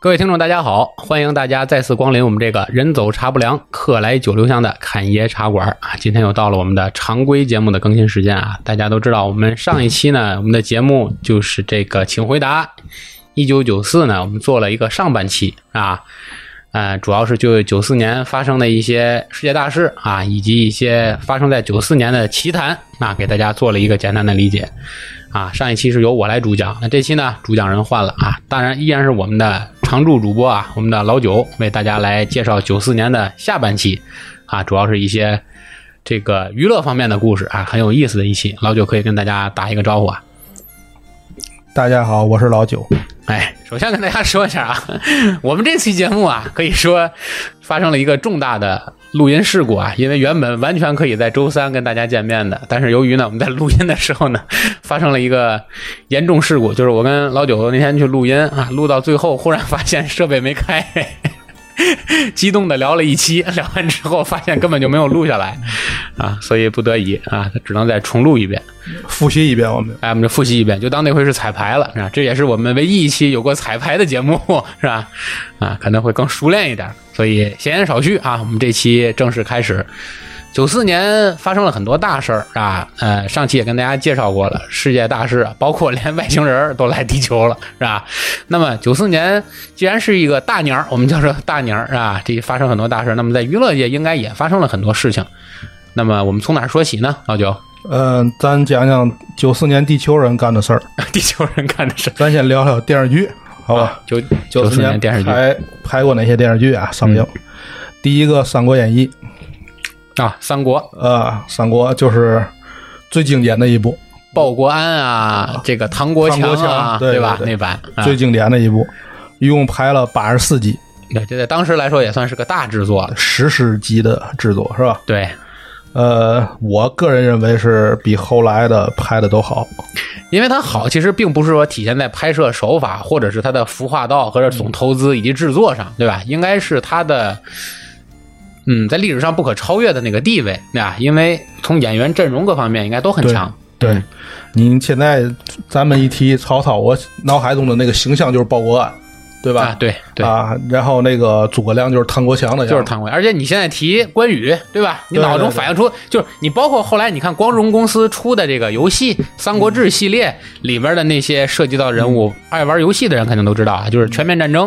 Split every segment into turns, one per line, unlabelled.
各位听众，大家好！欢迎大家再次光临我们这个“人走茶不凉，客来酒留香”的侃爷茶馆啊！今天又到了我们的常规节目的更新时间啊！大家都知道，我们上一期呢，我们的节目就是这个“请回答一九九四”呢，我们做了一个上半期啊，呃，主要是就九四年发生的一些世界大事啊，以及一些发生在九四年的奇谈啊，给大家做了一个简单的理解。啊，上一期是由我来主讲，那这期呢，主讲人换了啊，当然依然是我们的常驻主播啊，我们的老九为大家来介绍九四年的下半期，啊，主要是一些这个娱乐方面的故事啊，很有意思的一期，老九可以跟大家打一个招呼啊。
大家好，我是老九。
哎，首先跟大家说一下啊， 我们这期节目啊，可以说发生了一个重大的录音事故啊，因为原本完全可以在周三跟大家见面的，但是由于呢，我们在录音的时候呢， 发生了一个严重事故，就是我跟老九那天去录音啊，录到最后忽然发现设备没开。 激动的聊了一期，聊完之后发现根本就没有录下来，啊，所以不得已啊，只能再重录一遍。
复习一遍我们，
哎，我们就复习一遍，就当那回是彩排了，是吧？这也是我们唯一一期有过彩排的节目， 是吧？啊，可能会更熟练一点。所以闲言少叙啊，我们这期正式开始。九四年发生了很多大事儿啊，呃，上期也跟大家介绍过了，世界大事，啊包括连外星人都来地球了，是吧？那么九四年既然是一个大年儿，我们叫做大年儿，是吧？这发生很多大事儿，那么在娱乐界应该也发生了很多事情。那么我们从哪儿说起呢？老九，
嗯、咱讲讲九四年地球人干的事儿。
地球人干的事儿。
咱先聊聊电视剧，好吧？
啊九
啊九
四年电视剧
拍拍过哪些电视剧啊？上映、第一个《三国演义》
啊，三国
啊，《三国》就是最经典的一部，
鲍国安啊，这个唐国
唐
强
国
啊，
强对
吧？
对对
那版啊，
最经典的一部，一共拍了八十四集，
对，这在当时来说也算是个大制作了。
史诗级的制作是吧？
对，
呃，我个人认为是比后来的拍的都好。
因为它好，其实并不是说体现在拍摄手法，或者是它的服化道和这总投资以及制作上，对吧？应该是它的，嗯，在历史上不可超越的那个地位，对吧？因为从演员阵容各方面应该都很
对
强。嗯
对，你现在咱们一提曹操，我脑海中的那个形象就是鲍国安，对吧？
啊，对对，
啊，然后那个诸葛亮就是唐国强的样子，
就是唐国，而且你现在提关羽，对吧？你
啊对
脑中
对对
反映出就是你，包括后来你看光荣公司出的这个游戏《三国志》系列里边的那些涉及到人
嗯
物，爱玩游戏的人肯定都知道啊，就是《全面战争》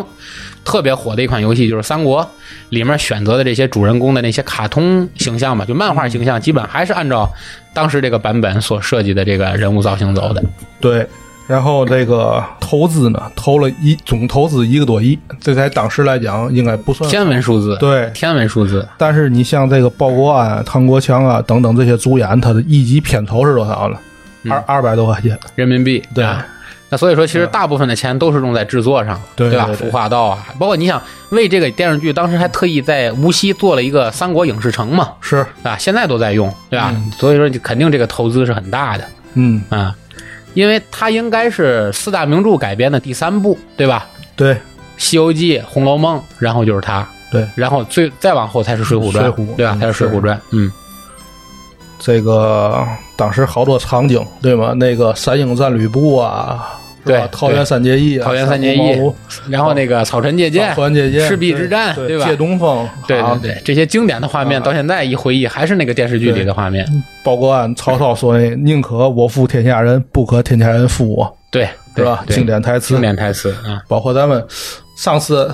特别火的一款游戏，就是《三国》里面选择的这些主人公的那些卡通形象嘛，就漫画形象，基本还是按照当时这个版本所设计的这个人物造型走的。
对。然后这个投资呢，投了一总投资一个多亿，这在当时来讲应该不算
天文数字，
对。
天文数字，
但是你像这个鲍国安、唐国强啊等等这些主演，他的一级片酬是多少呢？二二百多块钱，
人民币，
对
嗯啊。那所以说，其实大部分的钱都是用在制作上，
对
吧？
对对
服化道啊，包括你想为这个电视剧，当时还特意在无锡做了一个三国影视城嘛，
是，
啊，现在都在用，对吧？所以说，肯定这个投资是很大的
嗯，
啊，因为它应该是四大名著改编的第三部，对吧？
对，
《西游记》《红楼梦》，然后就是它，
对，
然后最再往后才是《水浒传》，
水浒
对吧？
嗯
才是《水浒传》，嗯，
这个当时好多场景，对吗？那个三英战吕布啊，是吧
对
桃园三结义啊，
桃园三结义
三顾
嗯然后那个草船借箭
茅庐，桃园啊结义，
赤壁之战
对
对吧
借东风，
对
啊
对，对，这些经典的画面
啊
到现在一回忆，还是那个电视剧里的画面，
包括按曹操说的“宁可我负天下人，不可天下人负我
对”，
是
对
吧？
对
经典台词
经，典台词啊，
包括咱们上次。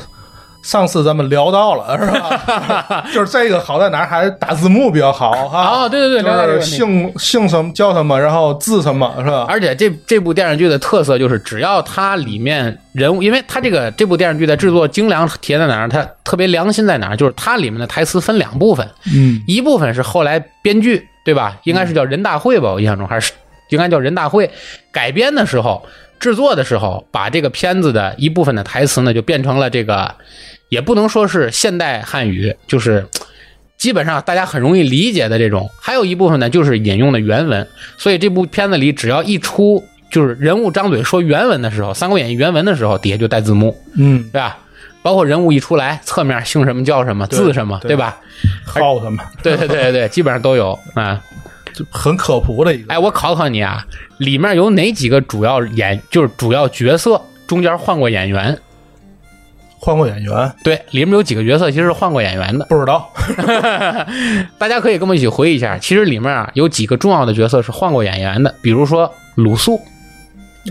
上次咱们聊到了是吧？ 就是这个好在哪儿还打字幕比较好哈。
哦对对对聊到这
就
个
是姓姓什么叫什么，然后字什么是吧？
而且这这部电视剧的特色就是，只要它里面人物，因为它这个这部电视剧的制作精良体现在哪儿？它特别良心在哪儿？就是它里面的台词分两部分，
嗯，
一部分是后来编剧对吧？应该是叫人大会吧，我印象中还是应该叫人大会改编的时候。制作的时候，把这个片子的一部分的台词呢，就变成了这个，也不能说是现代汉语，就是基本上大家很容易理解的这种。还有一部分呢，就是引用的原文，所以这部片子里只要一出就是人物张嘴说原文的时候，《三国演义》原文的时候，底下就带字幕，
嗯，
对吧？包括人物一出来，侧面姓什么叫什么
对
字什么，
对
对吧？
号什么，
对对对对对，基本上都有啊。
就很科普的一个。
哎，我考考你啊，里面有哪几个主要演就是主要角色中间换过演员？
换过演员，
对，里面有几个角色其实是换过演员的，
不知道。
大家可以跟我一起回忆一下。其实里面啊有几个重要的角色是换过演员的，比如说鲁肃，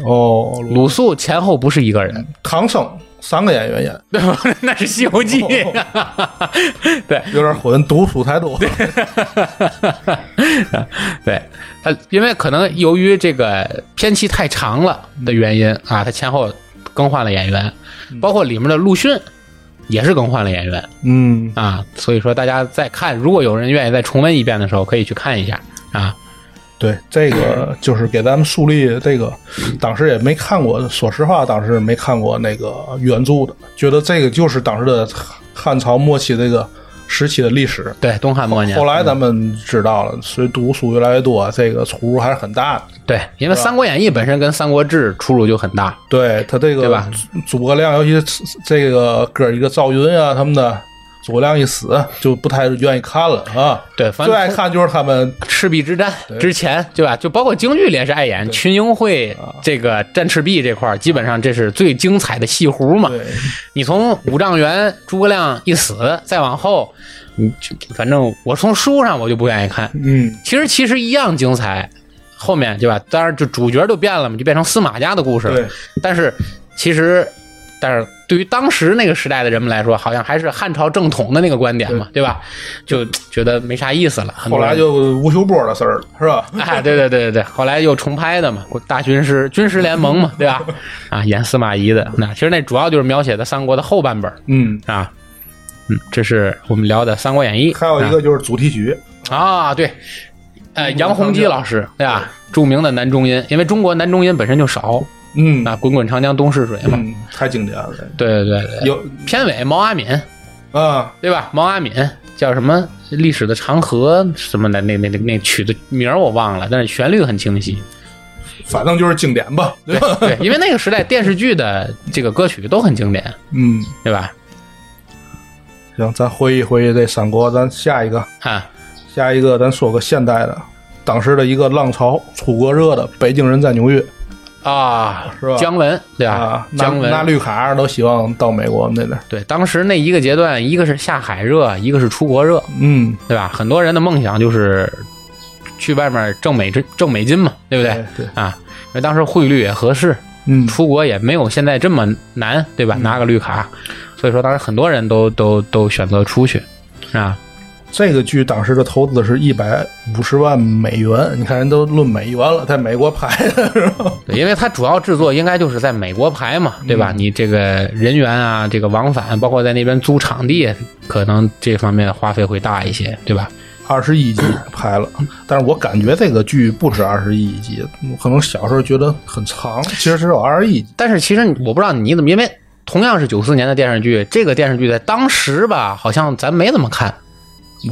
哦，
鲁肃前后不是一个人，
唐僧三个演员演，
对吧？那是《西游 记》
哦
对
有点混，读书太多。
对， 他因为可能由于这个片期太长了的原因啊，他前后更换了演员，包括里面的陆逊也是更换了演员。
嗯，
啊，所以说大家再看，如果有人愿意再重温一遍的时候，可以去看一下啊。
对，这个就是给咱们树立这个，当时也没看过，说实话，当时没看过那个原著的，觉得这个就是当时的汉朝末期这个时期的历史。
对，东汉末年，
后来咱们知道了，所以读书越来越多，这个出入还是很大的。
对，因为《三国演义》本身跟《三国志》出入就很大，
对他
对
这个
吧
诸诸葛亮，尤其是这个哥儿一个赵云啊，他们的诸葛亮一死，就不太愿意看了啊。
对，反
最爱
正从
看就是他们
赤壁之战之前，对吧？就包括京剧里也是爱演群英会这个战赤壁这块儿，基本上这是最精彩的戏弧嘛。
对
你从五丈原诸葛亮一死，再往后，你就反正我从书上我就不愿意看，
嗯
其实其实一样精彩。后面对吧？当然，就主角就变了嘛，就变成司马家的故事了。
对
但是其实，但是对于当时那个时代的人们来说，好像还是汉朝正统的那个观点嘛，对吧？就觉得没啥意思了。很
后
多人
来就吴秀波的事儿了，是吧？
哎，对对对对对，后来又重拍的嘛，大军师军师联盟嘛，对吧？啊，演司马懿的那，其实那主要就是描写的三国的后半本儿
嗯，
啊。嗯，这是我们聊的《三国演义》，
还有一个就是主题曲，
啊，对，呃，杨洪基老师，对吧？著名的男中音，因为中国男中音本身就少，
嗯
那滚滚长江东逝水嘛。
嗯，太经典了，
对对对对，
有
片尾毛阿敏，
啊，
对吧？毛阿敏叫什么？历史的长河什么的，那那那那曲子名儿我忘了，但是旋律很清 晰。
反正就是经典吧，对吧？
对，因为那个时代电视剧的这个歌曲都很经典，
嗯，
对吧？
行，咱回忆回忆这三国，咱下一个，
啊，
下一个咱说个现代的，当时的一个浪潮，出国热的，北京人在纽约
啊，
是吧
姜文对吧？
啊，拿
姜文
拿绿卡都希望到美国那点儿，
对，当时那一个阶段，一个是下海热，一个是出国热，
嗯，
对吧？很多人的梦想就是去外面挣美挣挣美金嘛，对不对？
对，
啊，因为当时汇率也合适，
嗯，
出国也没有现在这么难，对吧？拿个绿卡，所以说当时很多人都都都选择出去，啊，
这个剧当时的投资是一百五十万美元，你看人都论美元了，在美国拍的是吧？
对因为它主要制作应该就是在美国拍嘛，对
嗯
吧？你这个人员啊，这个往返，包括在那边租场地，可能这方面的花费会大一些，对吧？
二十一集拍了，但是我感觉这个剧不止二十一集，我可能小时候觉得很长，其实只有二十一集。
但是其实我不知道你怎么，因为同样是九四年的电视剧，这个电视剧在当时吧，好像咱没怎么看。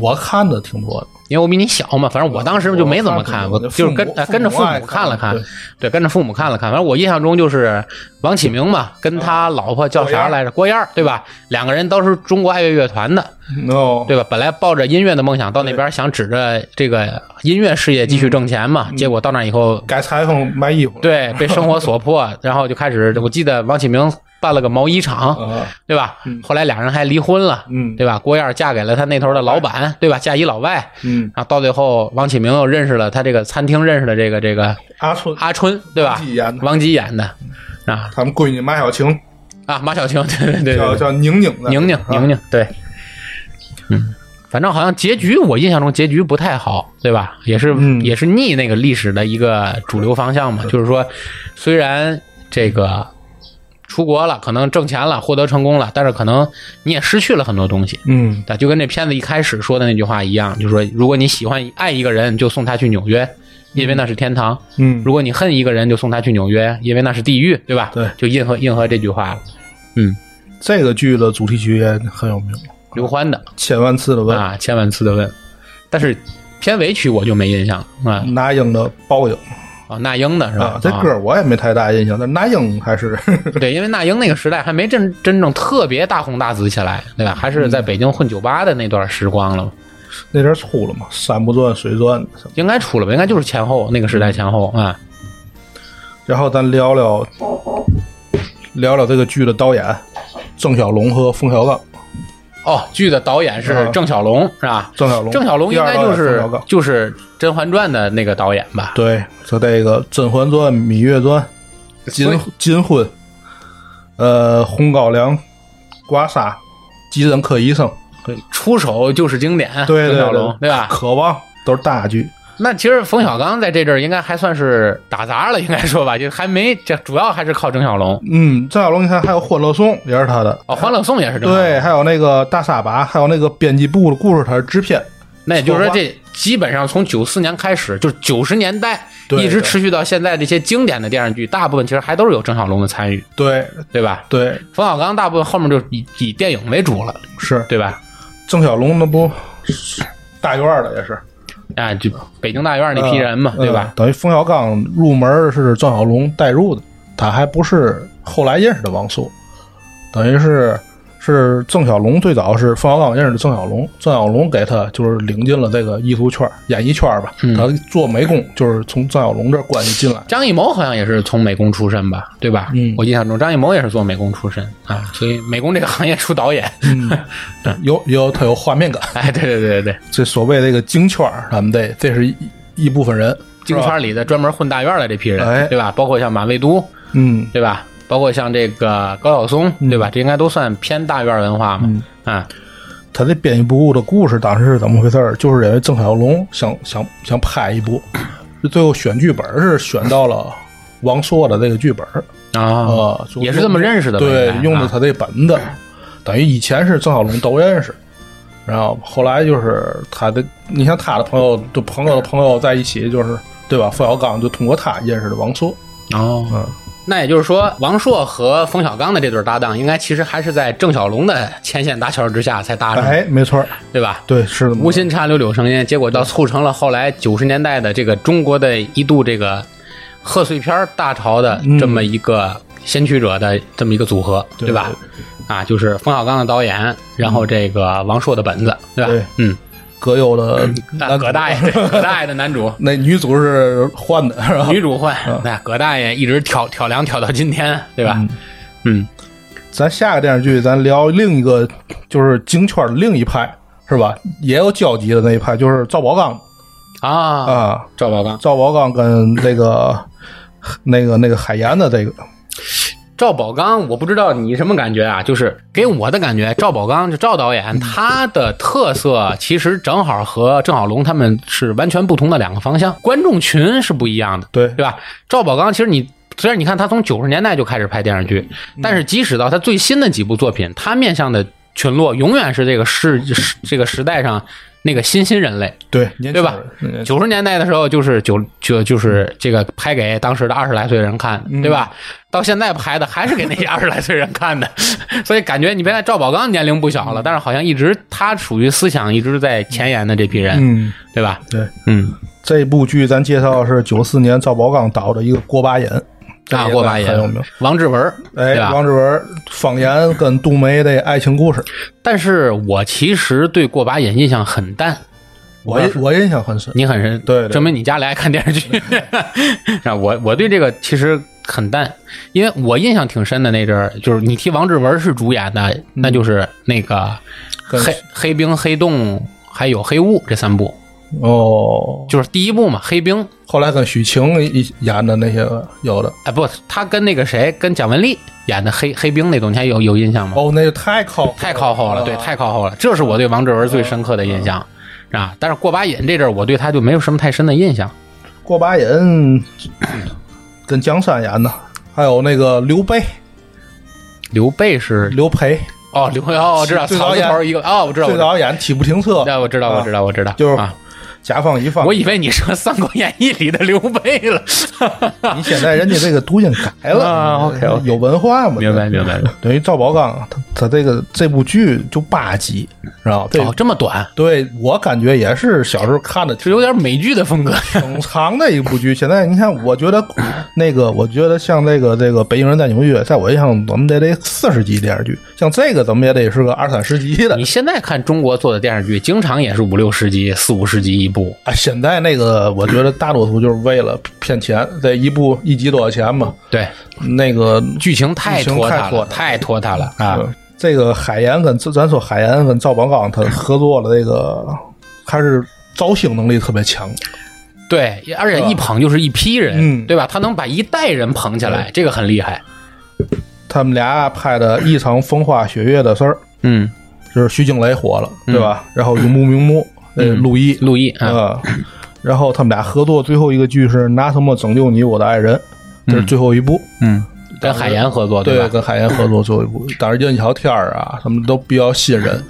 我看的挺多的，
因为我比你小嘛，反正我当时就没怎么看，我
我看
就是跟
父母
呃跟着
父
父
母
母
爱
看了看
看对，
对，跟着父母看了看。反正我印象中就是王启明嘛，跟他老婆叫
郭燕
啥
儿
来着？郭燕儿，对吧？两个人都是中国爱乐乐团的，
no，
对吧？本来抱着音乐的梦想到那边想指着这个音乐事业继续挣钱嘛，结果到那以后，
改裁缝卖衣服了，
对，被生活所迫，然后就开始，我记得王启明办了个毛衣厂，
啊，
对吧？后来俩人还离婚了，
嗯
对吧？郭燕儿嫁给了他那头的老板，对吧？嫁一老外，
嗯，
然后到最后，王启明又认识了他这个餐厅认识的这个这个
阿春
阿春，对吧
王？继演的
王姬演的啊
他们闺女马小晴
啊，马小晴，对对对
叫
对对，
叫宁宁的
宁宁
啊
宁宁，对，嗯，反正好像结局我印象中结局不太好，对吧？也是
嗯
也是逆那个历史的一个主流方向嘛，就是说，虽然这个出国了，可能挣钱了，获得成功了，但是可能你也失去了很多东西。
嗯
对，就跟这片子一开始说的那句话一样，就是说，如果你喜欢爱一个人，就送他去纽约，因为那是天堂；
嗯
如果你恨一个人，就送他去纽约，因为那是地狱，对吧？
对
就应和应和这句话了。
这个剧的主题曲也很有名，
刘欢的
千万次的问
啊，千万次的问，但是片尾曲我就没印象了啊。
那英的报应
哦，那英的是吧
嗯啊？，这歌我也没太大印象，但那英还是
对，因为那英那个时代还没真真正特别大红大紫起来，对
嗯
吧？还是在北京混酒吧的那段时光了嘛，
那阵儿出了嘛，山不转水转的。
应该出了吧？应该就是前后那个时代前后啊。
然后咱聊聊聊聊这个剧的导演郑小龙和冯小刚。
哦，剧的导演是
啊
郑晓龙，是吧？
郑小龙，
郑晓龙应该就
嗯第二导演
是
冯小刚
就是《甄嬛传》的那个导演吧？
对，说这个《甄嬛传》《芈月传》金
所以
金婚，呃，红高粱，刮痧，急诊科医生，
出手就是经典，
对
郑
对
晓龙，对吧？
渴望都是大剧。
那其实冯小刚在这阵儿应该还算是打杂了，应该说吧，就还没这主要还是靠郑晓龙
嗯，郑晓龙你看还有《欢乐颂》也是他的，
哦，《欢乐颂》也是郑晓龙，
对，还有那个《大沙把》，还有那个编辑部的故事，他是制片。
那也就是说这基本上从九四年开始，就是九十年代
对
一直
对
持续到现在，这些经典的电视剧大部分其实还都是有郑晓龙的参与，
对
对吧？
对，
冯小刚大部分后面就以以电影为主了，
是
对吧？
郑晓龙那不大院儿的也是
啊，就北京大院那批人嘛，
嗯
对吧？
等于冯小刚入门是郑晓龙带入的，他还不是后来认识的王朔，等于是是郑晓龙最早是冯小刚认识的郑晓龙，郑晓龙给他就是领进了这个艺术圈、演艺圈吧。
嗯
他做美工就是从郑晓龙这儿关系 进来。
张艺谋好像也是从美工出身吧，对吧？
嗯
我印象中张艺谋也是做美工出身啊，所以美工这个行业出导演，
嗯， 有有他有画面感，
哎，对对对对对，
这所谓这个京圈儿，咱们得这是一一部分人。
京圈里的专门混大院的这批人，
哎
对吧？包括像马未都，
嗯，
对吧？包括像这个高晓松，对吧？这应该都算偏大院文化嘛，
嗯
啊，
他这编一部的故事当时是怎么回事儿？就是因为郑晓龙想想想拍一部，这最后选剧本儿是选 到了王朔的这个剧本儿
啊，
啊，就
也是这么认识的吧，
对
应该，
用的
啊
他这本子，等于以前是郑晓龙都认识，然后后来就是他的，你像他的朋友，就朋友的朋友在一起，就是对吧？冯小刚就通过他认识的王朔，
哦
嗯。
那也就是说，王朔和冯小刚的这对搭档，应该其实还是在郑晓龙的牵线搭桥之下才搭上的，
哎，没错儿，
对吧？
对，是的，
无心插柳柳成荫，结果倒促成了后来九十年代的这个中国的一度这个贺岁片大潮的
嗯
这么一个先驱者的这么一个组合，
对嗯
吧？啊，就是冯小刚的导演，然后这个王朔的本子，对吧？
对
嗯，
葛优的
那葛大爷，对葛大爷的男 主。
那女主是换的，是吧？
女主换，那葛大爷一直挑挑梁挑到今天，对吧？嗯，
咱下个电视剧，咱聊另一个，就是京圈的另一派，是吧？也有交集的那一派，就是赵宝刚
啊，
啊，
赵宝刚，
赵宝刚跟那个、那个、那个海岩的这个，
赵宝刚，我不知道你什么感觉啊，就是给我的感觉，赵宝刚就赵导演，他的特色其实正好和郑晓龙他们是完全不同的两个方向，观众群是不一样的，
对，
对吧？赵宝刚其实你。虽然你看他从九十年代就开始拍电视剧，
嗯
但是即使到他最新的几部作品，他面向的群落永远是这个世世这个时代上那个新兴人类，
对，年轻
对吧
人？
九十年代的时候，就是九就就是这个拍给当时的二十来岁人看的，
嗯
对吧？到现在拍的还是给那些 二十来岁人看的， 所以感觉你别看赵宝刚年龄不小了，
嗯
但是好像一直他属于思想一直在前沿的这批人，
嗯，
对吧？
对，
嗯，
这部剧咱介绍是九四年赵宝刚导的一个《锅巴瘾》，这
大
也
啊锅巴爷
很有名。、
王志文，
哎
对，吧？
王志文、方言跟杜梅的爱情故事，
但是我其实对过把瘾印象很淡，
我印我印象很深。
你很深，
对对
证明你家里爱看电视剧。 啊，我我对这个其实很淡，因为我印象挺深的那阵儿，就是你提王志文是主演的，那就是那个
嗯跟
黑黑冰、黑洞还有黑雾这三部，
哦，
就是第一部嘛，黑冰。
后来跟许晴一演的那些个有的，
哎，不，他跟那个谁，跟蒋雯丽演的黑黑冰那种，你还有有印象吗？
哦，那就太靠谱
太靠后了，对，
啊
太靠后了。这是我对王志文最深刻的印
哦
象啊。但是过把瘾这阵儿，我对他就没有什么太深的印象。
过把瘾，嗯跟江山演的，还有那个刘备、
刘备是
刘培，
哦，刘哦，我知道
最
草
早
字
演
头一个哦，我知道，我
最
知道，
早演《踢不停车》，
我知道，我知道，我知道，
就是
啊，
甲方乙方。
我以为你说《三国演义》里的刘备了，
你现在人家这个读音改了
啊，OK，OK
有文化嘛？
明白明白。
等于赵宝刚他他这个这部剧就八集，然后 对
哦，这么短，
对我感觉也是小时候看的
是有点美剧的风格，
挺长的一部剧。现在你看，我觉得那个，我觉得像这个这个《北京人在纽约》，在我印象中，咱们得得四十集电视剧，像这个怎么也得是个二三十集的
你。现在看中国做的电视剧，经常也是五六十集、四五十集一部，
啊，现在那个，我觉得大多数就是为了骗钱，这一部一集多少钱嘛？
对，
那个
剧情太
剧情
拖沓
太
了，
拖沓了
太拖沓了啊
嗯！这个海岩跟咱说海岩跟赵宝刚他合作了，这个还是造星能力特别强。
对，而且一捧就是一批人，
嗯
对吧？他能把一代人捧起来，这个很厉害。
他们俩拍的《一场风花雪月的事儿
嗯，》，
就是徐静蕾火了，对吧？然后永不瞑目，呃，陆毅，
陆毅啊，
啊，然后他们俩合作最后一个剧是拿什么拯救你我的爱人，这是最后一部，
嗯，跟海岩合作，
呃对，
哦吧？
跟海岩合作最后 一部。当然任小天儿啊，他们都比较新人，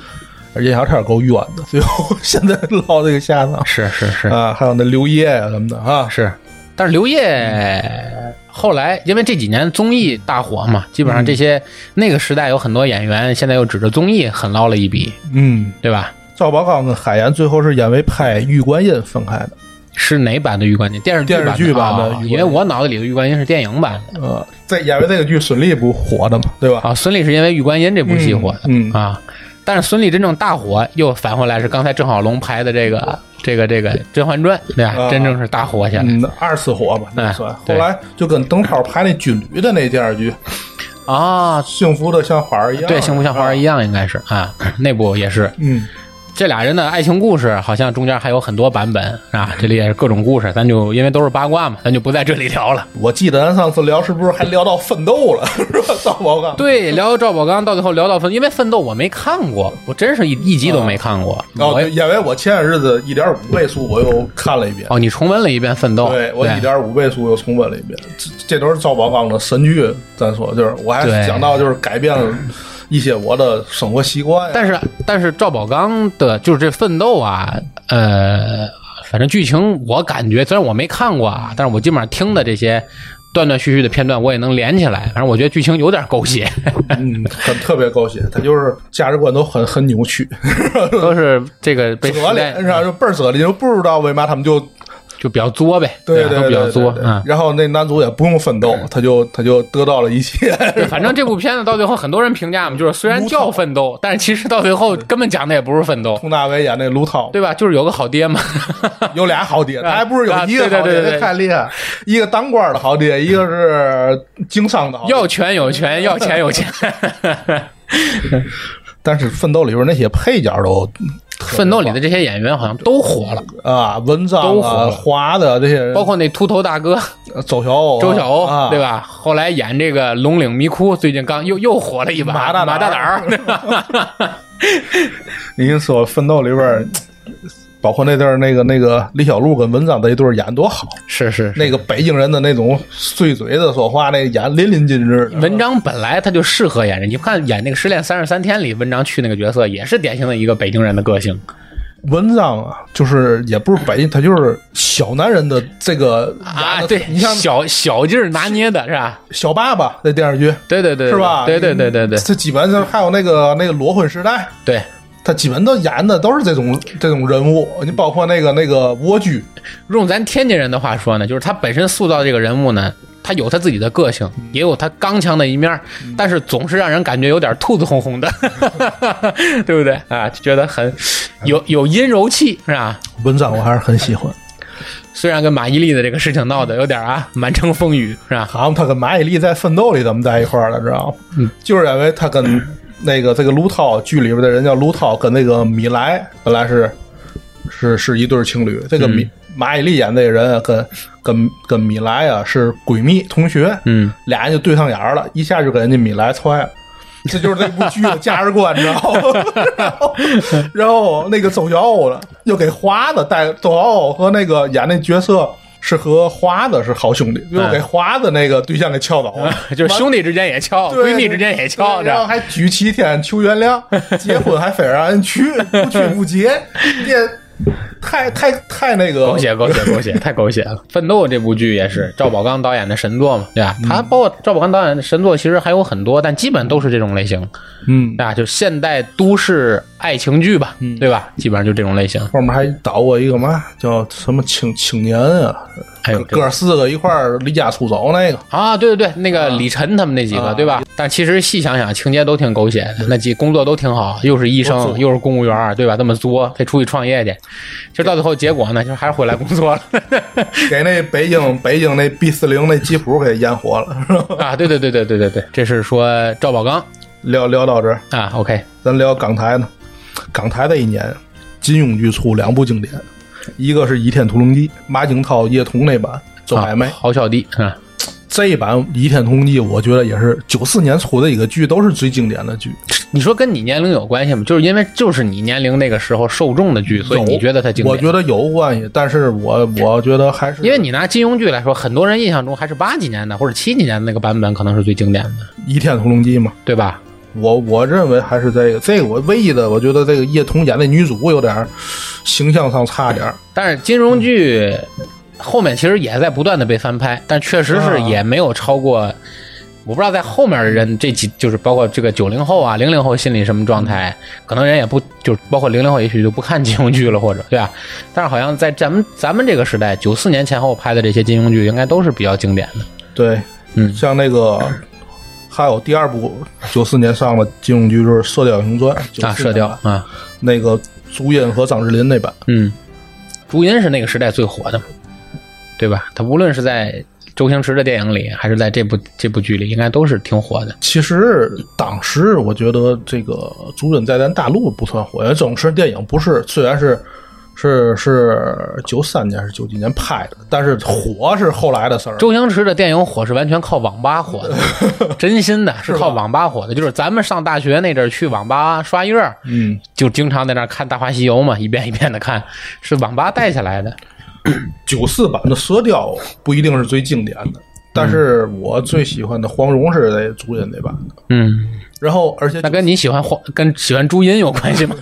任小天儿够冤的，最后 现在落这个下场
是是是
啊，还有那刘烨啊什么的啊，
是，但是刘烨后来因为这几年综艺大火嘛，基本上
嗯
这些那个时代有很多演员，现在又指着综艺狠捞了一笔，
嗯，
对吧？
赵宝刚跟海岩最后是因为拍《玉观音》分开的，
是哪版的《玉观音》？电视剧
电视剧版的
哦
玉观音
因为我脑子里的《玉观音》是电影版的
呃，在因为那个剧孙俪不火的嘛，对吧？
啊。孙俪是因为《玉观音》这部戏火的、
嗯嗯
啊，但是孙俪真正大火又返回来是刚才郑晓龙拍的这个这个这个《甄嬛传》，对吧？
啊
真正是大火起来、
嗯，二次火吧，那
哎
算。后
对
来就跟邓超拍那《军旅》的那电视剧，
啊。
幸福的像花儿一样。
对，幸福像花儿
样。
一样，应该是啊，那部也是
嗯，
这俩人的爱情故事好像中间还有很多版本啊，这里也是各种故事，咱就因为都是八卦嘛，咱就不在这里聊了。
我记得咱上次聊是不是还聊到奋斗了， 是吧？啊赵宝刚。
对，聊赵宝刚到最后聊到奋，因为奋斗我没看过，我真是一一集都没看过。
哦，
我
对
也
因为我前些日子一点五倍速我又看了一遍，
哦，你重温了一遍奋斗，
对我一点五倍速又重温了一遍，这这都是赵宝刚的神剧。咱说就是，我还
对
讲到就是改变了一些我的生活习惯呀。
但是但是赵宝刚的就是这奋斗啊，呃，反正剧情我感觉虽然我没看过啊，但是我基本上听的这些断断续续的片段我也能连起来，反正我觉得剧情有点狗 血。
嗯，很特别狗血，他就是价值观都很很扭 曲，
都是这个被
折
时代
脸是吧？就倍儿折脸，就不知道为嘛他们就
就比较作呗，
对
吧
对
都
对
比较
对
作
对
啊。
然后那男主也不用奋斗，他就他就得到了一切。
对，反正这部片子到最后，很多人评价嘛，就是虽然叫奋斗，但是其实到最后根本讲的也不是奋斗，
佟大为演那卢涛，
对吧？就是有个好爹嘛。
有俩好爹，他还不是有一个好爹，
啊对对对对
这太厉害！一个当官的好爹，一个是经商的好爹。
要权有权，要钱有钱。
但是奋斗里边那些配角都
奋斗里的这些演员好像都火了，
啊，文章
都火
啊、
了
华的这些人，
包括那秃头大哥
周小欧啊、
周晓
啊
鸥，对？吧？后来演这个《龙岭迷窟》，最近刚又又火了一把，
马
马
大胆儿
大胆儿，对 吧？
您说奋斗里边。包括那对儿那个那个李小璐跟文章这一对儿演多好，
是是
那个北京人的那种碎嘴子说话，那个演淋漓尽致的。
文章本来他就适合演这，你看演那个《失恋三十三天》里，文章去那个角色也是典型的一个北京人的个性
文章啊，就是也不是北京，他就是小男人的这个演
啊，
得
对，
你像
小小劲儿拿捏的是吧？
小爸爸那电视剧，
对对对，对
是吧
对对对对对
这基本上还有那个那个裸婚时代，
对，
他基本都演的都是这种这种人物。你包括那个那个蜗居，
用咱天津人的话说呢，就是他本身塑造这个人物呢，他有他自己的个性，
嗯
也有他刚强的一面儿，但是总是让人感觉有点兔子哄 哄的，对不对啊？就觉得很有
嗯
有阴柔气是吧？
文章我还是很喜欢。
虽然跟马伊琍的这个事情闹
嗯
得有点啊满城风雨是吧？
好像他跟马伊琍在《奋斗》里怎么在一块儿了，知道吗？
嗯
就是因为他跟那个这个卢涛剧里边的人叫卢涛，跟那个米莱本来是是是一对儿情侣。这个米、马伊琍演这个人啊跟跟跟米莱啊是闺蜜同学，
嗯，
俩人就对上眼儿了，一下就给人家米莱踹了。这就是这部剧 的价值观，你知道吗？ 然后，然后那个周晓鸥了，又给华子带周晓鸥和那个演那角色是和华子是好兄弟，又
嗯
给华子那个对象给撬倒了，
就是兄弟之间也敲，
对
嗯闺蜜之间也敲，
然后
这
还举七天求原谅，结婚还非让人去，不去不结，这太太太那个
狗血狗血狗血，太狗血了！《奋斗》这部剧也是赵宝刚导演的神作嘛，对吧？他包括赵宝刚导演的神作，其实还有很多，但基本都是这种类型，
嗯
对。吧？就现代都市爱情剧吧，对吧？基本上就这种类型。
后面还导过一个嘛，叫什么青青年啊，
还有这
哥
个
儿四个一块儿离家出 走那个，
啊，对对对，那个李晨他们那几个，
啊
对吧？但其实细想想，情节都挺狗血的，那几工作都挺好，又是医
都
生，
作
又是公务员，对吧？这么作，得出去创业去，其实到最后结果呢，就是还是回来工作了。
给那北京北京那 B 四零那吉普给淹活了，是吧？
啊，对对对对对对对，这是说赵宝刚
聊聊到这儿，
啊，OK，
咱聊港台呢。港台的一年，金庸剧出两部经典，一个是《倚天屠龙记》，马景涛、叶童那版周海媚
啊，好小弟，嗯
这一版《倚天屠龙记》，我觉得也是九四年出的一个剧，都是最经典的剧。
你说跟你年龄有关系吗？就是因为就是你年龄那个时候受众的剧，所以
有
你觉得它经典？
我觉得有关系，但是我我觉得还是
因为你拿金庸剧来说，很多人印象中还是八几年的或者七几年的那个版本可能是最经典的，
《倚天屠龙记》嘛，
对吧？
我我认为还是这个这个我唯一的，我觉得这个叶童演的女主有点儿形象上差点儿，
但是金庸剧后面其实也在不断的被翻拍，但确实是也没有超过。我不知道在后面的人这几就是包括这个九零后啊、零零后心里什么状态，可能人也不就是包括零零后也许就不看金庸剧了，或者对吧？但是好像在咱们咱们这个时代，九四年前后拍的这些金庸剧应该都是比较经典的。
对，
嗯
像那个还有第二部九四年上的金庸剧就是《射雕英雄传》
啊，
94
射雕
年版
啊，
那个朱茵和张智霖那版，
嗯，朱茵是那个时代最火的嘛，对吧？她无论是在周星驰的电影里，还是在这部这部剧里，应该都是挺火的。
其实当时我觉得这个朱茵在咱大陆不算火，因为周星驰电影不是虽然是是是九三年还是九几年拍的，但是火是后来的事儿。
周星驰的电影火是完全靠网吧火的，真心的是靠网吧火的。就是咱们上大学那阵儿去网吧刷夜儿，
嗯，
就经常在那儿看《大话西游》嘛，一遍一遍的看，是网吧带起来
嗯
的。
九四版的《射雕》不一定是最经典的，但是我最喜欢的黄蓉是那朱茵那版的。
嗯，
然后，而且
那跟你喜欢黄跟喜欢朱茵有关 系吗？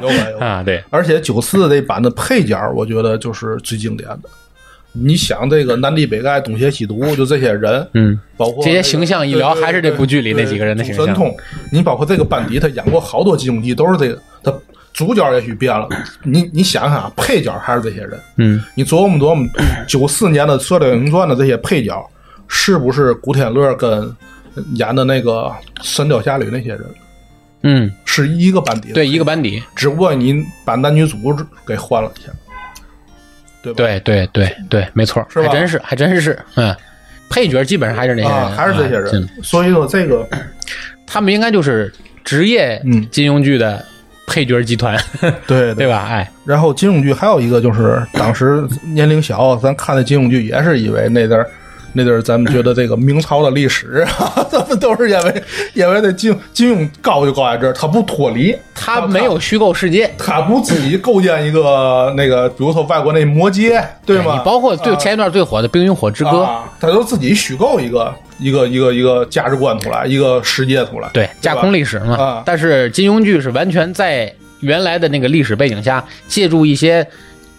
有版有版
啊，对，
而且九四那版的配角，我觉得就是最经典的。你想这个南帝北丐、东邪西毒，就这些人，
嗯，
包括
这些
那个
形象一聊
对对
还是这部剧里
对
那几个人的
对
形象
主神通，你包括这个班底，他演过好多金庸剧，都是这个。他主角也许变了，你你想想啊，配角还是这些人。
嗯，
你琢磨琢磨，九四年的《射雕英雄传》的这些配角，是不是古天乐跟演的那个《神雕侠侣》那些人，
嗯，
是一个班底的？
对，一个班底，
只不过你把男女主给换了一下，对吧？
对对对对，没错，
是吧
还真是，还真是，嗯，配角基本上还是那些人，
啊，还是这些
啊真
人
的。
所以说这个
他们应该就是职业
嗯
金庸剧的配角集 团，
对
对。吧？哎，
然后金庸剧还有一个就是当时年龄小，咱看的金庸剧也是以为那阵儿。那阵儿咱们觉得这个明朝的历史， 咱们都是因为因为那金金庸高就高在这儿，他不脱离，
他没有虚构世界。
他不自己构建一个那个，比如说外国那魔街，对吗？
你包括最
啊
前一段最火的《冰与火之歌》
啊，他都自己虚构一个一个一个一个价值观出来，一个世界出来，
对，架
吧
空历史嘛。
啊
但是金庸剧是完全在原来的那个历史背景下，借助一些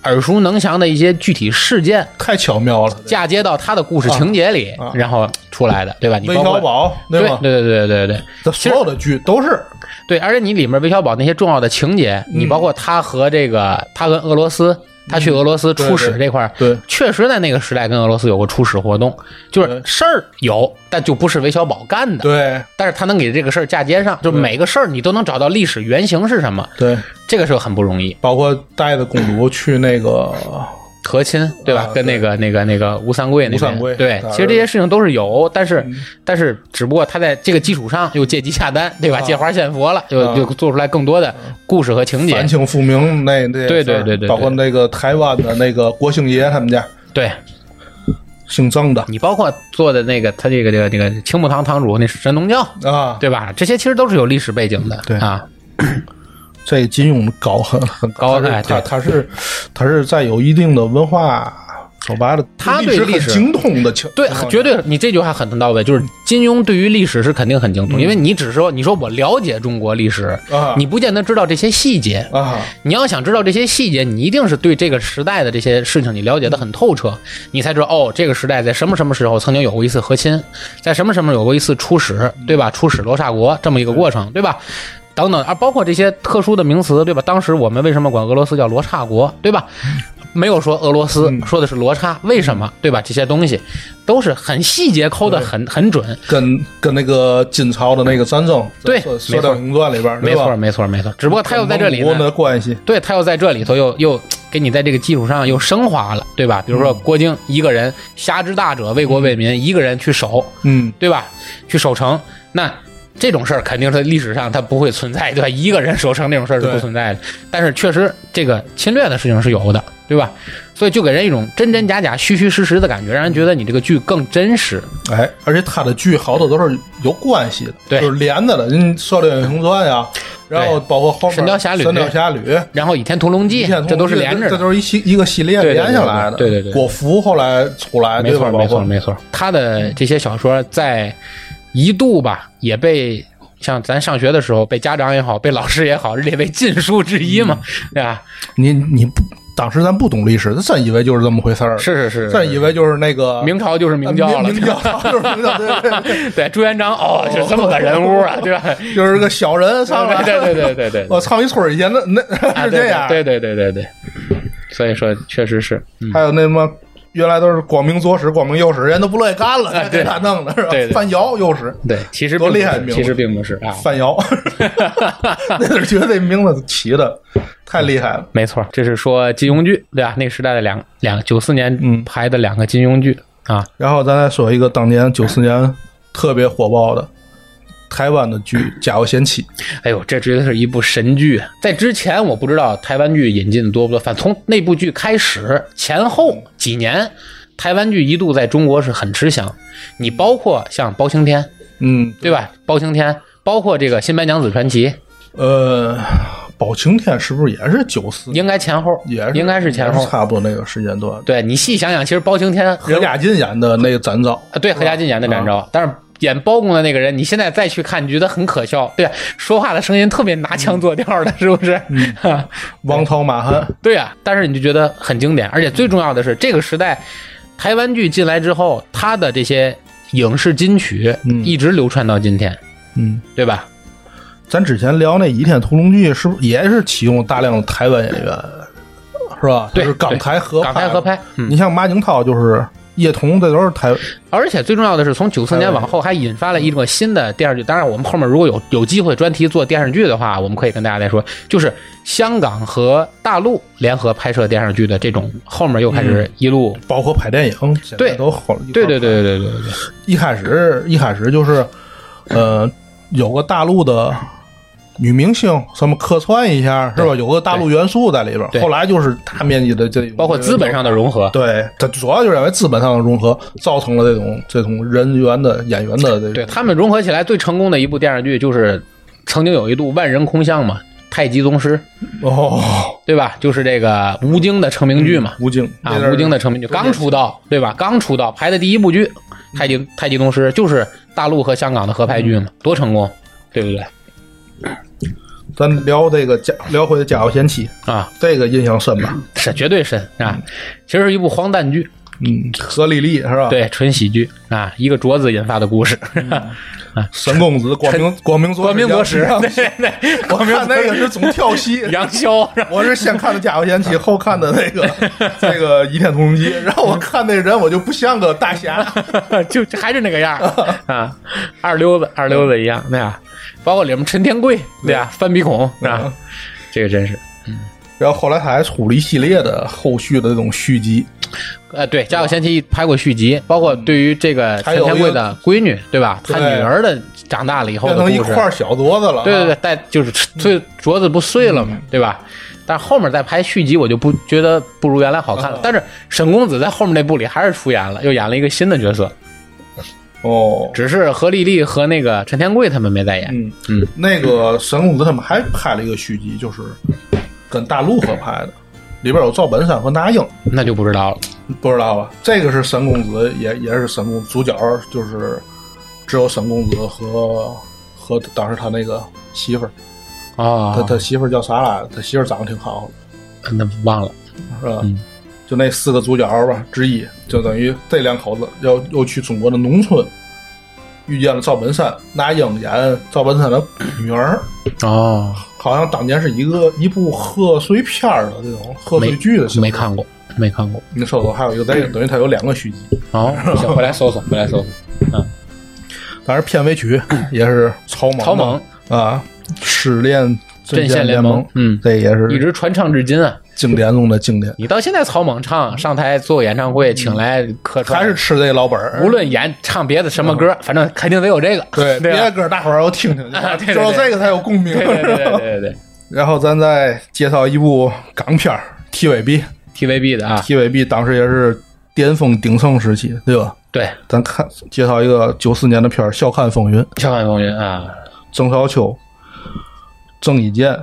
耳熟能详的一些具体事件，
太巧妙了。
嫁接到他的故事情节里，
啊
然后出来的，对吧？你
韦
包
小
括
宝
对
吧？
对对对对对
他所有的剧都是
对，而且你里面韦小宝那些重要的情节，你
嗯
包括他和这个他跟俄罗斯，他去俄罗斯出使
对对
这块儿。
对
确实，在那个时代跟俄罗斯有过出使活动，就是
对
事儿有，但就不是韦小宝干的。
对
但是他能给这个事儿嫁接上，就
对
每个事儿你都能找到历史原型是什么，
对，
这个时候很不容易。
包括带着公主去那个，
和亲对吧？
啊
跟那个那个那个吴三桂那边
吴三桂
对
他，儿
其实这些事情都是有，但
嗯
是但是只不过他在这个基础上又借机下单，对吧？
啊
借花献佛了，就
啊
就做出来更多的故事和情节
反。清复明那
对
那
对
事儿
对对对
包括那个台湾的那个国姓爷他们家
对
姓郑的
你包括做的那个他这个这个这个青木堂堂主那神农教，
啊，
对吧？这些其实都是有历史背景的，
对
啊，
这金庸 高很很
高
他
哎对
是他他是他是在有一定的文化，说白了，
他对
历史
历
很
史
精通的情，
对
情，况
绝对，你这句话很到位，就是金庸对于历史是肯定很精通，
嗯
因为你只说你说我了解中国历史，
啊
你不见得知道这些细节，
啊，
你要想知道这些细节，你一定是对这个时代的这些事情你了解的很透彻，你才知道哦，这个时代在什么什么时候曾经有过一次和亲，在什么什么有过一次出使，对吧？出使罗刹国这么一个过程，对吧？等等，啊，包括这些特殊的名词，对吧？当时我们为什么管俄罗斯叫罗刹国，对吧？没有说俄罗斯，说的是罗刹，为什么，对吧？这些东西都是很细节抠的很很准，
跟跟那个金朝的那个战争，
对
射
没
射
错
雕英雄传》里边，
没
对吧
错，没错，没错。只不过他又在这里
蒙
呢
古，的关系，
对他又在这里头又又给你在这个基础上又升华了，对吧？比如说
嗯
郭靖一个人侠之大者，为国为民，一个人去守，
嗯，
对吧？去守城，那这种事儿肯定是历史上它不会存在，对吧？ 一个人守城这种事儿是不
对
存在的。但是确实，这个侵略的事情是有的，对吧？所以就给人一种真真假假、虚虚实实的感觉，让人觉得你这个剧更真实。
哎，而且它的剧好多都是有关系的，
对
就是连嗯着的。您《射雕英雄传》呀，然后包括后面《
神雕侠侣
神雕侠侣》
然后《倚天屠龙
倚
记
天屠》
这
龙
都是
记
连着
这
的。
都是一系一个系列
对对对
连下来的。
对对对对
果蝠后来出来，
没
对
错，
吧？
没
包
错，
括
没错。他的这些小说在一度吧，也被像咱上学的时候，被家长也好，被老师也好，列为禁书之一嘛，对吧？
你你不当时咱不懂历史，真以为就是这么回事儿，
是是
真以为就是那个呃
明朝就是明教了，
明 教就是明教，对对对，
对，朱元璋哦，是这么个人物啊，对 吧？
就是个小人上 来，
对对对对对对，
我唱一村儿以前那那
啊
是哦这样，
对对对对对对，所以说确实是，嗯，
还有那什么。原来都是光明左使、光明右使，人都不乐意干了，
啊
这
对
他弄的是吧
对？对
范尧右使，
对，其实
多
并不
厉害
是
名字
其实并不是啊，
范尧， 那是觉得这名字起的太厉害了。
没错，这是说金庸剧，对吧？那个时代的两两九四年
嗯
拍的两个金庸剧啊，
然后咱再说一个当年九四年特别火爆的台湾的剧《家有贤妻》，
哎呦，这绝对是一部神剧。在之前我不知道台湾剧引进的多不多，反正从那部剧开始前后几年，台湾剧一度在中国是很吃香。你包括像包青天，
嗯，
对吧？包青天，包括这个《新白娘子传奇》，
呃，包青天是不是也是九四？
应该前后，
也是
应该是前
也
后。
差不多那个时间段。
对你细想想，其实包青天
何家劲演的那个展昭，
啊，对何家劲演的展昭，但是演包公的那个人，你现在再去看，你觉得很可笑，对，说话的声音特别拿腔作调的，是不是？
王朝马汉，
对啊，但是你就觉得很经典，而且最重要的是，这个时代台湾剧进来之后，它的这些影视金曲
嗯
一直流传到今天，
嗯，
对吧？
咱之前聊那《倚天屠龙记》，是不是也是启用大量的台湾演员，是吧？
对
就是港台合
港台合拍，嗯，
你像马景涛就是叶童，这都是台
而且最重要的是，从九四年往后还引发了一个新的电视剧。当然，我们后面如果有有机会专题做电视剧的话，我们可以跟大家再说，就是香港和大陆联合拍摄电视剧的这种，后面又开
嗯
始一路。
包括拍电影，现
对
在都好。
对对对对对对对，
一开始一开始就是，呃，有个大陆的女明星，什么客串一下是吧？有个大陆元素在里边
对
儿。后来就是大面积的这种，
包括资本上的融合，
对，它主要就是因为资本上的融合，造成了这种这种人员的演员的这
对
种。
他们融合起来最成功的一部电视剧就是曾经有一度万人空巷嘛，《太极宗师》，
哦，
对吧？就是这个吴京的成名剧嘛，
吴京
啊，吴京
的
的成名剧刚出道，对吧？刚出道拍的第一部剧《太极太极宗师》，就是大陆和香港的合拍
嗯
剧嘛，多成功，对不对？
咱聊这个家聊回《家有贤妻》，
啊，
这个印象深吧？
是绝对深啊！其实是一部荒诞剧，
嗯，何丽丽是吧？，
对，纯喜剧啊，一个镯子引发的故事，
沈公子光明嗯 光明左
光明左使，
阳
对对，
我看那个是总 跳戏，
杨逍，
我是先看的《家有 贤妻》，后看的那个那个《倚天屠龙记》，然后我看那人，我就不像个 大侠。
就就还是那个样儿 啊，二溜子二溜子一样，对啊，包括里面陈天贵，对啊，翻鼻孔啊
嗯，
这个真是，
然后后来他还出了一系列的后续的这种续集，
呃，对，《家有
嗯
仙妻》拍过续集，包括对于这个
还
陈
有
天
一个
贵的闺女，对吧？她
对
女儿的长大了以后
变
的故
成一
事，
块小镯子了。啊嗯
对对对，，带就是碎镯子不碎了嘛，对吧？但是后面再拍续集，我就不觉得不如原来好看
嗯
了。但是沈公子在后面那部里还是出演了，又演了一个新的角色，
哦，
只是何丽丽和那个陈天贵他们没在演。
嗯
嗯，
那个沈公子他们还拍了一个续集，就是跟大陆合拍的，里边有赵本山和那英，
那就不知道了。
不知道吧？这个是沈公子，也也是沈公主角，就是只有沈公子和和当时他那个媳妇儿，
哦，
他他媳妇儿叫啥来着？他媳妇儿长得挺好的。
那忘了，
是吧？
嗯
就那四个主角吧之一，就等于这两口子要又去中国的农村，遇见了赵本山，那英演赵本山的女儿，
哦，
好像当年是一个一部贺岁片儿的这种贺岁剧的形式
没。看过，没看过。
你搜搜，还有一个这个，等于它有两个续集。
哦，行， 回来搜搜，回来搜搜。
当然，片 尾曲也是草蜢的
草蜢
啊，失恋
阵线
联
联盟嗯
这也是
一直传唱至今啊，
经典中的经典，
你到现在草蜢唱上台做演唱会，请来客串，
还是吃这老本儿。
无论演唱别的什么歌，反正肯定得有这个。
对
嗯
别
对
的
吧
歌，大伙儿 都听听，
啊对对
只有这个才有共鸣。
对 对对对对对
然后咱再介绍一部港片儿《TVB》，
，TVB 的啊，
TVB 当时也是巅峰鼎盛时期，对吧？
对
咱看介绍一个九四年的片儿《笑看风云》，
《笑看风云》啊，
郑少秋、郑伊健、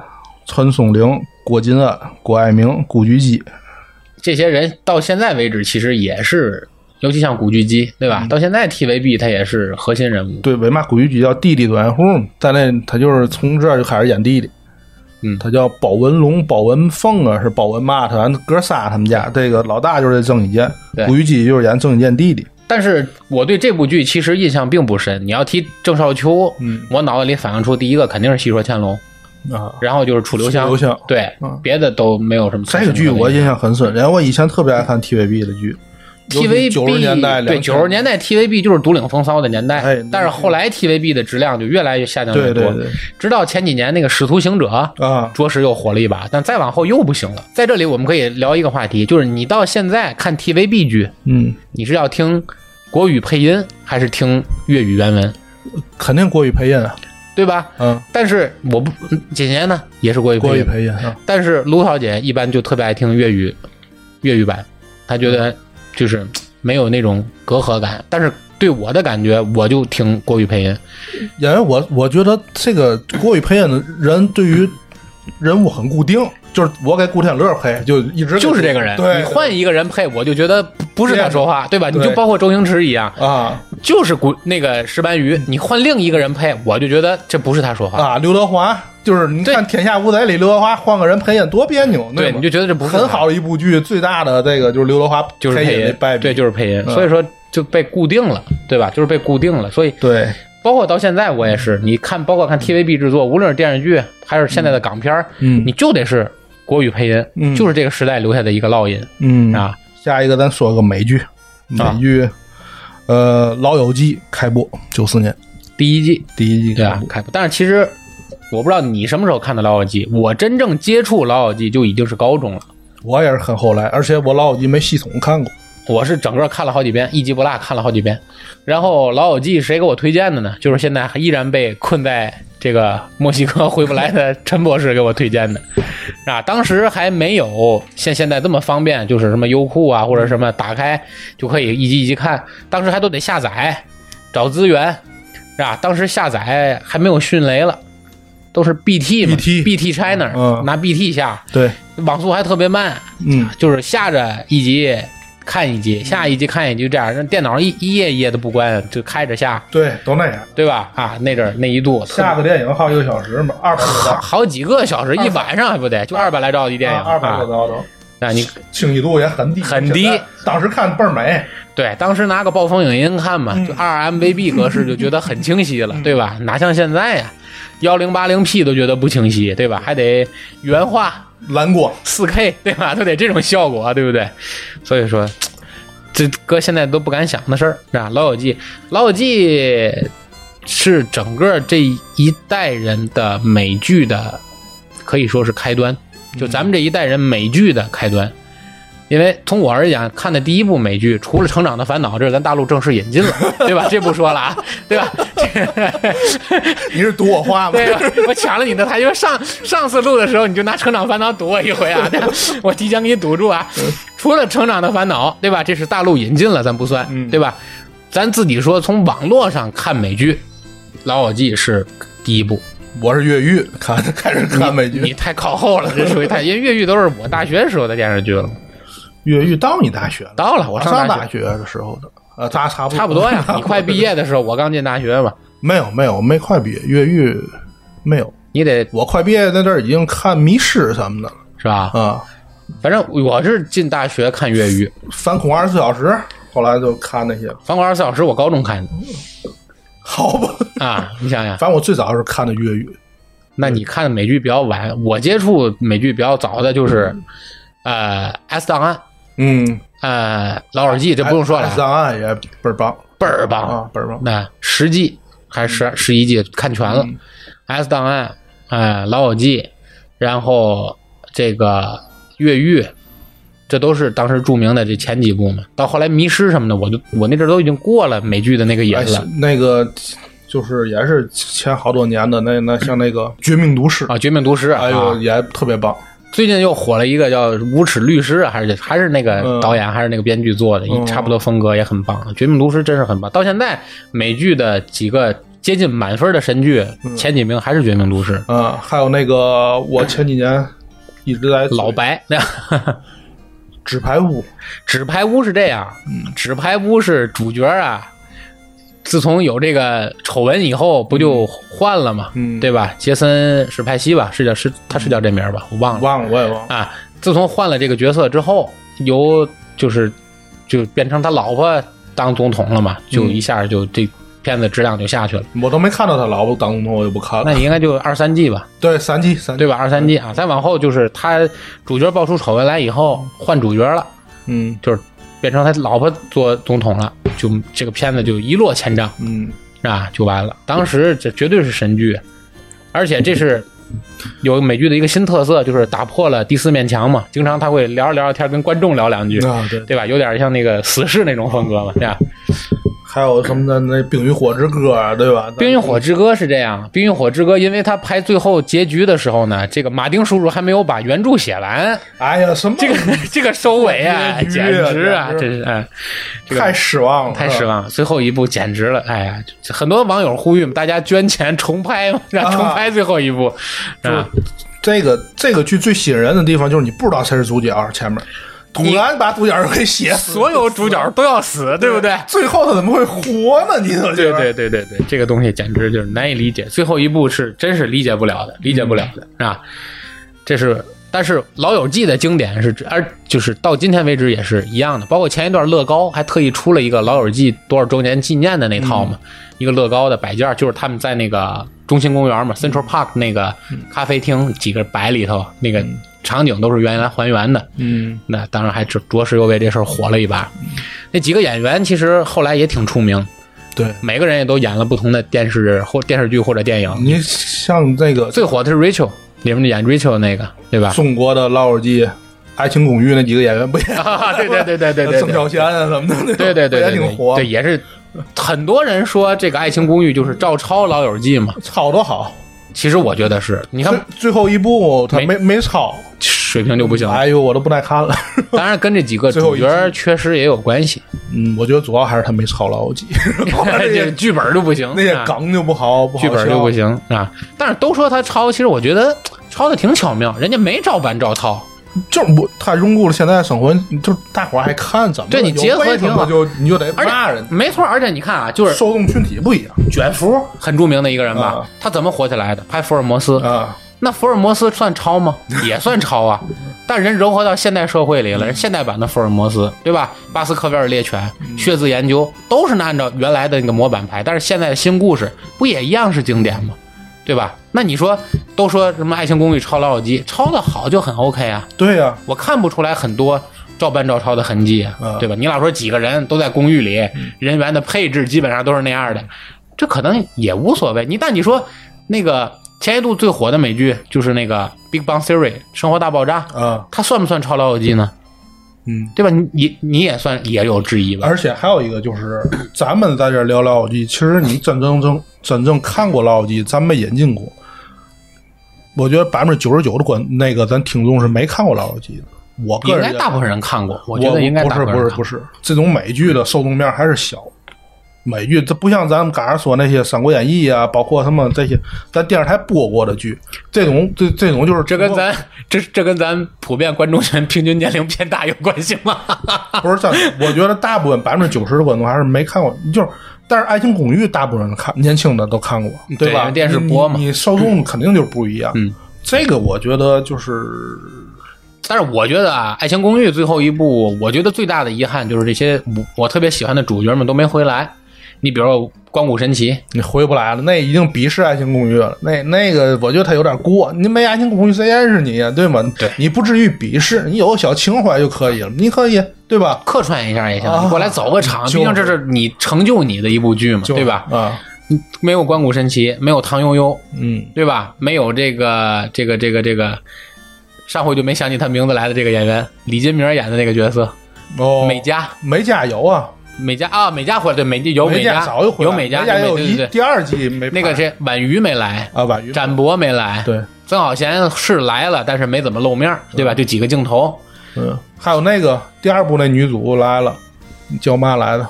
陈松伶、郭晋安、郭爱明、古巨基，
这些人到现在为止，其实也是，尤其像古巨基，对吧？到现在 TVB 他也是核心人物。
对，为嘛古巨基叫弟弟短户嘛？在那他就是从这儿就开始演弟弟。
嗯
他叫宝文龙、宝文凤啊，是宝文嘛？他正哥仨他们家这个老大就是郑伊健
对，
古巨基就是演郑伊健弟弟。
但是我对这部剧其实印象并不深。你要提郑少秋，
嗯
我脑子里反映出第一个肯定是《戏说乾隆》，
啊，
然后就是楚留香，
楚留香
对，
嗯
别的都没有什么太
这
深
个
刻的印
剧
象。
我印象很深，然后我以前特别爱看 TVB 的剧
TVB
九十年代
对九十年
代，
代 TVB 就是独领风骚的年代，
哎
但是后来 TVB 的质量就越来越下降越
对
多，
对对
直到前几年那个《使徒行者》
啊，
着实又火了一把，但再往后又不行了。在这里我们可以聊一个话题，就是你到现在看 TVB 剧，
嗯，
你是要听国语配音还是听粤语原文，
肯定国语配音啊，
对吧？
嗯，
但是我不，嗯姐姐呢也是国语
国
配
语
音，
配音啊，
但是卢小姐一般就特别爱听粤语粤语版，她觉得就是嗯没有那种隔阂感。但是对我的感觉，我就听国语配音。
因为我我觉得这个国语配音的人对于人物很固定，就是我给古天乐配，就一直给
就是这个人，
对，
你换一个人配，我就觉得不不是他说话，对吧？
对
你就包括周星驰一样，
啊
就是古那个石斑鱼，你换另一个人配，我就觉得这不是他说话，
嗯啊，刘德华就是你看《天下无贼》里刘德华换个人配音多别扭，
对，
吗
你就觉得这不是他
很，好的一部剧，最大的这个就是刘德华
就是配
音的败
音，
笔，
对，就是配音，
嗯
所以说就被固定了，对吧？就是被固定了，所以
对
包括到现在我也是，你看，包括看 TVB 制作，无论是电视剧还是现在的港片儿，
嗯
你就得是国语配音，
嗯
就是这个时代留下的一个烙印
嗯
啊。
下一个咱说个美剧，美
啊
剧，呃，《老友记》开播九四年
第一季
第一季
对啊
开
吧
播，？
开播，但是其实我不知道你什么时候看的《老友记》，我真正接触《老友记》就已经是高中了，
我也是很后来，而且我《老友记》没系统看过，
我是整个看了好几遍，一集不落看了好几遍。然后《老友记》谁给我推荐的呢？就是现在还依然被困在这个墨西哥回不来的陈博士给我推荐的， 啊，当时还没有像现在这么方便，就是什么优酷啊或者什么打开就可以一集一集看，当时还都得下载找资源，是吧？当时下载还没有迅雷了，都是 BT 嘛
BT
BT China、
嗯
拿 BT 下，
对，
网速还特别慢，
嗯，
就是下着一集看一集，下一集看一集，就这样，让电脑一一页一页的不关，就开着下，
对，都那样，
对吧？啊，那阵儿那一度特
下个电影好几个小时嘛，二百多
好
兆，
好几个小时，一晚上还不得，就二百来兆一电影，
二百多
啊，
兆都，
那你
清晰度也很低，
很低
现在，当时看倍儿美，
对当时拿个暴风影音看嘛，
嗯
就 2MVB 格式就觉得很清晰了，对吧？哪像现在呀、1 0 8 0 P 都觉得不清晰，对吧？还得原画
蓝光，
四 K 对吧？都得这种效果，啊对不对？所以说，这搁现在都不敢想的事儿是吧？老友记，老友记是整个这一代人的美剧的，可以说是开端，就咱们这一代人美剧的开端。因为从我而言，看的第一部美剧，除了《成长的烦恼》，这是咱大陆正式引进了，对吧？这不说了啊，对吧？
你是读我话吗？
对吧？我抢了你的台，因为上上次录的时候，你就拿《成长烦恼》堵我一回啊， 对吧？我提前给你堵住啊。除了《成长的烦恼》，对吧？这是大陆引进了，咱不算，
嗯
对吧？咱自己说，从网络上看美剧，《老友记》是第一部，
我是越狱，看开始看美
你
剧，
太靠后了，这属于太，因为越狱都是我大学时候的电视剧了。
越狱到你大学了，
到了，我
我
上
啊上
大
大学的时候的，呃，咱差不
差不多 呀，你快毕，业的时候，我刚进大学嘛，
没有没有没快毕业，越狱没有。
你得
我快毕业那阵儿已经看《迷失》什么的了
是吧？
啊，
反正我是进大学看越狱，
《反恐二十四小时》，后来就看那些。
《反恐二十四小时》，我高中看的
好吧，
啊，你想想。
反正我最早是看的越狱，
那
嗯
你看的美剧比较晚，我接触美剧比较早的就是，呃，《S 档案》
嗯，
呃，《老友记》这不用说了，
档案嗯也倍儿棒
倍儿棒。
啊，倍儿棒。
那十季还是十十一季看全了，S 档案》呃，《老友记》，然后这个越狱，这都是当时著名的这前几部嘛。到后来迷失什么的，我就我那阵儿都已经过了美剧的那个瘾
哎
了。
那个就是也是前好多年的那那像那个《绝命毒师》
啊，绝命毒师，
哎
啊
呦，也特别棒。
最近又火了一个叫《无耻律师》，啊，还是还是那个
嗯
导演，还是那个编剧做的，
嗯
差不多风格也很棒，《绝命毒师》真是很棒。到现在美剧的几个接近满分的神剧，前几名还是《绝命毒师》。
嗯，还有那个我前几年一直在
老白那
纸牌屋，
纸牌屋是这样，
嗯
纸牌屋是主角啊。自从有这个丑闻以后，不就换了嘛，
嗯
对吧？杰森史派西吧，是叫是他是叫这名儿吧？我忘了。
忘了我也忘了。
啊，自从换了这个角色之后，由就是就变成他老婆当总统了嘛，就一下就这片子质量就下去了。
我都没看到他老婆当总统，我就不看
那
了。
你应该就二三季吧，
对，三季三季，
对吧？二三季啊，再往后就是他主角爆出丑闻来以后换主角了，
嗯
就是变成他老婆做总统了，就这个片子就一落千丈
嗯，
啊，就完了。当时这绝对是神剧，而且这是。有美剧的一个新特色，就是打破了第四面墙嘛。经常他会聊着聊着天，跟观众聊两句，
啊对，
对吧？有点像那个死侍那种风格嘛，对吧？
还有什么的那《冰与火之歌》啊，对吧？
《冰与火之歌》是这样，《冰与火之歌》因为他拍最后结局的时候呢，这个马丁叔叔还没有把原著写完，
哎呀，什么
这个 这个收尾啊，
结局
简
啊
直啊，
简直
真是哎，这个
太失望了，嗯
太失望了，最后一部简直了，哎呀，这很多网友呼吁大家捐钱重拍嘛， 让
啊
重拍最后一部，啊，
这个这个剧最吸引人的地方就是你不知道谁是主角，啊前面突然把主角给写死，
所有主角都要死，对不对？
最后他怎么会活呢？你怎么
对
觉得？
对对对对，这个东西简直就是难以理解。最后一步是真是理解不了的，理解不了的、啊！这是，但是《老友记》的经典是，而就是到今天为止也是一样的。包括前一段乐高还特意出了一个《老友记》多少周年纪念的那套嘛，一个乐高的摆件儿，就是他们在那个中心公园嘛，Central Park 那个咖啡厅几个摆里头，那个场景都是原来还原的。
嗯，
那当然还着着实又为这事儿火了一把。那几个演员其实后来也挺出名，
对。
每个人也都演了不同的电视或电视剧或者电影。
你像那个
最火的是 Rachel，里面演 Rachel 那个，对 吧？
中国的《老友记》《爱情公寓》那几个演员不也？
啊，对对对对对对
郑
对
孝贤啊什么的，
对对对
也
对，
挺火
对，也是很多人说这个《爱情公寓》就是照抄《老友记》嘛。
抄多好。
其实我觉得是，你看
最最后一部他没没抄，
水平就不行。
哎呦，我都不耐看了。
当然跟这几个
最后
主
一
角缺失也有关系，
嗯，我觉得主要还是他没抄《老友 记》
这个剧本就不行，
哦那些
啊
梗就不好，不好
剧本就
笑
不行啊。但是都说他抄，其实我觉得抄的挺巧妙，人家没照搬照抄。
就是我他融入了现在的生活，就是大伙儿还看怎么了
对你
有
结合
为什
挺
么
好
就你就得
而
骂人
且，没错，而且你看啊，就是
受众群体不一样
卷福很著名的一个人吧，
啊
他怎么火起来的？拍福尔摩斯，
啊。
那福尔摩斯算抄 吗？也算抄啊，但人融合到现代社会里
嗯
了，人现代版的福尔摩斯，对吧？巴斯克维尔猎犬、
嗯
血字研究都是按照原来的那个模板拍，但是现在的新故事不也一样是经典吗？对吧？那你说，都说什么《爱情公寓》抄《老友记》，抄的好就很 OK 啊，
对呀，
我看不出来很多照搬照抄的痕迹啊嗯
嗯，
对吧？你老说几个人都在公寓里，人员的配置基本上都是那样的，这可能也无所谓。你但你说那个前一度最火的美剧就是那个《Big Bang Theory》《生活大爆炸》，
啊，
它算不算抄《老友记》呢？
嗯。
对吧？你你你也算也有质疑吧？
而且还有一个就是， 咱们在这儿聊《老友记》，其实你真正正真正看过《老友记》，咱没引进过。我觉得百分之九十九的观那个咱听众是没看过《老友记》的。我个
应
人
该
觉得
大部分人看过，我
我
觉得应该
不
大
是
部分
不
人看
是不
过。
是，这种美剧的受众面还是小。美剧它不像咱们刚才说那些《三国演义》啊，包括什么这些咱电视台播过的剧，这种这这种就是
这跟咱这这跟咱普遍观众群平均年龄偏大有关系吗？
不是真的。我觉得大部分百分之九十的观众还是没看过，就是但是《爱情公寓》大部分人看年轻的都看过，
嗯对
吧？
电视播嘛
你你你受众肯定就不一样。
嗯，
这个我觉得就是
但是我觉得啊，《爱情公寓》最后一部，我觉得最大的遗憾就是这些我我特别喜欢的主角们都没回来。你比如说光谷神奇，
你回不来了，那已经鄙视《爱情公寓》了。那那个，我觉得他有点过。你没《爱情公寓》，谁认识你呀？对吗？
对
你不至于鄙视，你有个小情怀就可以了，你可以，对吧？
客串一下也行，
啊
你过来走个场，
就
毕竟这是你成就你的一部剧嘛，
就
对吧？？
啊，
没有关谷神奇，没有唐悠悠，
嗯，
对吧？没有这个这个这个这个上回就没想起他名字来的这个演员李金铭演的那个角色
哦，
美嘉，
美嘉有啊，
美嘉啊，美嘉回来对美有
美
嘉
早就回来
有
了，
美
嘉
嘉对
有
对
一
对对
第二季没
那个
拍
谁婉瑜没来，
啊，婉瑜
展博没来，
对，
曾小贤是来了，但是没怎么露面儿，对吧？就几个镜头，
嗯，还有那个第二部那女主来了，叫嘛来的？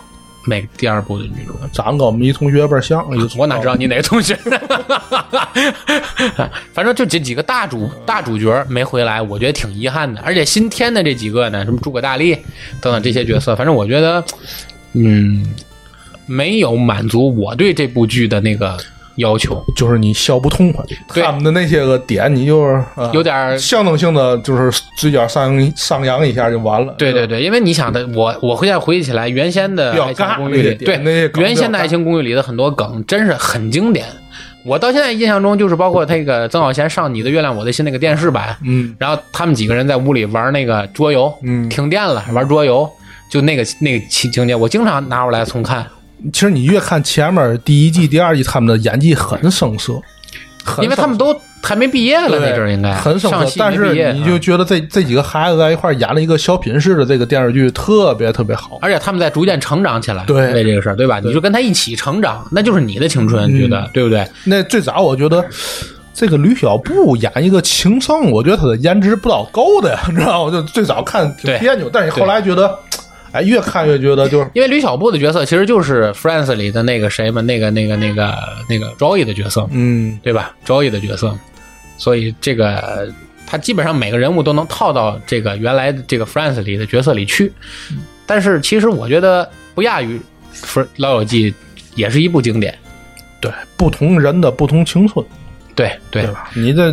每个第二部的女主。
长得跟我们一同学倍儿像，一个
哎我哪知道你哪个同学？ 反正就这几个大主大主角没回来，我觉得挺遗憾的。而且新添的这几个呢，什么诸葛大力等等这些角色，反正我觉得，嗯，没有满足我对这部剧的那个要求，
就是你笑不痛快，
对
他们的那些个点，你就是、呃、
有点儿
象征性的，就是嘴角上上扬一下就完了。
对对
是吧，
对，因为你想的，我我现在回忆起来，原先的
比
《
较
爱情
尬
公寓》里，
那些点那
对
些梗
原先的《
比较尬
爱情公寓》里的很多梗真是很经典。我到现在印象中，就是包括那个曾小贤上《你的月亮我的心》那个电视版，
嗯，
然后他们几个人在屋里玩那个桌游，
嗯
停电了玩桌游，就那个那个情情节，我经常拿出来重看，
其实你越看前面第一季、第二季，他们的演技很生涩，很
因为他们都还没毕业了
对
那阵儿应该
很生
上
涩，
戏
但
没毕业
是你就
啊
觉得这这几个孩子在一块儿演了一个小品式的这个电视剧，特别特别好。
而且他们在逐渐成长起来，
对嗯
为这个事儿，对吧？你就跟他一起成长，那就是你的青春，觉得对不对？
那最早我觉得这个吕小布演一个情圣，我觉得他的颜值不老高的呀，你知道吗？就最早看挺
对
别扭，但是后来觉得，哎，越看越觉得就是
因为吕小布的角色其实就是 Friends 里的那个谁嘛，那个那个那个那个 Joey 的角色，
嗯，
对吧？Joey 的角色，所以这个呃他基本上每个人物都能套到这个原来的这个 Friends 里的角色里去。但是其实我觉得不亚于《老友记》，也是一部经典。
对不同人的不同青春，
对对
对，吧？你这。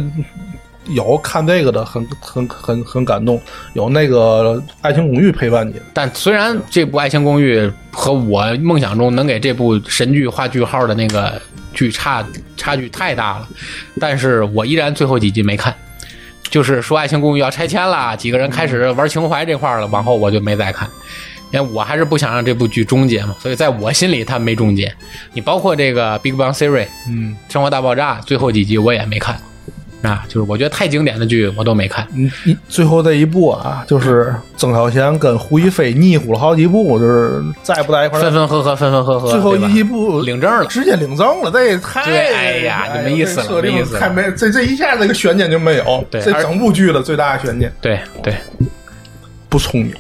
有看这个的很很很很感动，有那个《爱情公寓》陪伴你，
但虽然这部《爱情公寓》和我梦想中能给这部神剧画句号的那个剧差差距太大了，但是我依然最后几集没看。就是说《爱情公寓》要拆迁了，几个人开始玩情怀这块儿了，往后我就没再看，因为我还是不想让这部剧终结嘛。所以在我心里它没终结。你包括这个《Big Bang Theory》《
嗯，
生活大爆炸》最后几集我也没看，啊，就是我觉得太经典的剧我都没看。
你你最后这一步啊，就是曾小贤跟胡一菲腻乎了好几步，就是在不在一块儿
分分合合，分分合合，
最后
对吧
一步
领证了。
直接领证了，这也太
对哎呀就没意思了
这设定
没意思了
太没这这一下这个悬念就没有，
对
这
而
整部剧的最大的悬念
对对，
不聪 明，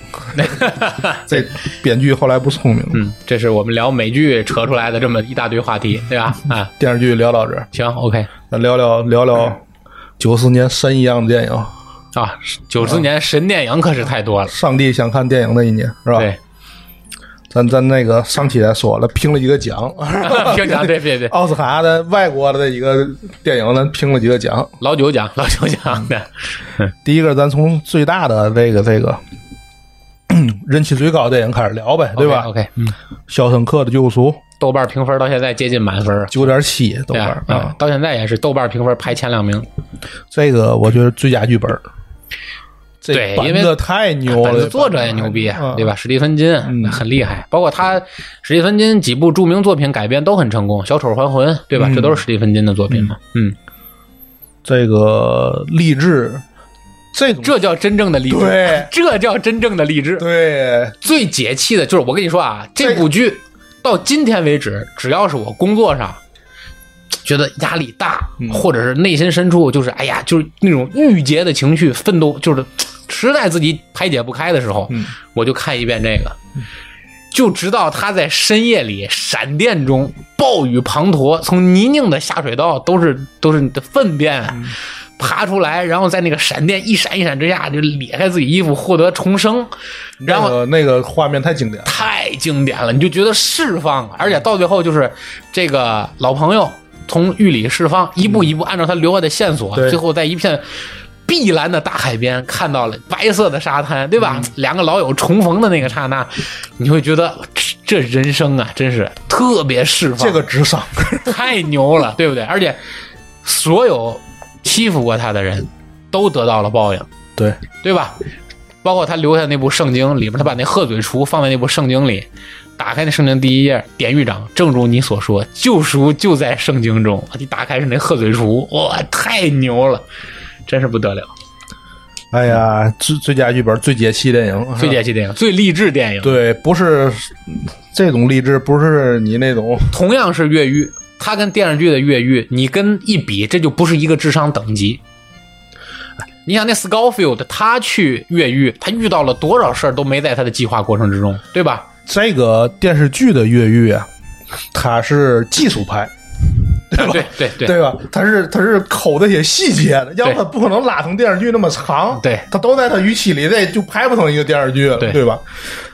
这编剧后来不聪明，
嗯，这是我们聊美剧扯出来的这么一大堆话 题，对吧？啊，
电视剧聊到这儿，
行，OK
咱聊聊聊聊九四年神一样的电影，《
啊，九
嗯
四年神电影可是太多了，
上帝想看电影》那一年是吧？
对，
咱咱那个上期也说了，评了几个奖，
评奖对对对，
奥斯卡的外国的一个电影，咱评了几个奖，
老九
嗯
奖老九奖的，
第一个，咱从最大的这个这个 人气最高的电影开始聊呗，对吧？
？OK，嗯，
肖申克的救赎》
豆瓣评分到现在接近满分，
九点七豆
对
瓣
吧
儿？
啊
啊，，
到现在也是豆瓣评分排前两名，
这个我觉得最佳剧本儿，
对
这
因
本
为
子太牛
本
了，
子作者也牛逼啊，对
吧？
吧？史蒂芬金
嗯
很厉害，包括他史蒂芬金几部著名作品改编都很成功，《小丑还魂》对吧？
嗯
这都是史蒂芬金的作品嘛，嗯，
这个励志，这种
这叫真正的励志，
对
这叫真正的励志，
对
最解气的就是我跟你说啊，这部剧到今天为止，只要是我工作上觉得压力大，或者是内心深处就是哎呀，就是那种郁结的情绪、奋斗，就是实在自己排解不开的时候，
嗯
我就看一遍这个。就直到他在深夜里闪电中暴雨滂沱，从泥泞的下水道都是都是你的粪便，啊爬出来，然后在那个闪电一闪一闪之下，就裂开自己衣服获得重生，然后
那个那个画面太经典了，
太经典了，你就觉得释放啊了，而且到最后就是这个老朋友从狱里释放，一步一步按照他留下的线索，
对
最后在一片碧蓝的大海边看到了白色的沙滩，对吧？
嗯
两个老友重逢的那个刹那，你会觉得这这人生啊，真是特别释 放，
这个智商，
太牛了，对不对？而且所有欺负过他的人都得到了报应，
对
对吧？包括他留下那部圣经里面，他把那鹤嘴锄放在那部圣经里，打开那圣经第一页，典狱长，正如你所说，救赎就在圣经啊中。你打开是那鹤嘴锄，哇，太牛了，真是不得了。
哎呀，最最佳剧本、最解气电影，
最解气电影，最励志电影，
对，不是这种励志，不是你那种
同样是越狱，它跟电视剧的越狱，你跟一比，这就不是一个智商等级。你想那 Scofield，他去越狱，他遇到了多少事儿都没在他的计划过程之中，对吧？
这个电视剧的越狱啊，它是技术派，
对对对对
对吧？它是它是抠那些细节的，要不它不可能拉成电视剧那么长。
对
它都在它预期里，这就拍不成一个电视剧了，
对
对吧？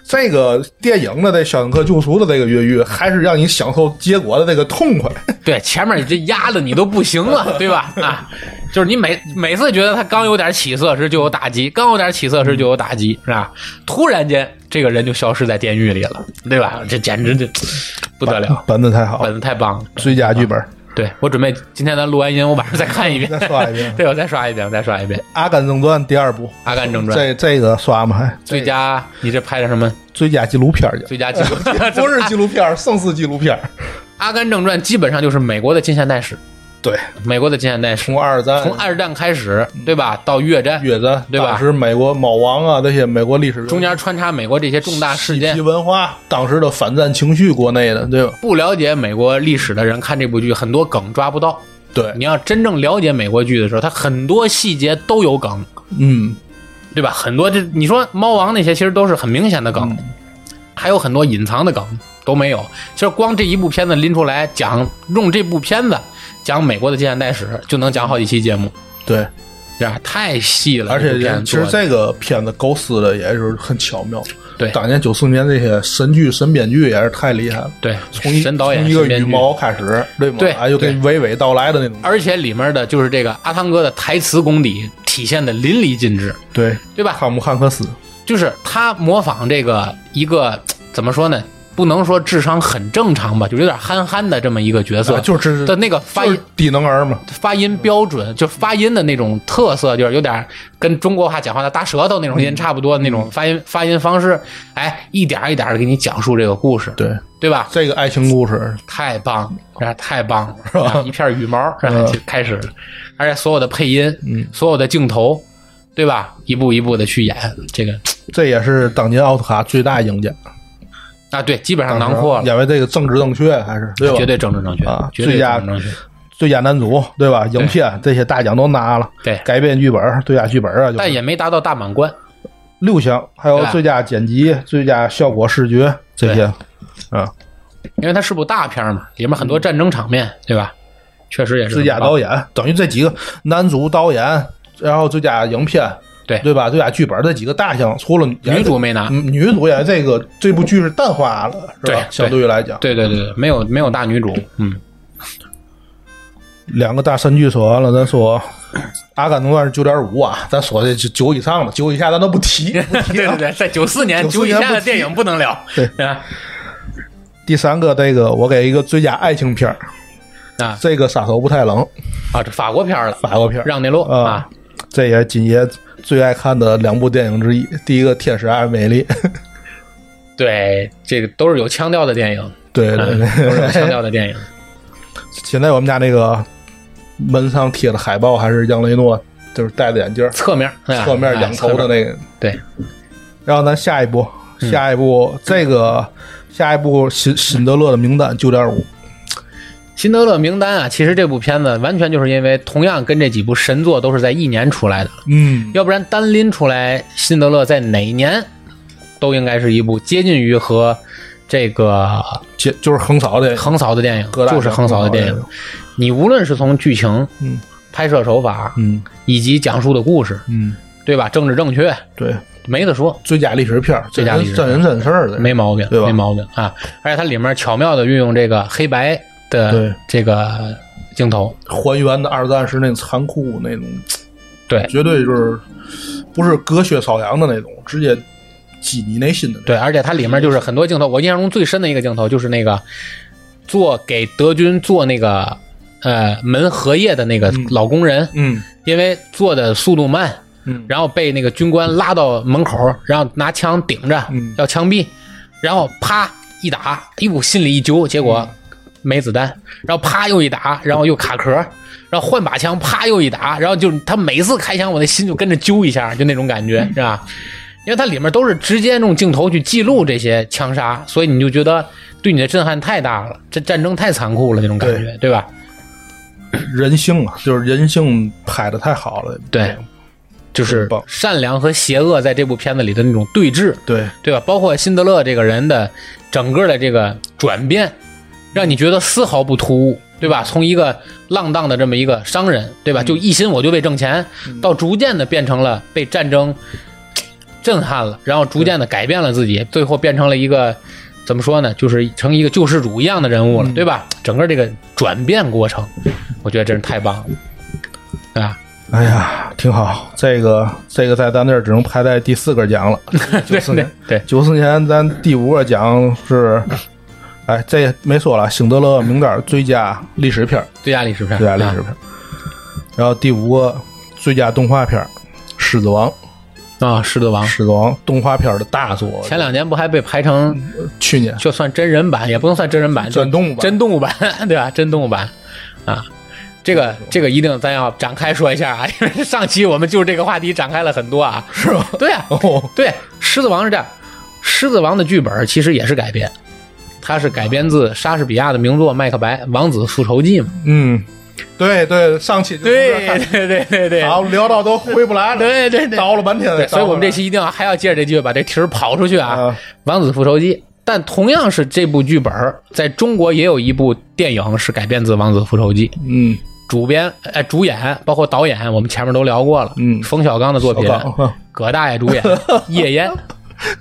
这个电影的这《肖申克救赎》的这个越狱，还是让你享受结果的这个痛快。
对，前面这压的你都不行 了，对吧？啊，就是你每每次觉得他刚有点起色时就有打击，刚有点起色时就有打击，是吧？突然间这个人就消失在监狱里了，对吧？这简直这不得 了，
本子太好，
本子太棒了。
最佳剧本。
对我准备今天咱录完音，我晚上再看一遍，
再刷一 遍
对，我再刷一遍，我再刷一遍《
《阿甘正传》第二部，《
阿甘正传》
这这个刷吗？还
最佳，你这拍的什么
最佳纪录 片儿去，？
最佳纪录
不是纪录
啊
片儿，胜似纪录片儿。
《阿甘正传》，基本上就是美国的近现代史，
对，
美国的近现代史，
从二战
从二战开始，对吧？到越战，
越战，
对吧
当时美国猫王啊，这些美国历史
中间穿插美国这些重大事件
及，文化，当时的反战情绪，国内的，对吧？
不了解美国历史的人看这部剧，很多梗抓不到。
对，
你要真正了解美国剧的时候，它很多细节都有梗，
嗯，
对吧？很多这你说猫王那些其实都是很明显的梗，
嗯
还有很多隐藏的梗都没有。其实光这一部片子拎出来讲，用这部片子讲美国的近现代史，就能讲好几期节目，
对。
对吧？太细了，
而且
这部片子
人其实
做的
这个片子构思的也是很巧妙。
对
当年九四年这些神剧、神编剧也是太厉害了。
对
从一
神导演
从一个
神编
羽
剧
毛开始，对吗？
对
啊，又
对
给娓娓道来的那种。
而且里面的就是这个阿汤哥的台词功底体现的淋漓尽致，
对，
对啊吧？
汤姆汉克斯，
就是他模仿这个一个怎么说呢？不能说智商很正常吧，就有点憨憨的这么一个角色，
啊就是
的那个发
就
音、
是低能儿嘛。
发音标准，就发音的那种特色，就是有点跟中国话讲话的大舌头那种音差不多的那
嗯
种发音发音方式，哎，一点儿一点的给你讲述这个故事，
对，
对吧？
这个爱情故事，
太棒了，啊太棒了，是吧？
嗯
一片羽毛，然后就开始了，而且所有的配音，
呃嗯
所有的镜头，对吧？一步一步的去演这个
这也是当年奥斯卡最大赢家。
啊，对，基本上
当
囊
时
括了。
因为这个政治正确还是对吧？
绝对政治正确
啊
绝对
最佳
政治正确。
最佳男主对吧？影片这些大奖都拿了，
对
改编剧本、最佳剧本啊，就
但也没达到大满贯，
六项，还有
对吧
最佳剪辑、最佳效果视觉这些，啊，
因为它是部大片嘛，里面很
嗯
多战争场面，对吧？确实也是
最佳
演，
导演等于这几个男主导演，然后最佳影片，
对
对吧？最佳剧本这几个大项，除了
女主没拿。
嗯女主演这个这部剧是淡化了，是
对
吧？
对
相对于来讲，
对对对，对没有没有大女主，嗯，
两个大神剧说完了，咱说《阿甘正传》是九点五啊，咱说这九九以上的，九以下咱都不 提。不提
对
啊
对对，在九四年
94
九以
年
下的
不提
电影不能聊，
对
啊
第三个，这个我给一个最佳爱情片儿
啊
这个《杀手不太冷》
啊，这法国片了，
法国片儿
让内洛
啊
啊，，
这也金爷最爱看的两部电影之一。第一个《天使爱美丽》，
对，这个都是有腔调的电影，
对对
嗯都是有腔
对，
调的电影，
现在我们家那个门上贴的海报还是杨雷诺，就是戴着眼镜儿，
侧面啊
侧面仰头的
啊侧面
那个。
对，嗯
然后咱下一步，下一步、这个下一步《辛辛德勒的名单》九点五，
辛德勒名单啊，其实这部片子完全就是因为同样跟这几部神作都是在一年出来的，
嗯，
要不然单拎出来，辛德勒在哪一年都应该是一部接近于和这个
就就是横扫的
横扫的电影，
各大
就是横扫的电
各
影
大。
你无论是从剧情、
嗯
拍摄手法
嗯
以及讲述的故事，
嗯，
对吧？政治正确
对，
没得说，
最佳历史片儿，
最佳历史片
真
儿
人真事儿的，
没毛病，
对吧
没毛病啊！而且它里面巧妙的运用这个黑白
对
的这个镜头，
还原的二战时那种残酷那种，
对
绝对就是不是隔靴搔痒的那种，直接击你内心的那种。
对，而且它里面就是很多镜头，我印象中最深的一个镜头就是那个做给德军做那个呃门荷叶的那个老工人，
嗯
因为做的速度慢，
嗯
然后被那个军官拉到门口，然后拿枪顶着
嗯
要枪毙，然后啪一打，一股心里一揪，结果没子弹，然后啪又一打，然后又卡壳，然后换把枪，啪又一打，然后就是他每次开枪，我的心就跟着揪一下，就那种感觉，是吧？因为它里面都是直接用镜头去记录这些枪杀，所以你就觉得对你的震撼太大了，这战争太残酷了那种感觉，对吧？
人性啊，就是人性拍的太好了。
对就是
真棒
善良和邪恶在这部片子里的那种对峙，
对，
对吧？包括辛德勒这个人的整个的这个转变，让你觉得丝毫不突兀，对吧？从一个浪荡的这么一个商人，对吧？就一心我就为挣钱，到逐渐的变成了被战争嘖震撼了，然后逐渐的改变了自己，最后变成了一个怎么说呢？就是成一个救世主一样的人物了，对吧？整个这个转变过 程，我觉得真是太棒了，对吧？
哎呀，挺好。这个这个在咱这儿只能排在第四个奖了。九四年，
对对
九四年咱第五个奖是，哎，这没说了，辛德勒名单最佳历史片儿，
最佳历史片，
最佳啊历史片儿。然后第五个最佳动画片儿，《狮子王》，
啊，狮子王。
《狮子王》动画片儿的大作，
前两年不还被排成
去年
就算真人版，也不能算真人版，就
转动吧，
真动物版，对 吧？真动物版啊，这个这个一定咱要展开说一下啊， 因为上期我们就这个话题展开了很多啊。
是吧？
对啊，
哦，
对，《狮子王》是这样，《狮子王》的剧本其实也是改编，它是改编自莎士比亚的名作《麦克白王子复仇记》嘛。
嗯，对对，上期就
对对对对对，
好聊到都回不来了，
对对对。
叨了半天
对，
了，
所以我们这期一定要还要借着这机会把这题儿跑出去啊！
啊，
王子复仇记》。但同样是这部剧本儿，在中国也有一部电影是改编自《王子复仇记》，
嗯
主编呃主演包括导演，我们前面都聊过了，
嗯
冯小刚的作品
小刚啊，
葛大爷主 演，夜烟，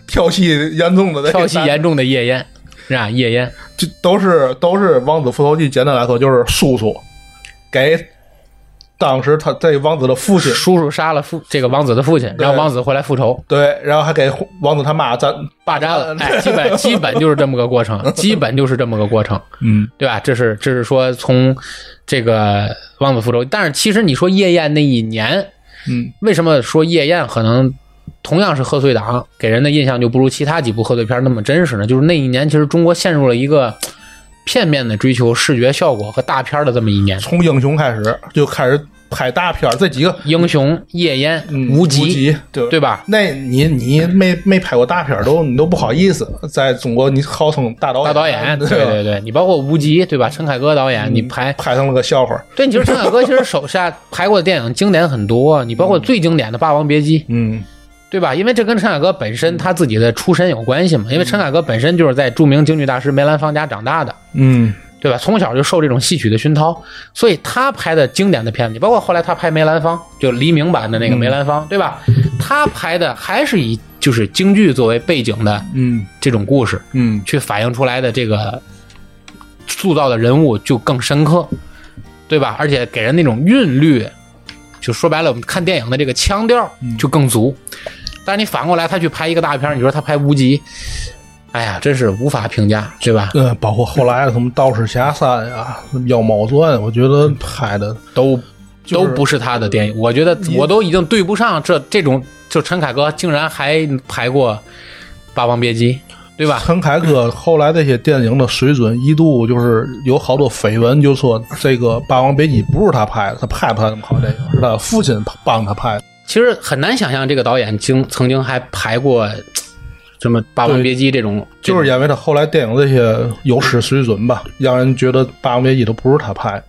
跳戏严重的那个
跳戏严重的夜烟，是吧？夜烟，
就都是都是《王子复仇记》，简单来说就是叔叔给当时他这王子的父亲，
叔叔杀了父这个王子的父亲，
对
然后王子回来复仇，
对，然后还给王子他妈咱
霸占了，哎，基本基本就是这么个过 程，基本就是这么个过程，
嗯
对吧？这是这是说从这个王子复仇，但是其实你说夜宴那一年，
嗯
为什么说夜宴可能同样是贺岁档，给人的印象就不如其他几部贺岁片那么真实呢？就是那一年，其实中国陷入了一个嘖片面的追求视觉效果和大片的这么一 年。
从英雄开始就开始拍大片儿，这几个
英雄、夜宴、
嗯
无
极
极，
对
对吧？
那你你没没拍过大片儿都你都不好意思，在中国你号称大导演
大导 演，对嗯
对吧
对对，你包括无极，对吧？陈凯歌导演，你拍，
拍成了个笑话，
对，你其实陈凯歌其实手下拍过的电影经典很多，你包括最经典的《霸王别姬》，
嗯
对吧？因为这跟陈凯歌本身他自己的出身有关系嘛，因为陈凯歌本身就是在著名京剧大师梅兰芳家长大的，
嗯
对吧？从小就受这种戏曲的熏陶，所以他拍的经典的片子，包括后来他拍《梅兰芳》，就黎明版的那个《梅兰芳》，对吧？他拍的还是以就是京剧作为背景的
嗯
这种故事，
嗯
去反映出来的这个塑造的人物就更深刻，对吧？而且给人那种韵律，就说白了，我们看电影的这个腔调就更足。但是你反过来，他去拍一个大片儿，你说他拍《无极》，哎呀，真是无法评价，对吧？
呃，包括后来的什么《道士侠三》啊，《妖猫传》，我觉得拍的
都
就
都
是
不是他的电影，我觉得
你
我都已经对不上这这种，就陈凯歌竟然还排过《霸王别姬》，对吧？
陈 凯歌后来这些电影的水准一度就是有好多绯闻，就说这个《霸王别姬》不是他拍的，他拍不拍那么好，这个是他父亲帮他拍的。
其实很难想象这个导演经曾经还排过嘖什么《霸王别姬》这种，
就是因为他后来电影这些有失水准吧，让人觉得《霸王别姬》都不是他拍的。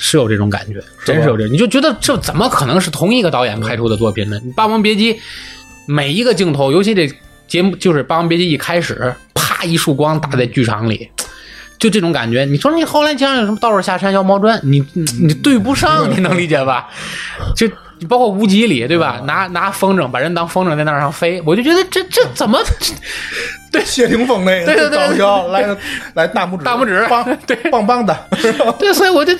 是有这种感觉，真是有这种，你就觉得这怎么可能是同一个导演拍出的作品呢？《霸王别姬》每一个镜头，尤其这节目就是《霸王别姬》一开始，啪一束光打在剧场里。就这种感觉，你说你后来想想有什么《道士下山》《妖猫传》，你你你对不 上，你能理解吧？就包括无极里，对
啊
吧？拿拿风筝把人当风筝在那儿上飞，我就觉得这这怎么
对，谢霆锋那
对对对
搞笑， 来来大拇指，
大拇指
棒，
对
棒棒的。
对，所以我就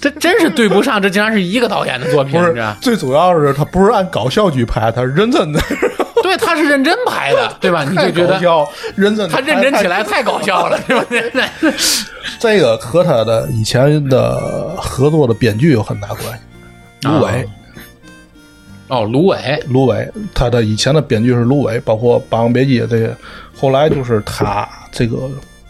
这真是对不上，这竟然是一个导演的作品，
不
你
是
知道吗，
最主要是他不是按搞笑剧拍，他是认真 的，
对，他是认真拍的，对吧？你就
太
觉
搞
得
笑，认真地
他
拍。
认真起来 太搞笑了，对吧？
这个和他的以前的合作的编剧有很大关系。芦苇，
哦，芦苇，
芦苇，他的啊以前的编剧是芦苇，包括《霸王别姬》这些，后来就是他这个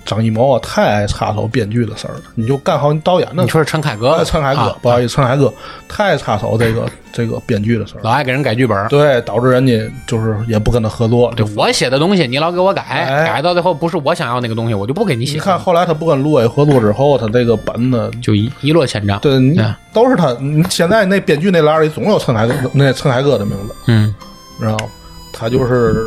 张艺谋啊，太爱插手编剧的事儿了。你就干好你导演的
你
事儿。
说是陈凯歌
哎
吧，
陈凯歌
啊，
不好意思，陈凯歌太插手这个这个编剧的事儿
老
了，
爱给人改剧本。
对，导致人家就是也不跟他合作。
对我写的东西，你老给我改，
哎
改到最后不是我想要那个东西，我就不给你写
你
了。
看后来他不跟陆伟合作之后，他这个本子
就一一落千丈。
对你
对
都是他。你现在那编剧那栏里总有陈凯歌那陈凯歌的名字，
嗯，
然后他就是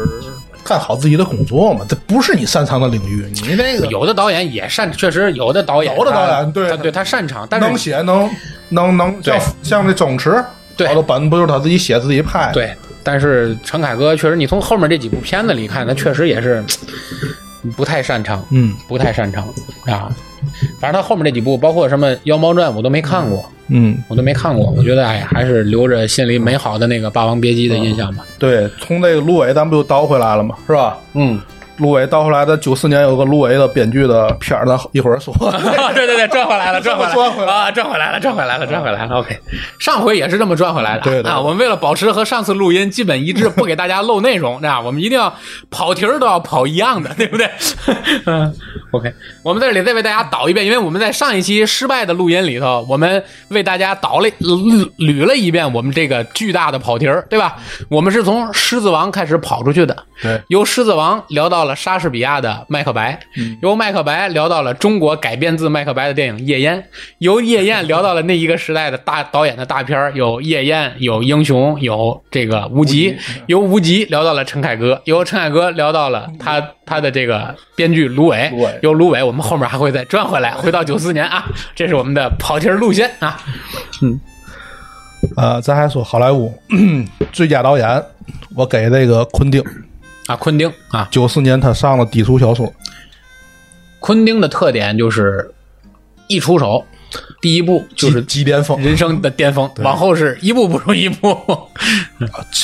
干好自己的工作嘛，这不是你擅长的领域，你那个
有的导演也擅，确实有的导演他，
有的导演对
他对他擅长，但
能
是
写能能能像
对
像那周星驰，
对
好多本不就是他自己写自己拍的，
对，但是陈凯歌确实，你从后面这几部片子里看，他确实也是嗯不太擅长，
嗯
不太擅长啊。反正他后面这几部，包括什么《妖猫传》，我都没看过，
嗯。
我都没看过。我觉得哎，还是留着心里美好的那个《霸王别姬》的印象吧。
对，从那个芦苇，咱不就倒回来了吗？是吧？
嗯，
芦苇倒回来，咱九四年有个芦苇的编剧的片儿，咱一会 儿说。
对对对，转回来了，转回来了，
嗯转回来
啊，转回来了，转回来了，转回来了。OK，上回也是这么转回来的啊。
对对对
啊，我们为了保持和上次录音基本一致，不给大家漏内容， 那我们一定要跑题儿都要跑一样的，对不对？嗯，OK，我们在这里再为大家导一遍，因为我们在上一期失败的录音里头，我们为大家导了捋捋了一遍我们这个巨大的跑题儿，对吧？我们是从《狮子王》开始跑出去的，
对，
由《狮子王》聊到了莎士比亚的《麦克白》，由《麦克白》聊到了中国改编自《麦克白》的电影《夜宴》，由《夜宴》聊到了那一个时代的大导演的大片儿，有《夜宴》，有《英雄》，有这个《无极》由《无极》聊到了陈凯歌，由陈凯歌聊到了他他的这个编剧芦苇
芦苇，
由芦苇，我们后面还会再转回来，回到九四年啊，这是我们的跑题儿路线啊。
呃，咱还说好莱坞最佳导演，我给那个昆汀，
啊，昆汀啊，
九四年他上了低俗小说，
昆汀的特点就是一出手，第一步就是
极极巅峰，
人生的巅峰，往后是一步不如一步。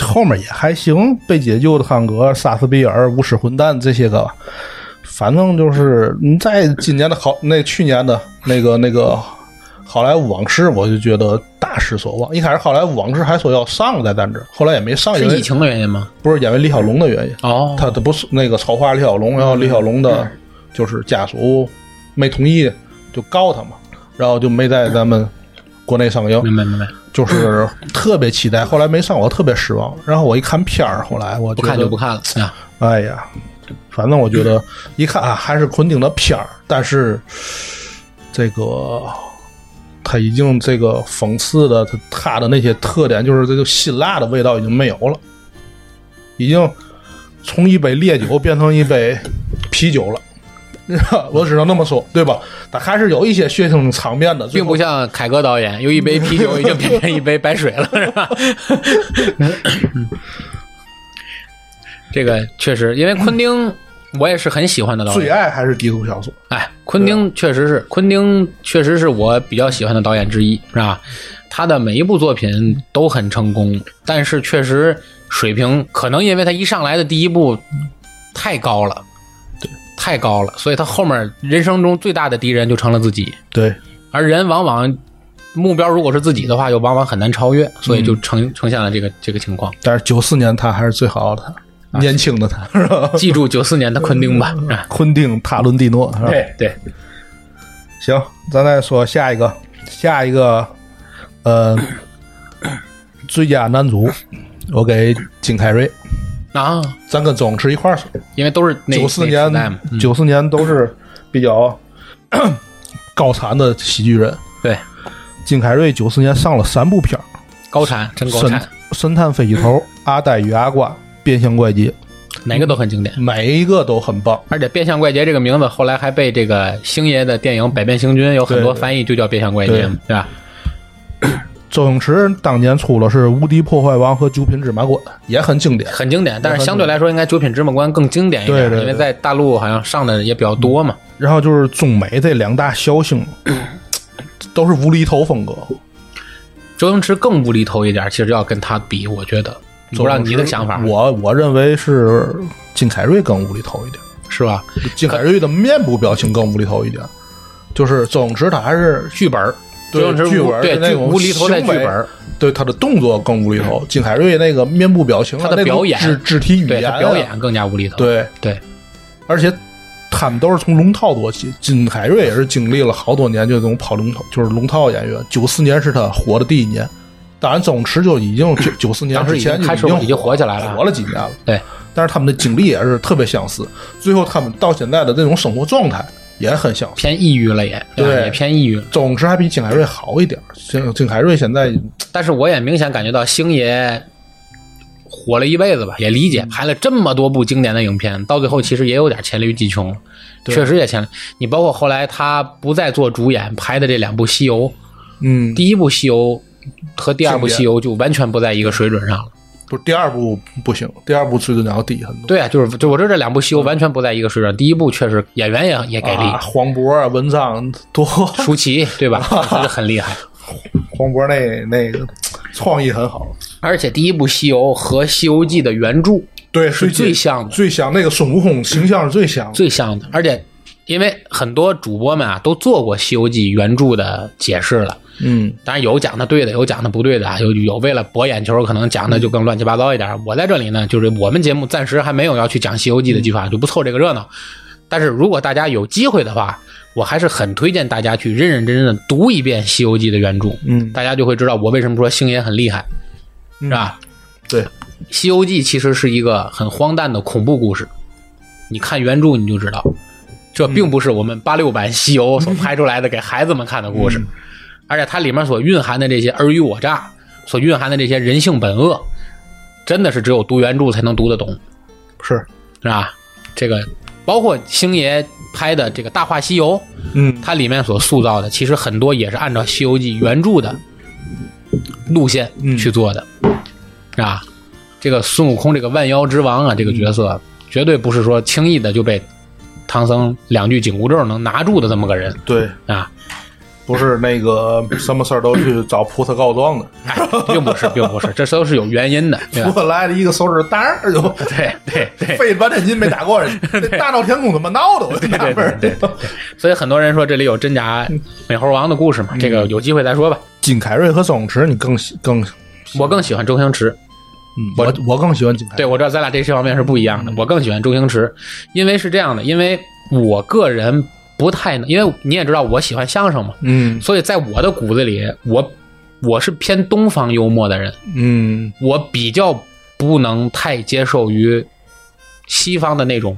后面也还行，被解救的汉格、莎斯比尔、无耻混蛋这些个吧，反正就是你在今年的好，那去年的那个那个好莱坞往事，我就觉得大失所望。一开始好莱坞往事还说要上在咱这儿，后来也没上，
是
因为
疫情的原因吗？
不是因为李小龙的原因，
哦
他他不是那个丑化李小龙，然后李小龙的就是家属没同意，就告他嘛，然后就没在咱们国内上映。
明白明白，
就是特别期待，后来没上，我特别失望。然后我一看片儿，后来我
不
觉
看就不
得，
看了啊。
哎呀，反正我觉得一看啊，还是昆汀的片儿，但是这个他已经这个讽刺的他他的那些特点，就是这个辛辣的味道已经没有了，已经从一杯烈酒变成一杯啤酒了。 我只能那么说，对吧？但还是有一些血腥场面的，最
并
后
不像凯歌导演，有一杯啤 酒已经变成一杯白水了，是吧？嗯这个确实，因为昆汀，我也是很喜欢的导
最
演。
爱还是低俗小说。
哎，昆汀确实是，昆汀确实是我比较喜欢的导演之一，是吧？他的每一部作品都很成功，但是确实水平可能因为他一上来的第一部太高了，对，太高了，所以他后面人生中最大的敌人就成了自己。
对，
而人往往目标如果是自己的话，又往往很难超越，所以就呈、呈现了这个这个情况。
但是九四年他还是最好的他，
啊
年轻的他是吧？
记住九四年的昆汀吧，啊，
昆汀·塔伦蒂诺是吧？
对，
行，咱再说下一个，下一个，呃， 最佳男主，我给金凯瑞。
啊，
咱跟周星驰一块儿说，
因为都是那
九四
那时代嘛嗯
年，九四年都是比较 高产的喜剧人。
对，
金凯瑞九四年上了三部片儿
高产，真高
神
产，
神探飞机头》《阿呆与阿瓜》《变相怪杰
哪个都很经典》，。
每一个都很棒。
而且“变相怪杰”这个名字后来还被这个星爷的电影《百变星君》有很多
对
翻译就叫“变相怪杰”，
对
对吧？
周星驰当年出了是《无敌破坏王》和《九品芝麻官》，也很经典。
很经典，但是相对来说应该《九品芝麻官》更经典一点，
对对对
因为在大陆好像上的也比较多嘛。
然后就是中美这两大笑星，都是无厘头风格。
周星驰更无厘头一点，其实要跟他比，我觉得，
嗯
不知道你的想法
我我认为是金凯瑞更无厘头一点，
是吧？
金凯瑞的面部表情更无厘头一点。就是周星驰他还是
剧本儿，
对
周星驰无
剧本儿
对
是那
剧
种
无厘头在剧本儿，
对他的动作更无厘头，金凯瑞那个面部表情啊、
他的
那种
表演
肢肢体语
对
言
他
啊、
表演更加无厘头。
对
对，
而且他们都是从龙套多起。金凯瑞也是经历了好多年，就这种跑龙套，就是龙套演员。九四年是他火的第一年，当然周星驰就已经九九四年
当时
之
已经
前就
开始
经
已经火起来了
火了几年了。
对，
但是他们的经历也是特别相似，最后他们到现在的这种生活状态也很相似。
偏抑郁了也，吧
对
也偏抑郁了。
周星驰还比金凯瑞好一点，金金凯瑞现在
但是我也明显感觉到星爷火了一辈子吧，也理解拍了这么多部经典的影片，到最后其实也有点黔驴技穷，确实也黔驴。你包括后来他不再做主演拍的这两部《西游》，
嗯，
第一部《西游》和第二部《西游》就完全不在一个水准上了。
不是第二部不行，第二部水准要低很多。
对啊，就是就我这这两部《西游》完全不在一个水准，第一部确实演员也也给力
啊，，黄渤啊，文章多，
舒淇对吧？真的很厉害。
黄渤那那个创意很好，
而且第一部《西游》和《西游记》的原著
对，
是最像的
最像那个孙悟空形象是最像的。
最像的，而且因为很多主播们啊都做过《西游记》原著的解释了，
嗯，
当然有讲的对的，有讲的不对的啊，有有为了博眼球，可能讲的就更乱七八糟一点。我在这里呢，就是我们节目暂时还没有要去讲《西游记》的计划，就不凑这个热闹。但是如果大家有机会的话，我还是很推荐大家去认认真真的读一遍《西游记》的原著，
嗯
大家就会知道我为什么说星爷很厉害，是吧？
对，
《西游记》其实是一个很荒诞的恐怖故事，你看原著你就知道，这并不是我们八六版《西游》所拍出来的给孩子们看的故事，而且它里面所蕴含的这些尔虞我诈，所蕴含的这些人性本恶，真的是只有读原著才能读得懂，
是，
是吧？这个包括星爷拍的这个《大话西游》，
嗯，
它里面所塑造的，其实很多也是按照《西游记》原著的路线去做的，是吧？这个孙悟空这个万妖之王啊，这个角色、绝对不是说轻易的就被唐僧两句紧箍咒能拿住的这么个人
对，
啊，
不是那个什么事儿都去找菩萨告状的，
哎，并不是，并不是，这都是有原因的，对
菩
吧？
萨来了一个手指，当儿就
对对对，
费了半天劲没打 过人，这大闹天宫怎么闹的？我就纳闷儿。
所以很多人说这里有真假美猴王的故事嘛，这个有机会再说吧。
金凯瑞和周星驰，你更喜更，
我更喜欢周星驰，
嗯我我更喜欢金凯
对，
瑞。
我知道咱俩这些方面是不一
嗯
样的。我更喜欢周星驰，因为是这样的，因为我个人不太能，因为你也知道我喜欢相声嘛，
嗯
所以在我的骨子里，我我是偏东方幽默的人，
嗯
我比较不能太接受于西方的那种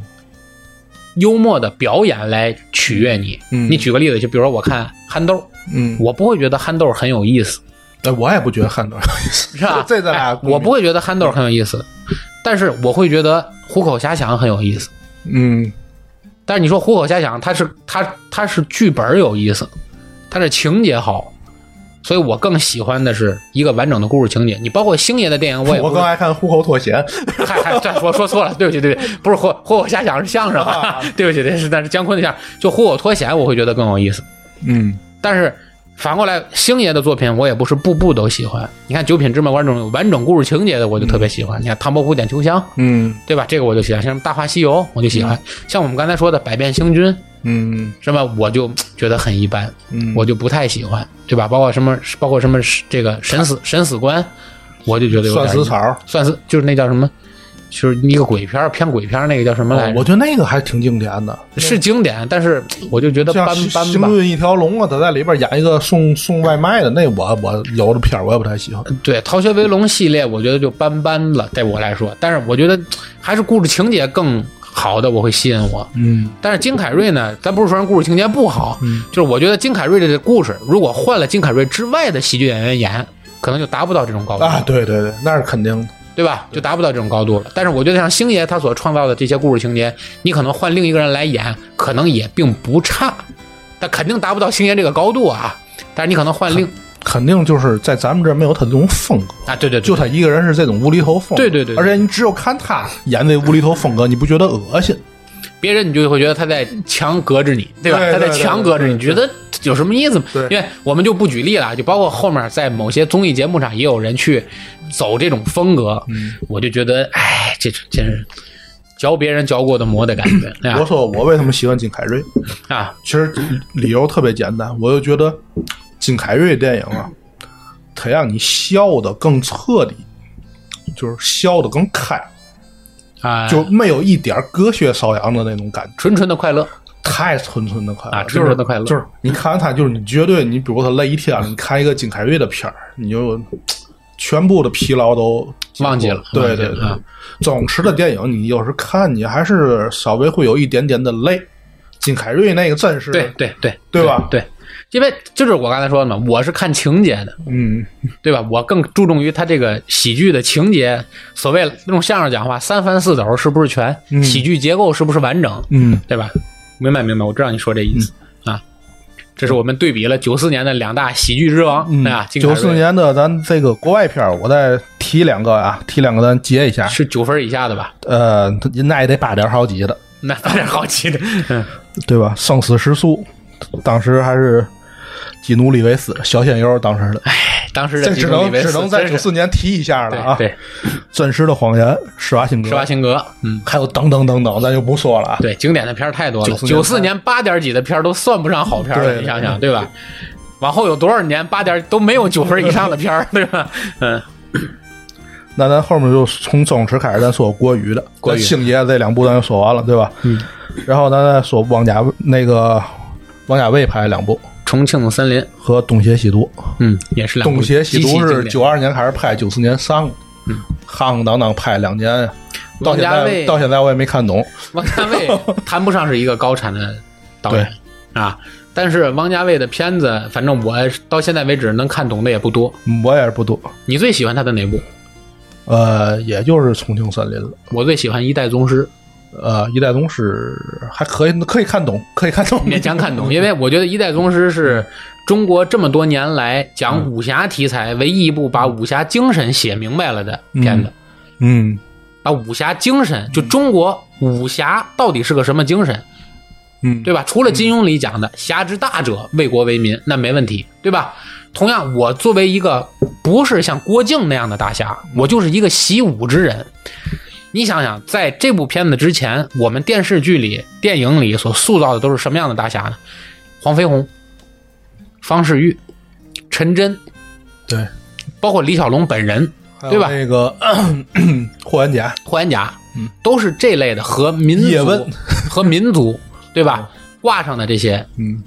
幽默的表演来取悦你。
嗯
你举个例子，就比如说我看憨豆，
嗯，
我不会觉得憨豆很有意思。
哎我也不觉得汉德
是 吧？
这咱俩
哎我不会觉得憨豆很有意思，但是我会觉得虎口遐想很有意思。
嗯
但是你说虎口遐想，它是它它是剧本有意思，它是情节好，所以我更喜欢的是一个完整的故事情节。你包括星爷的电影，我也
我
不
更爱看虎口脱险。
嗨嗨，这我说错了，对不起对不起，不是虎虎口遐想是相声啊，对不起这是那是姜昆的相声，就虎口脱险我会觉得更有意思。
嗯
但是反过来，星爷的作品我也不是步步都喜欢。你看《九品芝麻官》这种有完整故事情节的，我就特别喜欢。你看《唐伯虎点秋香》，
嗯
对吧？这个我就喜欢。像什么《大话西游》，我就喜欢。像我们刚才说的《百变星君》，
嗯
是吧？我就觉得很一般，
嗯，
我就不太喜欢，对吧？包括什么，包括什么这个神死神死官，我就觉得有点
算死草，儿。
算死就是那叫什么，就是一个鬼片儿偏鬼片儿那个叫什么来着？
哦我觉得那个还挺经典的，
是经典，但是我就觉得
像
般
《
般
行
吧。
运一条龙》啊，他在里边演一个送送外卖的，那我我有的片儿我也不太喜欢。
对《逃学威龙》系列，我觉得就般般了，对我来说。但是我觉得还是故事情节更好的，我会吸引我。
嗯
但是金凯瑞呢，咱不是说人故事情节不好，
嗯
就是我觉得金凯瑞这个故事，如果换了金凯瑞之外的喜剧演员演，可能就达不到这种高度，
啊，对对对，那是肯定的。
对吧？就达不到这种高度了。但是我觉得像星爷他所创造的这些故事情节，你可能换另一个人来演，可能也并不差，但肯定达不到星爷这个高度啊。但是你可能换另
肯定就是在咱们这儿没有他这种风格，
啊，对对对，
就他一个人是这种无厘头风格。
对对对对
而且你只有看他演这无厘头风格，你不觉得恶心？
别人你就会觉得他在强隔着你，对吧？
对对
他在强隔着你，你觉得有什么意思吗？
对
因为我们就不举例了，就包括后面在某些综艺节目上也有人去走这种风格，
嗯
我就觉得，哎，这真是嚼别人嚼过的馍的感 觉，对
我
吧？
说我为什么喜欢金凯瑞，
啊，
其实理由特别简单，我就觉得金凯瑞电影啊，他让你笑的更彻底，就是笑的更开。
啊，
哎
就没有一点隔靴搔痒的那种感觉，
纯纯的快乐。
太纯纯的快乐，
啊
就是
纯纯的快乐
就是你看完它，就是你绝对，你比如说累一天了，你看一个金凯瑞的片儿，你就嘖全部的疲劳都
忘记了啊
对
忘记
对
了
对
嗯，
总时的电影你有时看你还是稍微会有一点点的累。金凯瑞那个真是
对对对
对吧
对，因为就是我刚才说的嘛，我是看情节的，
嗯，
对吧？我更注重于它这个喜剧的情节。所谓用相声讲话，三翻四抖是不是全？
嗯
喜剧结构是不是完整？
嗯，
对吧？明白明白，我知道你说这意思、啊。这是我们对比了九四年的两大喜剧之王、
嗯
啊，金凯
九
瑞
四年的咱这个国外片儿，我再提两个啊，提两个咱截一下。
是九分以下的吧？
呃，那也得八点好几的，
那有点好奇的，嗯
对吧？生死时速，当时还是基努里维斯小鲜肉，当时的，
哎当时
这
的
只
基努
能
里维斯
只能在
真是
九四年提一下了啊。
对对，
真实的谎言》施瓦辛格，
施瓦辛格，嗯。
还有等等等等，咱就不说了啊。
对，经典的片儿太多了。
94
九四年八点几的片儿都算不上好片儿了，
对
你想想，对吧？往后有多少年八点都没有九分以上的片儿，对 吧？嗯，
那咱后面就从周星驰开始，咱说国语的，
国语
咱星爷这两部咱就说完了，对吧？
嗯。
然后咱再说王家那个王家卫拍的两部
重庆森林，
和《东邪西毒》，
嗯，也是
《
两部
东邪西
极
毒
其》经
是
典
九二年开始拍，九四年上的，
嗯，
夯夯当当拍两年，到
王
现
家
在
卫
到现在我也没看懂。
王家卫谈不上是一个高产的导演啊，但是王家卫的片子，反正我到现在为止能看懂的也不多。
嗯我也是不多，
你最喜欢他的哪部？
呃，也就是《重庆森林》了。
我最喜欢《一代宗师
呃，一代宗师还可以，可以看懂，可以看懂，》，
勉强看 懂，因为我觉得《一代宗师》是中国这么多年来讲武侠题材唯一一部把武侠精神写明白了的片子。
嗯，
把武侠精神，就中国武侠到底是个什么精神，
嗯，
对吧？除了金庸里讲的“侠之大者，为国为民”，那没问题，对吧？同样，我作为一个不是像郭靖那样的大侠，我就是一个习武之人。你想想，在这部片子之前，我们电视剧里、电影里所塑造的都是什么样的大侠呢？黄飞鸿、方世玉、陈真，
对，
包括李小龙本人，
还有
对吧
那个 咳咳霍元甲，
霍元甲，都是这类的和民族
嗯叶问
和民族对吧挂上的这些
嗯，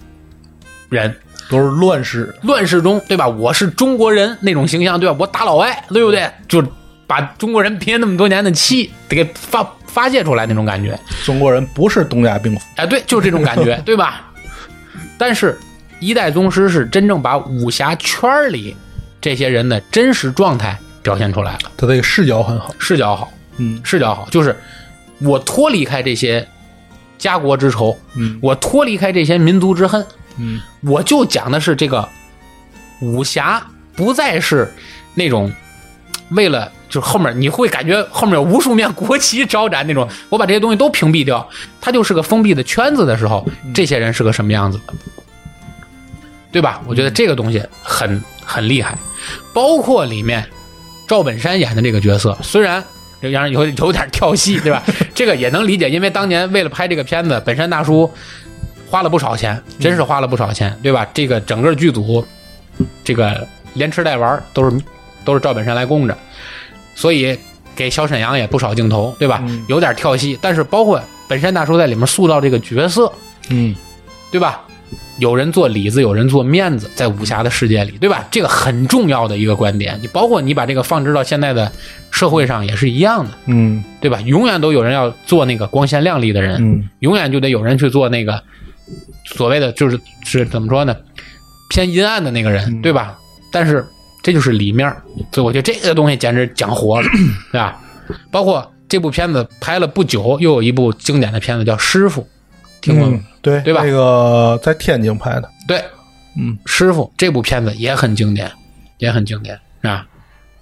人，
都是乱世，
乱世中对吧？我是中国人那种形象对吧？我打老外对不对？就把中国人憋那么多年的气得给发发泄出来那种感觉，
中国人不是东亚病夫。
哎，对，就是这种感 觉对吧？但是，一代宗师是真正把武侠圈儿里这些人的真实状态表现出来了，
他这个视角很好，
视角好。
嗯
视角好，就是我脱离开这些家国之仇，
嗯
我脱离开这些民族之恨，
嗯
我就讲的是这个武侠不再是那种为了就是后面你会感觉后面有无数面国旗招展那种，我把这些东西都屏蔽掉，它就是个封闭的圈子的时候，这些人是个什么样子的，对吧？我觉得这个东西很很厉害，包括里面赵本山演的这个角色，虽然。这让人有有点跳戏，对吧？这个也能理解，因为当年为了拍这个片子，本山大叔花了不少钱，真是花了不少钱，对吧？这个整个剧组，这个连吃带玩儿都是都是赵本山来供着，所以给小沈阳也不少镜头，对吧？
嗯
有点跳戏，但是包括本山大叔在里面塑造这个角色，
嗯，
对吧？有人做里子，有人做面子，在武侠的世界里，对吧？这个很重要的一个观点。你包括你把这个放置到现在的社会上也是一样的，
嗯
对吧？永远都有人要做那个光鲜亮丽的人，
嗯
永远就得有人去做那个所谓的就是是怎么说呢，偏阴暗的那个人，
嗯
对吧？但是这就是里面儿，所以我觉得这个东西简直讲活 了，对吧？包括这部片子拍了不久，又有一部经典的片子叫《师傅》，听过吗？
嗯对
对吧
那个在天津拍的，
对，
嗯，
师傅这部片子也很经典，也很经典啊。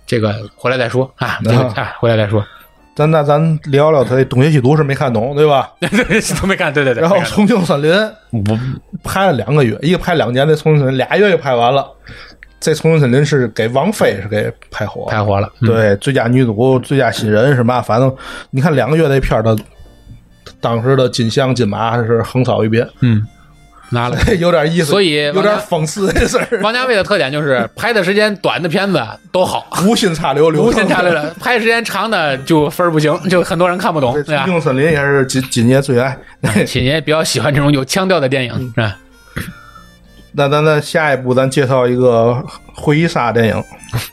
这个回来再说啊，这 个
啊
啊，回来再说。
咱那咱聊聊他这《东邪西毒》是没看懂，对吧？
都没看，对对对。
然后
没
《
看
重庆森林》我拍了两个月，一个拍两年的《重庆森林》，俩月就拍完了。这《重庆森林》是给王菲是给拍火了，
拍活了，嗯
对，最佳女主、最佳新人是嘛？反正你看两个月那片儿的，当时的金像、金马是横扫一遍。
嗯，拿了。
有点意思，
所以
有点讽刺这事儿，
王家卫的特点就是拍的时间短的片子都好，
无心插柳，柳
无心插柳的；拍时间长的就分儿不行，就很多人看不懂，对吧？啊
用森林也是今今年最爱。
秦爷比较喜欢这种有腔调的电影，是吧？
那咱咱下一步咱介绍一个回忆杀电影，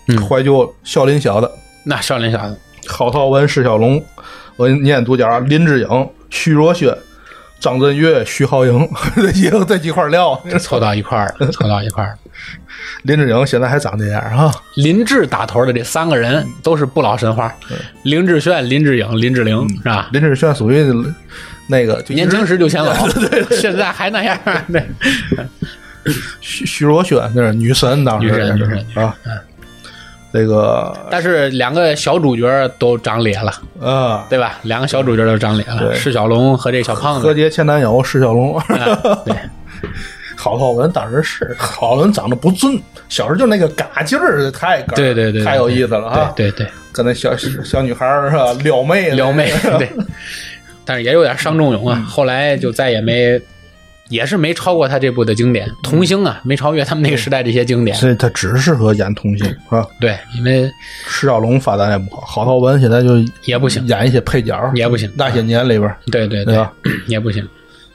嗯
怀旧少林小的，
那少林小子，
郝邵文、释小龙，我念主角林志颖、徐若瑄、张震岳、徐浩莹， 这几个这几块料。
凑到一块儿，凑到一块儿。
林志颖现在还长这样啊？
林志打头的这三个人都是不老神话，林志炫、林志颖、林志玲，
嗯
是吧？
林志炫属于那个就一直
年轻时就显老， 现在还那样。 对，
徐徐若瑄那是女神，当时
女神
那
女
是
神女
啊。这个
但是两个小主角都长脸了，
呃，
对吧？两个小主角都长脸了，
对
释小龙和这小胖
何
子。
洁前男友释小龙，
啊对，
郝邵文当时是郝邵文长得不俊，小时候就那个嘎劲儿太哏儿
对对对对
太有意思了啊！
对对
跟那小小女孩儿是吧撩妹
对，撩 妹，对。但是也有点伤仲永
嗯
啊，后来就再也没，也是没超过他这部的经典
嗯
《童星》啊，没超越他们那个时代这些经典。
所以他只适合演童星啊。
对，因为
释小龙发展也不好，郝邵文现在就
也不行，
演一些配角儿
也不行
那些年里边儿，
对对
对
对
吧，
也不行。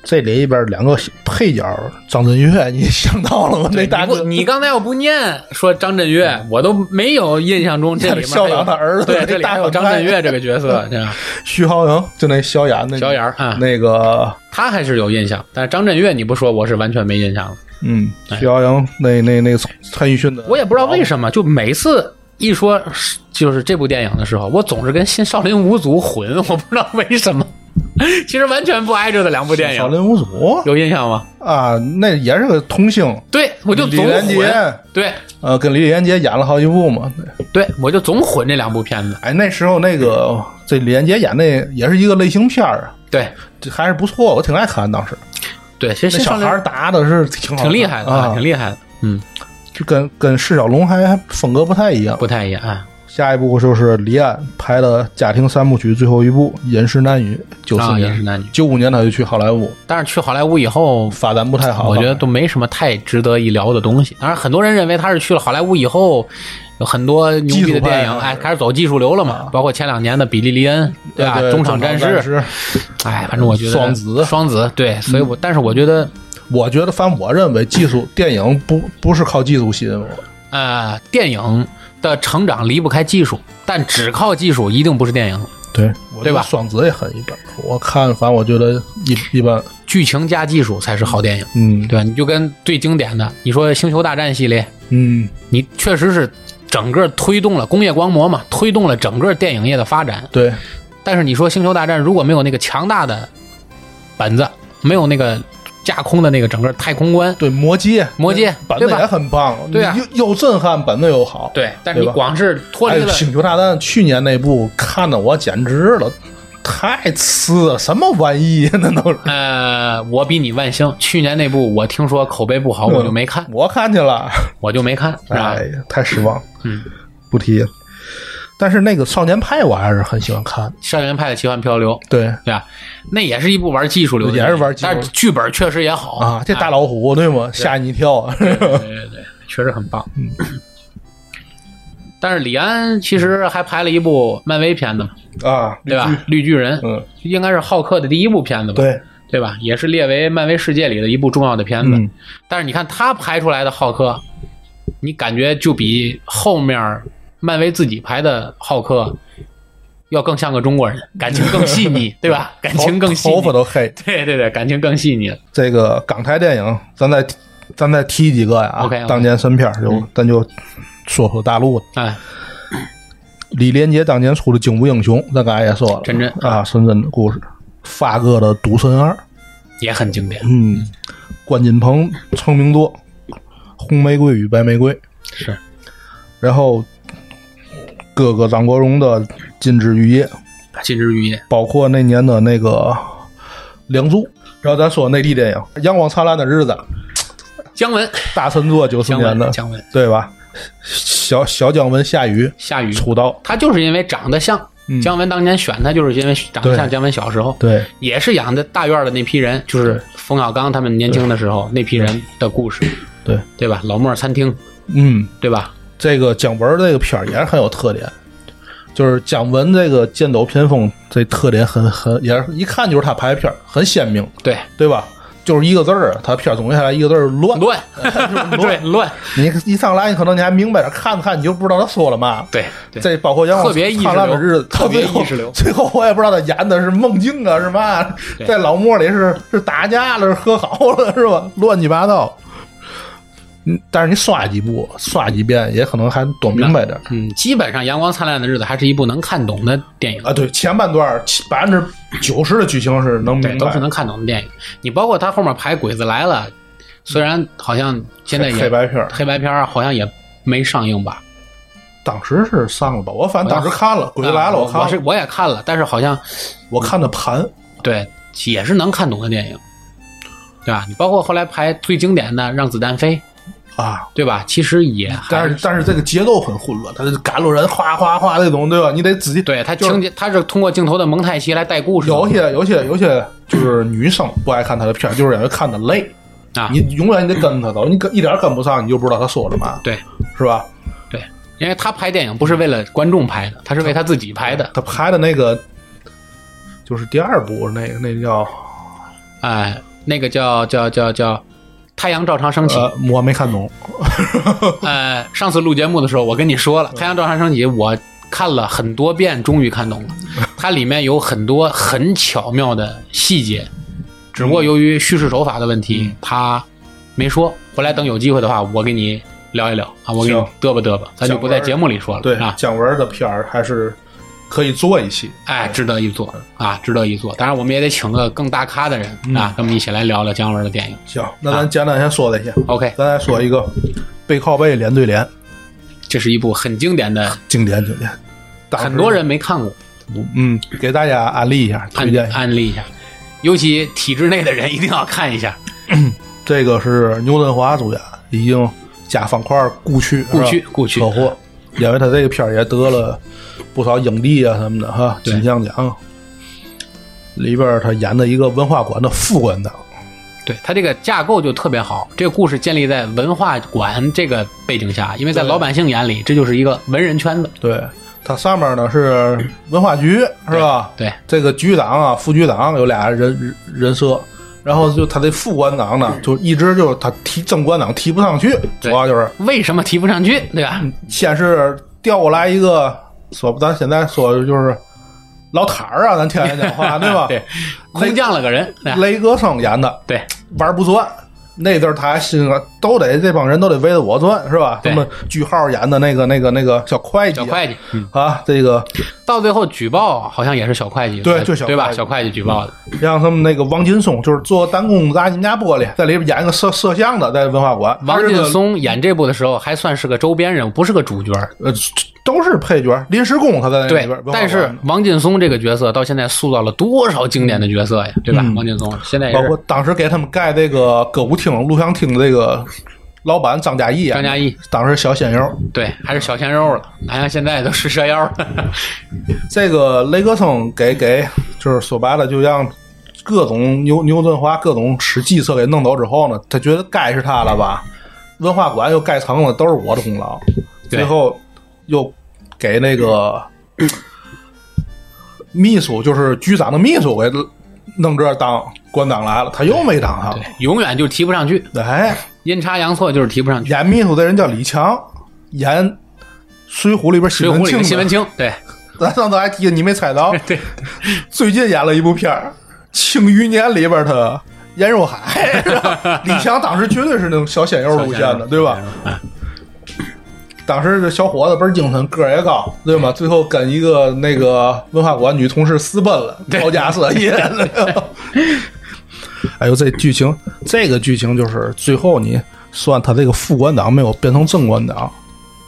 这里边儿两个配角儿张震岳，你想到了吗？那
对
大
你不
哥，
你刚才要不念说张震
嗯
岳，我都没有印象中这里面
校
还有
长他儿子
对，
这
这里
大
还有
反
张
派
震岳这个角色，对吧？
徐浩莹就那小眼那
小眼儿啊，
那个
他还是有印象，但是张震岳你不说，我是完全没印象了。
嗯，徐浩莹那那那个陈奕迅的，
哎我也不知道为什么，就每次一说是就是这部电影的时候，我总是跟《新少林五祖》混，我不知道为什么。其实完全不啊挨着的两部电
少
影，
林五祖
有印象吗？
啊，那也是个童星，
对，我就
李
总
连
混，
杰
对
呃跟李连杰演了好几部嘛。对
对，我就总混这两部片子。
哎，那时候那个这李连杰演那也是一个类型片儿啊，
对
这还是不错，我挺爱看当时。
对，其实《新
那小
少
孩
林
儿打的是挺好
挺厉害的
啊，
挺厉害的，嗯，
就跟跟释小龙还还风格不太一样。
不太一样啊。
下一部就是李安拍的《家庭三部曲》最后一部《饮食男女》，九四
啊，也是
年，
男女，
九五年他就去好莱坞，
但是去好莱坞以后，
发展不太好。
我觉得都没什么太值得一聊的东西。当然，很多人认为他是去了好莱坞以后，有很多牛逼的电
技术
影，
派啊
哎，开始走技术流了嘛。包括前两年的比利·林恩，对吧？啊中场战士，
士，
哎，反正我觉得
双子
双子，对，所以我，但是我觉得，
我觉得，反正我认为技术电影不不是靠技术吸引我，
呃，电影的成长离不开技术，但只靠技术一定不是电影。
对对
对吧
双子也很一般，我看反正我觉得一一般，
剧情加技术才是好电影，
嗯
对吧？你就跟最经典的，你说《星球大战》系列，
嗯，
你确实是整个推动了工业光魔嘛，推动了整个电影业的发展。
对，
但是你说《星球大战》如果没有那个强大的本子，没有那个架空的那个整个太空观，
对魔戒
魔戒
本子
对吧
也很棒，
对啊
你又又震撼，本子又好，
对，但是你
对吧
光是脱
哎
离
呦，
了，
星球大战去年那部看的我简直了，太次了，什么玩意那 都是，
呃，我比你万幸。去年那部我听说口碑不好，我就没看，
我看去了，
我就没看，是吧
嗯哎？呀，太失望，
嗯，
不提了。但是那个少年派我还是很喜欢看的，
少年派的奇幻漂流，
对
对吧？那也是一部玩技术流的
也
电
是
影，
玩技术
但是剧本确实也好
啊，这大老虎对吗？吓你一跳。
对对，对，确实很棒。
嗯
但是李安其实还拍了一部漫威片子嘛，
啊，
对吧？绿巨人，
嗯，
应该是浩克的第一部片子吧，
对，
对吧？也是列为漫威世界里的一部重要的片子。
嗯，
但是你看他拍出来的浩克，你感觉就比后面漫威自己拍的浩克要更像个中国人，感情更细 腻，对吧？感 情更细
头头发
腻。
都黑。
对对对，感情更细腻了。
这个港台电影，咱再咱再提几个呀啊
OK，OK 嗯
当年神片儿就咱就说说大陆的
哎，
李连杰当年出的《精武英雄》，咱刚才也说了，
真真
啊，深圳的故事，发哥的《赌神二》，
也很经典。
嗯，关锦鹏、成名作，《红玫瑰与白玫瑰》，
是，
然后哥哥张国荣的《金枝玉叶》，
金枝玉叶
包括那年的那个《梁祝》。然后咱说内地电影《阳光灿烂的日子》，
姜文，
大神作九四
姜
年的
文，，姜文，
对吧？小小姜文下雨
夏雨，
出道，
他就是因为长得像，
嗯
姜文当年选他就是因为长得
对
像姜文小时候，
对，
也是养的大院儿的那批人，就是冯小刚他们年轻的时候那批人的故事，
对
对吧？老莫餐厅，
嗯，
对吧？
这个姜文这个片儿也是很有特点，就是姜文这个剑走偏锋这特点很很也是一看就是他拍的片儿很鲜明，
对，
对吧？就是一个字儿，他片儿总结下来一个字儿哦乱。
乱， 对乱，
你一上来，你可能你还明白着看着看，你就不知道他说了嘛。
对对
这包括《阳光
特别意识
灿烂的日子》
流特
到
别
最后
意识流
最后我也不知道他演的是梦境啊，是嘛？
对
在老莫里是是打架了，是和好了，是吧？乱七八糟。嗯，但是你刷几部，刷几遍，也可能还懂明白点儿
嗯，基本上《阳光灿烂的日子》还是一部能看懂的电影
啊。对，前半段百分之九十的剧情是能
对，
明
都
白
是，能看懂的电影。你包括他后面排《鬼子来了》，虽然好像现在也
黑白片儿
黑白片儿好像也没上映吧？
当时是上了吧？我反正当时看了，《鬼子来了》，
我
看
啊我是
了，
我也看了，但是好像
我看的盘，
对也是能看懂的电影，对吧？你包括后来排最经典的《让子弹飞》，
啊，
对吧？其实也还
嗯但是但是这个节奏很混乱，他就赶路人哗哗哗那种，对吧？你得仔细。
对他
就是
情节，他是通过镜头的蒙太奇来带故事的，
有些有些有些就是女生不爱看他的片儿，就是因为看的累
啊
你永远你得跟他走，你跟一点儿跟不上，你就不知道他说了嘛，
对
是吧？
对，因为他拍电影不是为了观众拍的，他是为他自己拍的。
他拍的那个就是第二部那个那叫
哎，那个叫叫叫叫《太阳照常升起》
呃，我没看懂，
呃，上次录节目的时候，我跟你说了，《太阳照常升起》，我看了很多遍，终于看懂 了。它里面有很多很巧妙的细节，只不过
嗯
由于叙事手法的问题，他没说。回来等有机会的话，我给你聊一聊啊，我给你
行
嘚吧嘚吧，咱就不在节目里说了，
嗯对
啊，，
姜文的片儿还是可以做一期，
哎，值得一做啊，值得一做。当然，我们也得请个更大咖的人
嗯
啊，跟我们一起来聊聊姜文的电影。
行，那
啊
咱简单先说这些，
OK，
咱再说一个背靠背脸对脸，
这是一部很经典的，
经典经典，当时
很多人没看过，
嗯，给大家安利一下，推
安
荐一下。
安利一下，尤其体制内的人一定要看一下。
这个是牛振华主演，已经甲方块故去
故去
是吧
故去
车祸，因为他这个片儿也得了不少影帝啊什么的哈，
对
金像奖。里边儿他演的一个文化馆的副馆长，
对他这个架构就特别好，这个故事建立在文化馆这个背景下，因为在
对
老百姓眼里，这就是一个文人圈子。
对他上面呢是文化局是吧？
对
这个局长啊、副局长有俩人人人设，然后就他这副馆长呢，就一直就是他提正馆长提不上去，主
对
要就是
为什么提不上去？对吧？
嗯先是调过来一个，说咱现在说的就是老坛儿啊，咱天天讲话对吧？
对，哎空降了个人，对吧
雷格生演的
对
玩儿不转，那阵儿他还心说都得这帮人都得围着我转是吧？
对
什么句号演的那个那个那个小会计
小会计，嗯，
啊，这个
到最后举报好像也是小会计，
对就小
对吧？
会计嗯
小会计举报的，
让他们那个王劲松就是做弹弓砸你们家玻璃，在里边演一个摄摄像的，在文化馆。
王
他
劲
是个
松演这部的时候还算是个周边人物，不是个主角。
呃都是配角，临时工他在那里
对
边文化，馆。
但是王劲松这个角色到现在塑造了多少经典的角色呀，对吧？
嗯
王劲松现在也
包括
是
当时给他们盖这个歌舞厅、录像厅的这个老板张嘉译，啊
张嘉译，
当时小鲜肉。
对，还是小鲜肉了，好像现在都是蛇腰了。
这个雷格森给给，就是说白了，就让各种牛牛振华各种使计策给弄走之后呢，他觉得该是他了吧？文化馆又盖成了，都是我的功劳。
对
最后又给那个秘书，就是局长的秘书给弄这儿当馆长来了，他又没当上。
永远就提不上去，
哎，
阴差阳错就是提不上去。
演秘书的人叫李强，演《水浒》里边
水
西门
浒里
庆
的
的。
西门庆，对
咱上头还提了，你没猜到？
对，
最近演了一部片儿《庆余年》里边他颜若 海，是吧李强当时绝对是那种小鲜肉嗯路线的，对吧？当时这小伙子倍儿精神，个儿也高，对吗？最后跟一个那个文化馆女同事私奔了，高家色夜了。 哎呦，这剧情，这个剧情就是最后你算他这个副馆长没有变成正馆长，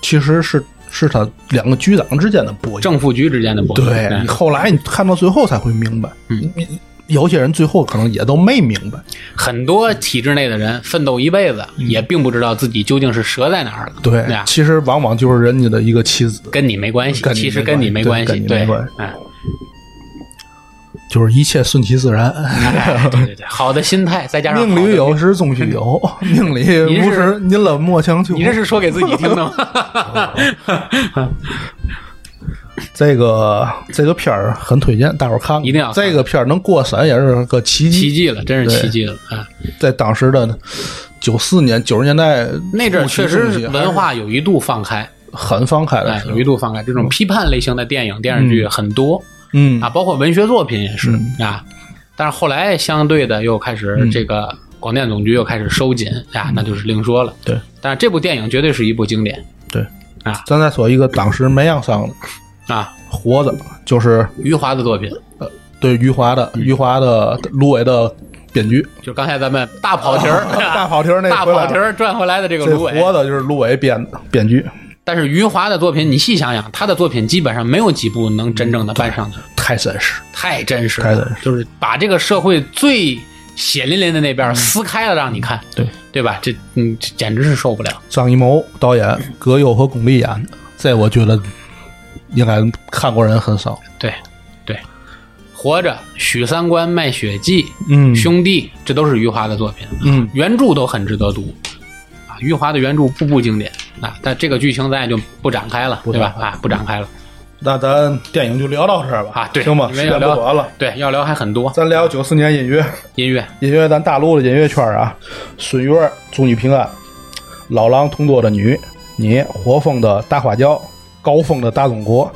其实是是他两个局长之间的博弈。
正副局之间的博弈。嗯哎
对你后来你看到最后才会明白，你你有些人最后可能也都没明白。
很多体制内的人奋斗一辈子，
嗯
也并不知道自己究竟是折在哪儿了。
对，
呀，
其实往往就是人家的一个棋子，
跟你没关系，
跟你没
其实跟你没关系，
关系
对
对跟你没关系，
哎
就是一切顺其自然。
哎，对对对，好的心态再加上
命
好的
里有时终须 有，命里无时您了莫强求。
你这是说给自己听的 吗？
这个这个片儿很推荐，大伙儿看看，
一定要看
这个片儿能过审也是个奇迹，
奇迹了，真是奇迹了啊！
在当时的九四年九十年代
那阵儿确实
初期
是文化有一度放开，
很放开的
哎，
时
有
候
一，度放开。这种批判类型的电影、电视剧很多
嗯
啊，包括文学作品也是
嗯
啊。但是后来相对的又开始这个广电总局又开始收紧啊，那就是另说了。
嗯对，
但是这部电影绝对是一部经典
咱再说一个当时没让上的
啊，
《活着》，就是
余华的作品。
对余华的余华的芦苇的编剧，
就刚才咱们大跑题儿，
大跑题儿 那
大
回来
跑题儿转回来的这个
这
芦苇，
活的就是芦苇编的编剧，
但是余华的作品，你细想想，他的作品基本上没有几部能真正的搬上去，
太真实，
太真实
嗯太真
了，就是把这个社会最血淋淋的那边撕开了让你看，
嗯对
对吧？这嗯，这简直是受不了。
张艺谋导演，葛优和巩俐演的，这我觉得应该看过人很少。
对，对，活着、许三观、卖血记、
嗯
兄弟，这都是余华的作品，
嗯，
原著都很值得读啊。余华的原著步步经典啊，但这个剧情咱也就不展开了，
不
对
展
吧
开？
啊，不展开了。
那咱电影就聊到这儿吧，
啊对
行吧，
因
时
为要
间不
聊
短了，
对，要聊还很多，
咱聊九四年音乐，
音乐
音乐咱大陆的音乐圈啊，孙悦《祝你平安》，老狼《同桌的你》，你火风的《大花轿》，高峰的《大中国》，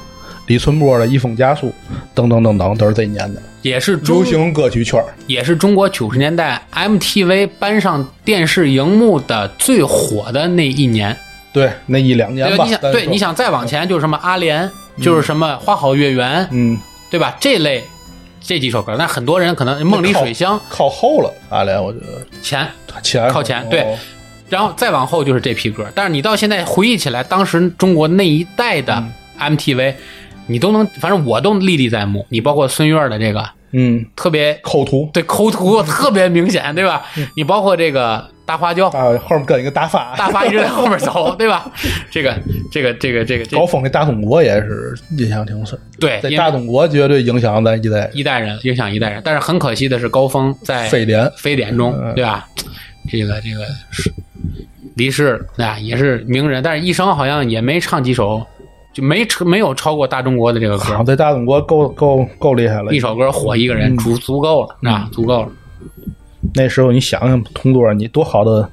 李春波的《一封家书》，等等等等，都是这一年的
也是中
流行歌曲圈儿。
也是中国九十年代 MTV 搬上电视荧幕的最火的那一年。
对，那一两
对
年
吧，
吧嗯
你想，，
咱
对，
说
你，想再往前就是什么阿莲，就是什么花好月圆，
嗯，
对吧？这类这几首歌，那很多人可能梦里水乡
靠后了，阿莲，我觉得
前，
前
靠前
哦
对然后再往后就是这批歌。但是你到现在回忆起来，当时中国那一代的
嗯
MTV，你都能，反正我都历历在目。你包括孙悦的这个
嗯，
特别
抠图，
对抠
嗯
图特别明显，对吧？你包括这个大花椒，
啊，后面跟一个大发，
大发一直在后面 走，对吧？这个这个这个这个这
高峰那大中国也是印象挺深，
对，
在
因为
大中国绝对影响咱一代
一代人影响一代人，但是很可惜的是，高峰在
非典，
非典中，
嗯
对吧？这个这个是离世了对吧？也是名人，但是一生好像也没唱几首，就没超没有超过大中国的这个
好
歌
像，在大中国够够够厉害了
一。首歌火一个人
嗯
足足够了，啊，足够了。
那时候你想想，同桌你多好的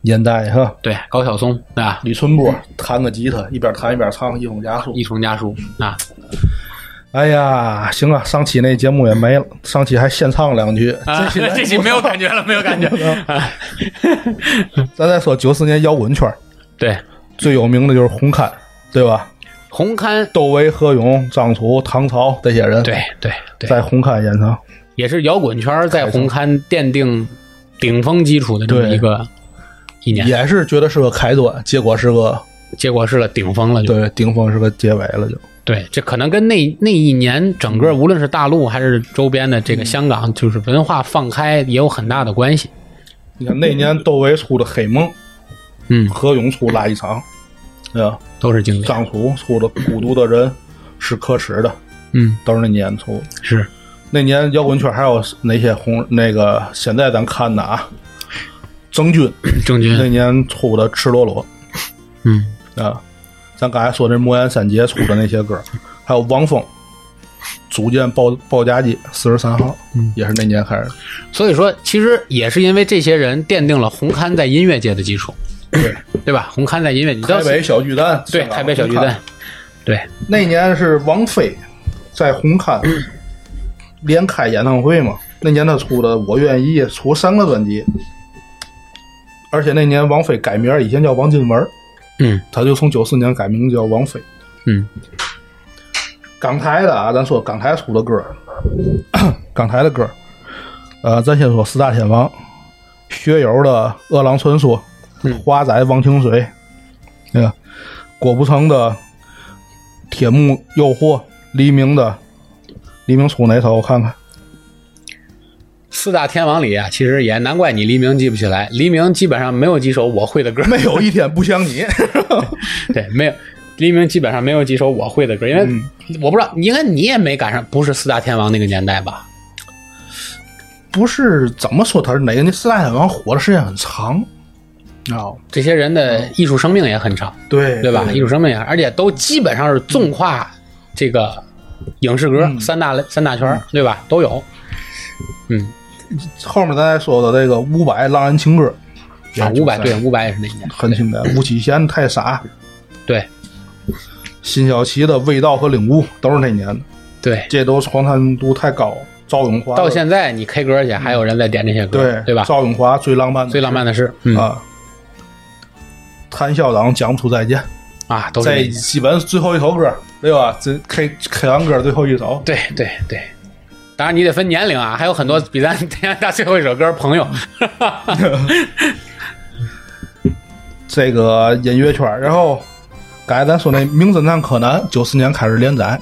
年代哈！
对，高晓松对吧？
李春波弹个吉他，一边弹一边唱《一封家书》。
一重家书啊，
哎呀，行啊，上期那节目也没了，上期还献唱两句。
啊 这期没有感觉了，没有感觉。 啊
咱再说九四年摇滚圈儿
对，
最有名的就是红勘，对吧？
红勘，
窦唯、何勇、张楚、唐朝这些人，
对对对，
在红勘演唱。
也是摇滚圈在红勘奠定顶峰基础的这么一个一年，
也是觉得是个开端，结果是个
结果是个顶峰了就。
对顶峰是个结尾了就，
对，这可能跟那那一年整个无论是大陆还是周边的这个香港，就是文化放开也有很大的关系。
你看那年窦唯出的《黑梦》，
嗯，
何勇出《垃圾场》，对吧？
都是经典。
张楚出的《孤独的人是可耻的》，
嗯，
都是那年出的。
是
那年摇滚圈还有哪些红？那个现在咱看的啊，郑钧
郑
那
钧，
年出的《赤裸裸
嗯，》
啊，咱刚才说这魔岩三杰出的那些歌，还有汪峰。组建报报家机四十三号，
嗯
也是那年开始的。
所以说其实也是因为这些人奠定了红勘在音乐界的基础，
对，
对吧？红勘在音乐，你知道
台北小巨蛋，
对
香港
台北小巨
红
蛋
磡，，
对，
那年是王菲在红磡连开演唱会嘛？那年她出的《我愿意》出三个专辑，而且那年王菲改名儿，以前叫王金文儿，
嗯
她就从九四年改名叫王菲。
嗯，
港台的啊，咱说港台出的歌儿，港台的歌儿， 呃，咱先说四大天王，学友的《饿狼传说》，
嗯
华仔忘情水，呃那个郭富城的《 铁幕诱惑》，黎明的黎明出哪首我看看，
四大天王里啊，其实也难怪你黎明记不起来，黎明基本上没有几首我会的歌，
没有一天不想你。
对，没有。黎明基本上没有几首我会的歌，因为
嗯
我不知道，应该你也没赶上，不是四大天王那个年代吧？
不是怎么说他是哪个？那四大天王火的时间很长，啊，
这些人的艺术生命也很长，
对
哦对吧？艺术生命也，而且都基本上是纵跨这个影视歌、
嗯
三大类三大圈儿，对吧？都有。嗯，
后面咱再说的这个伍佰《浪人情歌》
啊，
也
伍
就
佰
在
对，伍佰也是那一年，
很经典。吴启贤《太傻》，
对
辛晓琪的《味道》和《领悟》都是那年的，
对。
这都是传唱度太高。赵咏华的
到现在你 K 歌去，还有人在点这些歌，
对
对吧？
赵咏华最浪漫的
最浪漫的是，嗯
啊，谭校长讲不出再见，
啊，都是那
这
一年
基本最后一首歌，对吧？这 K K 完歌最后一首，
对对对。当然你得分年龄啊，还有很多比咱天大最后一首歌《朋友》
这个音乐圈儿。然后刚才咱说那《名侦探柯南》，九四年开始连载，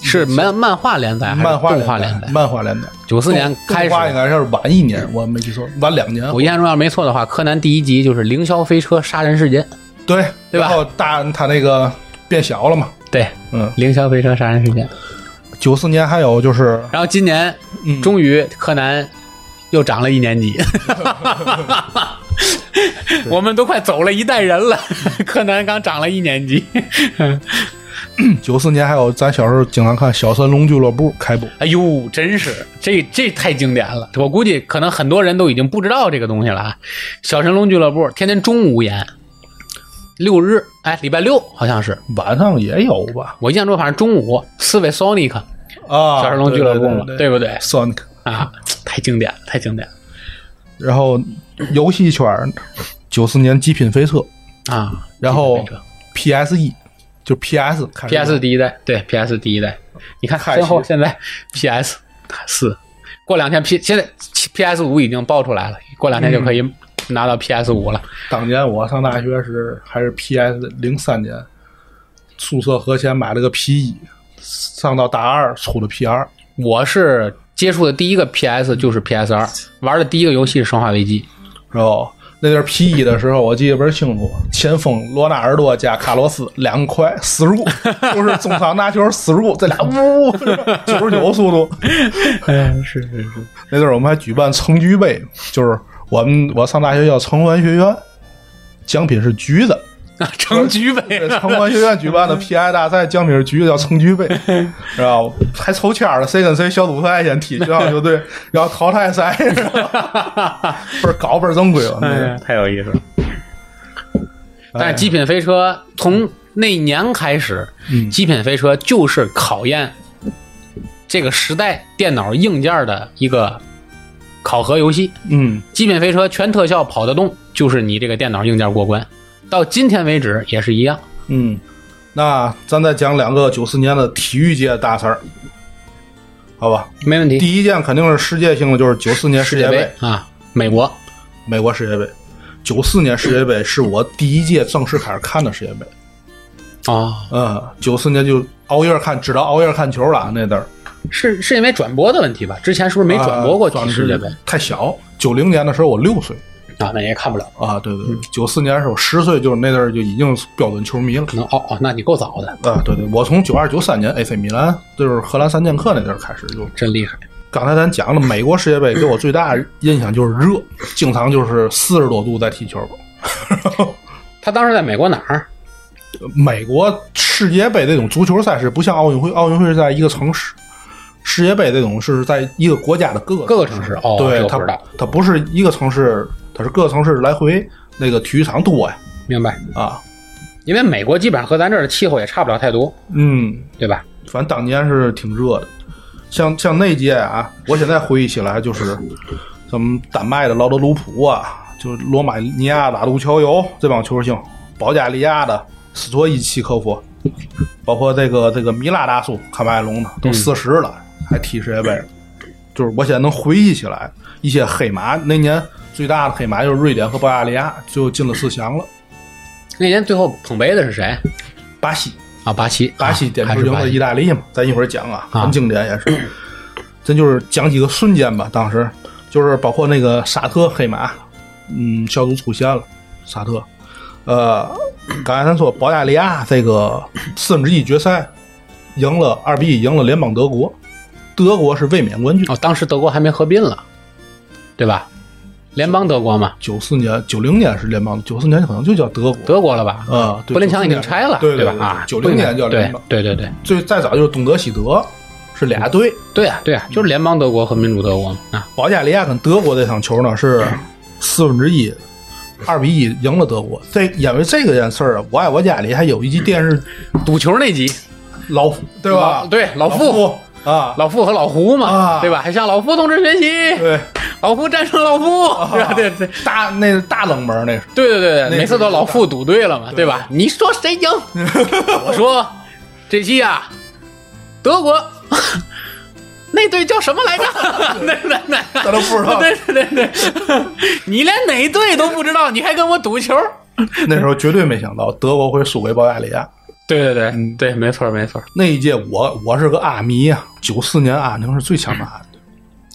是漫漫画连啊载还是
漫画
动画连
连
载？
漫画连载，
九四年
动
开
动画应
始，
该是晚一年，我没记错，晚两年。
我印象中要没错的话，柯南第一集就是凌霄飞车杀人事件，
对
对吧
然后大他那个变小了嘛，
对，
嗯，
凌霄飞车杀人事件。
九四年还有就是
然后今年
嗯
终于柯南又长了一年 级， 我们都快走了一代人了， 柯南刚长了一年级。
嗯九四年还有咱小时候经常看《小神龙俱乐部》开播，
哎呦，真是这这太经典了！我估计可能很多人都已经不知道这个东西了啊。小神龙俱乐部天天中午演，六日哎，礼拜六好像是，
晚上也有吧？
我印象中反正中午四位 Sonic
啊，
小神龙俱乐部嘛，
对
对不对
Sonic。
啊？太经典了，太经典了
然后游戏圈儿，九四年《极品飞车》
啊！
然后
基本没辙
PS 一，就 PS 开始
PS 第一代，对 PS 第一代，你看
太
身后
新
现在 PS 四，过两天 P 现在 PS 五已经爆出来了，过两天就可
嗯
以拿到 PS 五了。
当年我上大学时还是 PS 零三年，宿舍和谐买了个 P 一，上到大二出了 P 二，
我是接触的第一个 PS 就是 PS 二，玩的第一个游戏是《生化危机
然后那阵 P 一的时候，我记得倍儿清楚，前锋罗纳尔多加卡洛斯两块死入，就是中场拿球死入，这俩呜九十九速度。》。
嗯，是是是。
那阵儿我们还举办橙橘杯，就是我们我上大学叫橙文学院，奖品是橘子。
成局呗，
这城管学院举 办的 PI 大赛奖品是局叫成局杯， 知道吧？还抽签儿了，谁跟谁小组赛先踢，然后就 对，然后淘汰赛， 倍儿搞倍儿正规了。那个，
太有意思了。但
哎
是《极品飞车》从那年开始，
嗯
极品飞车》就是考验这个时代电脑硬件的一个考核游戏。
嗯，
《极品飞车》全特效跑得动，就是你这个电脑硬件过关。到今天为止也是一样。
嗯，那咱再讲两个九四年的体育界大事儿，好吧？
没问题。
第一件肯定是世界性的，就是九四年世界杯，
啊，美国
美国世界杯。九四年世界杯是我第一届正式开始看的世界杯，
哦，
嗯，九四年就熬夜看，只能熬夜看球了那阵儿。
是是因为转播的问题吧？之前是不是没转播过
啊
体世界杯
太小。九零年的时候我六岁
啊？那也看不了。
啊，对对
嗯
对，九四年的时候我十岁，就是那阵儿就已经标准球迷了
可能哦哦，那你够早的，
啊，对对，我从九二九三年 AC 米兰就是荷兰三剑客那阵儿开始就，
真厉害。
刚才咱讲了美国世界杯给我最大的印象就是热，经常就是四十多度在踢球。
他当时在美国哪儿？
美国世界杯这种足球赛事不像奥运会，奥运会是在一个城市，世界杯这种是在一个国家的各个
各个城市哦，这
对，
个
它
不知道，
它不是一个城市，它是各个城市来回那个体育场多呀
明白。
啊，
因为美国基本上和咱这儿的气候也差不了太多，
嗯，
对吧？
反正当年是挺热的。像像那届啊，我现在回忆起来就是，什么丹麦的劳德鲁普啊，就是罗马尼亚的拉杜乔尤这帮球星，保加利亚的斯托伊奇科夫，包括这个这个米拉大叔卡麦隆的，都四十了、还踢世界杯，就是我现在能回忆起来一些黑马。那年最大的黑马就是瑞典和保加利亚，就进了四强了。
那年最后捧杯的是谁？
巴西，
啊，巴西，
巴西点
还
球
是
赢
巴
了
西
意大利嘛，咱一会儿讲啊，
啊
很经典也是。咱就是讲几个瞬间吧，当时就是包括那个沙特黑马，嗯，小组出现了沙特。呃，刚才咱说保加利亚这个四分之一决赛赢了二比一，赢了联邦德国，德国是卫冕冠军。
哦，当时德国还没合并了，对吧？联邦德国嘛，
九四年、九零年是联邦，九四年可能就叫德国。
德国了吧？
啊，对
柏林墙
94
已
年
经拆了，
对
吧？啊，
九零年叫联邦，
对对对对
最再早就是东德、西德是俩队，
对啊对啊，就是联邦德国和民主德国嘛啊。
保加利亚跟德国这场球呢是四分之一，二比一赢了德国。这因为这个件事儿，《啊我爱我家》里还有一集电视
赌球那集，
老嗯对
老
吧？
对老
老
傅、
啊，
老傅和老胡嘛，
啊
对吧？还向老傅同志学习，
对，
老胡战胜老傅，是吧？对对对
大那是大冷门那是，
对对
那个
对，每次都老傅赌对了嘛，对吧？你说谁 赢？我说这期啊，德国 那队叫什么来 着？那那那，
咱都不知道
对对对 对，你连哪队都不知道，你还跟我赌球？
那时候绝对没想到德国会输给保加利亚。
对对
嗯
对对，没错没错，
那一届我我是个阿迷呀，九四年阿宁是最强的阿宁，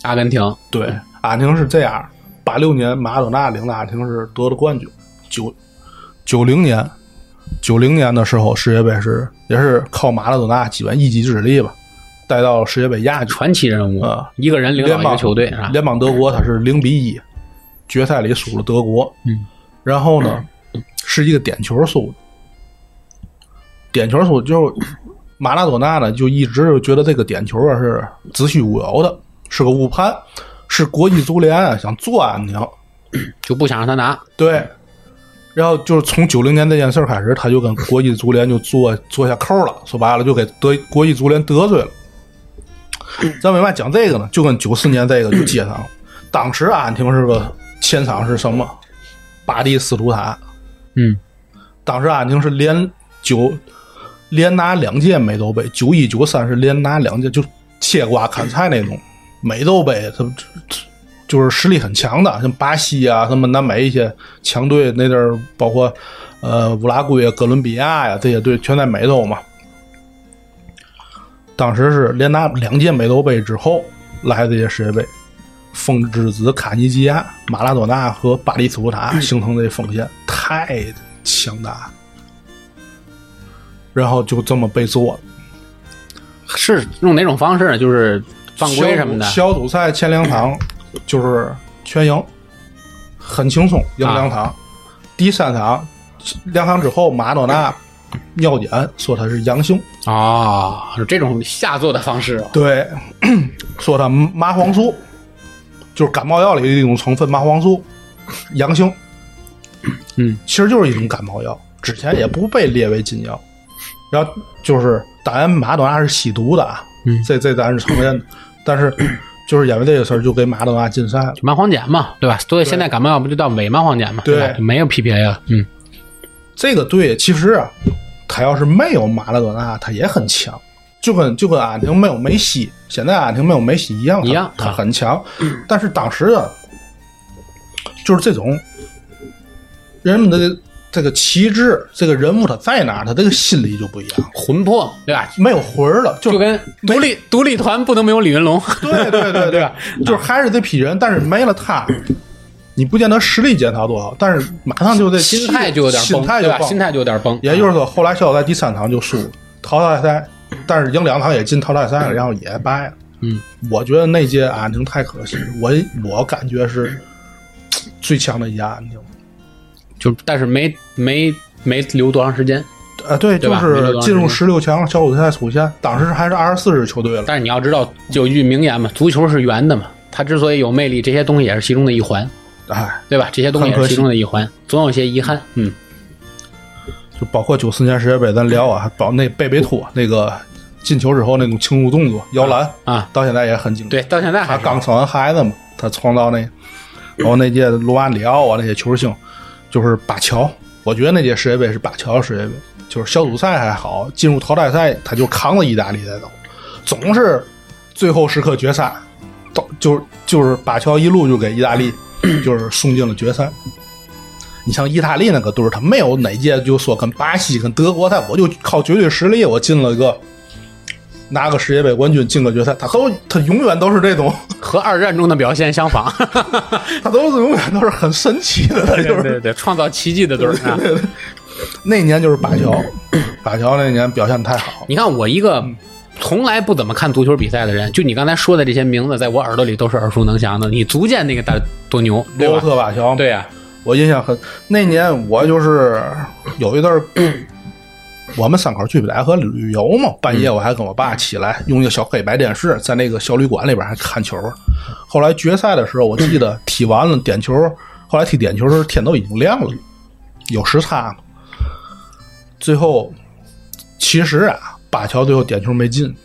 阿根廷
对，阿宁是这样，八六年马拉多纳领的阿宁是夺得冠军，九九零年。九零年的时候，世界杯是也是靠马拉多纳基本一己之力吧，带到世界杯亚军。
传奇人物
啊，
一个人领导
联
一个
邦
球队是吧？
联邦德国他是零比一，决赛里输了德国。
嗯，
然后呢，是一个点球输的，点球输就马拉多纳呢就一直就觉得这个点球啊是子虚乌有的，是个误判，是国际足联啊想作案你。
就不想让他拿，
对。然后就是从九零年这件事儿开始，他就跟国际足联就做做下扣了，说白了就给德国际足联得罪了。咱为嘛讲这个呢？就跟九四年这个就接上了。当时啊阿根廷是个前场是什么？巴蒂斯图塔。
嗯，
当时阿根廷是连九连拿两届美洲杯，九一九三是连拿两届，就切瓜砍菜那种。美洲杯他们就是实力很强的，像巴西啊，什么南美一些强队那阵儿，包括呃乌拉圭啊、哥伦比亚呀、这些队全在美洲嘛。当时是连拿两届美洲杯之后来的这些世界杯，风之子卡尼基亚、马拉多纳和巴黎斯
嗯
图塔形成这锋线太强大了，然后就这么被做了。
是用哪种方式呢？就是犯规什么的，
小组小组赛前两 场就是全赢，很轻松赢两场。
啊
第三场两场之后，马诺纳尿检说他是阳性，
啊，是这种下作的方式哦
对， 说他麻黄素就是感冒药里的一种成分麻黄素，阳性。
嗯，
其实就是一种感冒药，之前也不被列为禁药。然后就是，当然马多纳是吸毒的，啊，
嗯
这这咱是承认的。但是就是因为这个事儿，就给马多纳禁赛了。
麻黄碱嘛，对吧？所以现在感冒药不就叫伪麻黄碱嘛，
对
吧？没有 PPA 了，嗯，
这个队其实啊，他要是没有马拉多纳，他也很强，就跟就跟阿根廷没有梅西，现在阿根廷没有梅西一样，他
一样
他
啊
很强。但是当时啊，就是这种人们的这个旗帜，这个人物他在哪儿，他这个心理就不一样，
魂魄对吧？
没有魂儿了，就
就跟独立独立团不能没有李云龙，
对对对
对
对
吧，
就是还是这批人，但是没了他。你不见得实力减少多少，但是马上就这
心态就有点
心
崩，
态
对
就
吧？
崩
心态就有点崩，啊
也就是说，后来小组赛第三场就输了，淘汰赛，但是赢两场也进淘汰赛了，然后也败了。
嗯，
我觉得那届阿根廷太可惜了，我我感觉
嗯
是最强的一届阿根廷。
就但是没没没留多长时间。
呃，对，
对
就
吧
是进入十六强小组赛出现，当时还是二十四支球队了。
但是你要知道，有一句名言嘛，足球是圆的嘛，它之所以有魅力，这些东西也是其中的一环，
哎，
对吧？这些东西也
很可
是
惜
其中的一环，总有些遗憾，嗯，
就包括九四年世界杯，咱聊啊，包那贝贝托那个进球之后那种庆祝动作摇篮
啊，
到现在也很经典。
对，到现在还
他
是
刚生完孩子嘛，他创造那，然后那届罗马里奥啊那些球星，就是巴乔，我觉得那届世界杯是巴乔世界杯，就是小组赛还好，进入淘汰赛他就扛着意大利在走，总是最后时刻决赛，到就是就是巴乔一路就给意大利就是送进了决赛。你像意大利那个队儿，他没有哪届就说跟巴西、跟德国赛，我就靠绝对实力我进了一个拿个世界杯冠军进个决赛，他都他永远都是这种，
和二战中的表现相 仿，
他都是永远都是很神奇的，他就
对
是
对对，创造奇迹的队儿啊！
那年就是板 桥，板桥那年表现太好，
你看我一个从来不怎么看足球比赛的人，就你刚才说的这些名字，在我耳朵里都是耳熟能详的。你足见那个大多牛，对
罗
吧？
伯特板桥，
对啊呀、
我印象很。那年我就是有一段儿， 我们三口去北戴河旅游嘛，半
嗯
夜我还跟我爸起来用一个小黑白电视，在那个小旅馆里边还看球。后来决赛的时候，我记得踢完了点球，后来踢点球的时候天都已经亮了，有时差嘛。最后，其实啊，巴乔最后点球没进，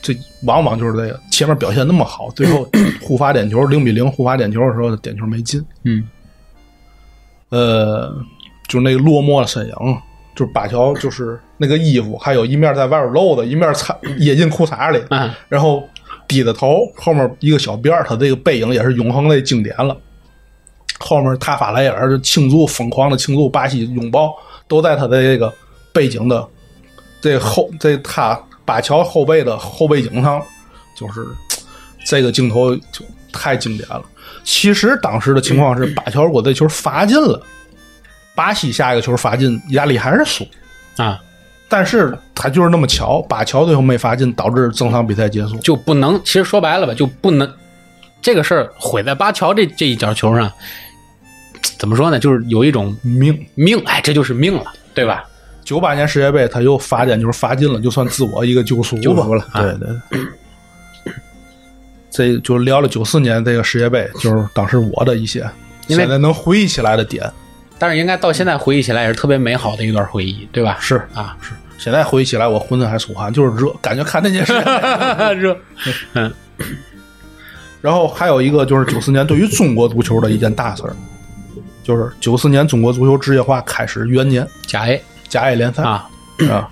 这往往就是这个前面表现那么好，最后互罚点球零比零互罚点球的时候点球没进，
嗯，
呃，就那个落寞的身影，就是巴乔就是那个衣服，还有一面在外边露的，一面藏掖进裤衩里，
嗯
然后低着头，后面一个小辫儿，他这个背影也是永恒的经典了。后面塔法莱尔就庆祝，疯狂的庆祝巴西拥抱，都在他的这个背景的这后这他巴乔后背的后背景上，就是这个镜头就太经典了。其实当时的情况是，巴乔如果这球罚进了，巴西下一个球罚进，意大利还是输。
啊，
但是他就是那么巧，巴乔最后没罚进，导致整场比赛结束。
就不能。其实说白了吧，就不能这个事儿毁在巴乔这这一脚球上。怎么说呢？就是有一种
命。
命，哎，这就是命了，对吧？
九八年世界杯，他又罚点就是罚进了，就算自我一个救赎吧。
救赎了啊
对对对。这就聊了九四年这个世界杯，就是当时我的一些
因为
现在能回忆起来的点
但是应该到现在回忆起来也是特别美好的一段回忆，对吧？
是
啊， 是
现在回忆起来我浑身还出汗，就是热，感觉看那件事。
热，嗯
然后还有一个就是九四年对于中国足球的一件大事儿，就是九四年中国足球职业化开始元年
甲 A
甲 A 联赛
啊，
啊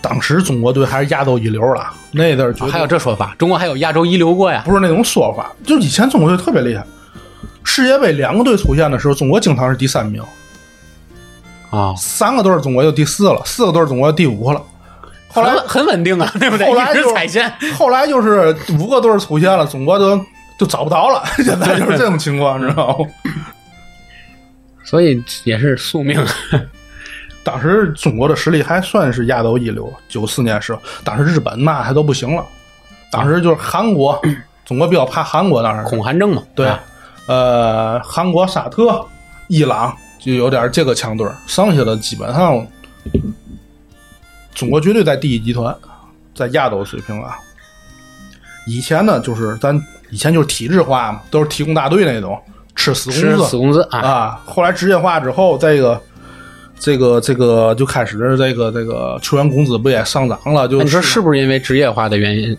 当时中国队还是压到一流了，那阵儿觉得
啊还有这说法，中国还有亚洲一流过呀，
不是那种说法，就以前中国队特别厉害。世界杯两个队出现的时候，中国经常是第三名，
啊，
三个队儿中国就第四了，四个队儿中国就第五了。后来
很稳很稳定啊，对不对？
后来
一
就
直踩线，
后来就是五个队儿出现了，中国都就找不着了， 现在就是这种情况，你知道吗？
所以也是宿命。啊
当时中国的实力还算是亚洲一流，九四年时候，当时日本那还都不行了，当时就是韩国，中国比较怕韩国，当时
恐韩症嘛，
对
啊，
呃，韩国、沙特、伊朗就有点这个强队儿，剩下的基本上中国绝对在第一集团，在亚洲水平啊。以前呢，就是咱以前就是体制化嘛，都是提供大队那种，吃死
吃
工
死
资
工资啊，
啊。后来职业化之后，这个。这个这个就开始这个这个球员工资不也上涨了？就
那你说
是
是不是因为职业化的原因，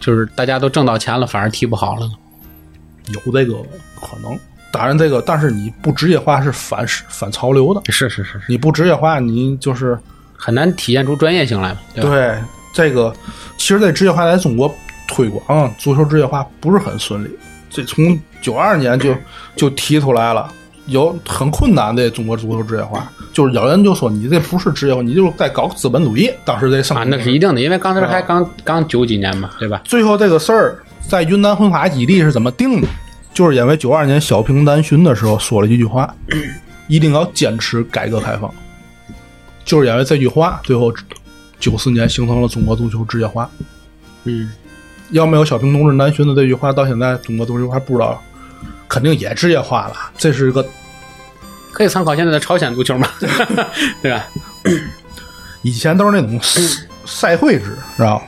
就是大家都挣到钱了，反而踢不好了呢？
有这个可能。当然，这个但是你不职业化是反反潮流的，
是是是是，
你不职业化，你就是
很难体现出专业性来嘛，对吧？
对这个，其实这职业化在中国推广足球职业化不是很顺利，这从九二年就就提出来了。有很困难的中国足球职业化，就是有人就说你这不是职业化，你就是在搞资本主义。当时这上
啊，那是一定的，因为刚才还刚刚九几年嘛，对吧？
最后这个事儿在云南混法基地是怎么定的？就是因为九二年小平南巡的时候说了一句话，一定要坚持改革开放。就是因为这句话，最后九四年形成了中国足球职业化。
嗯，
要没有小平同志南巡的这句话，到现在中国足球还不知道，肯定也职业化了。这是个
可以参考现在的朝鲜足 球嘛，对吧？
以前都是那种赛赛会制，知道吗？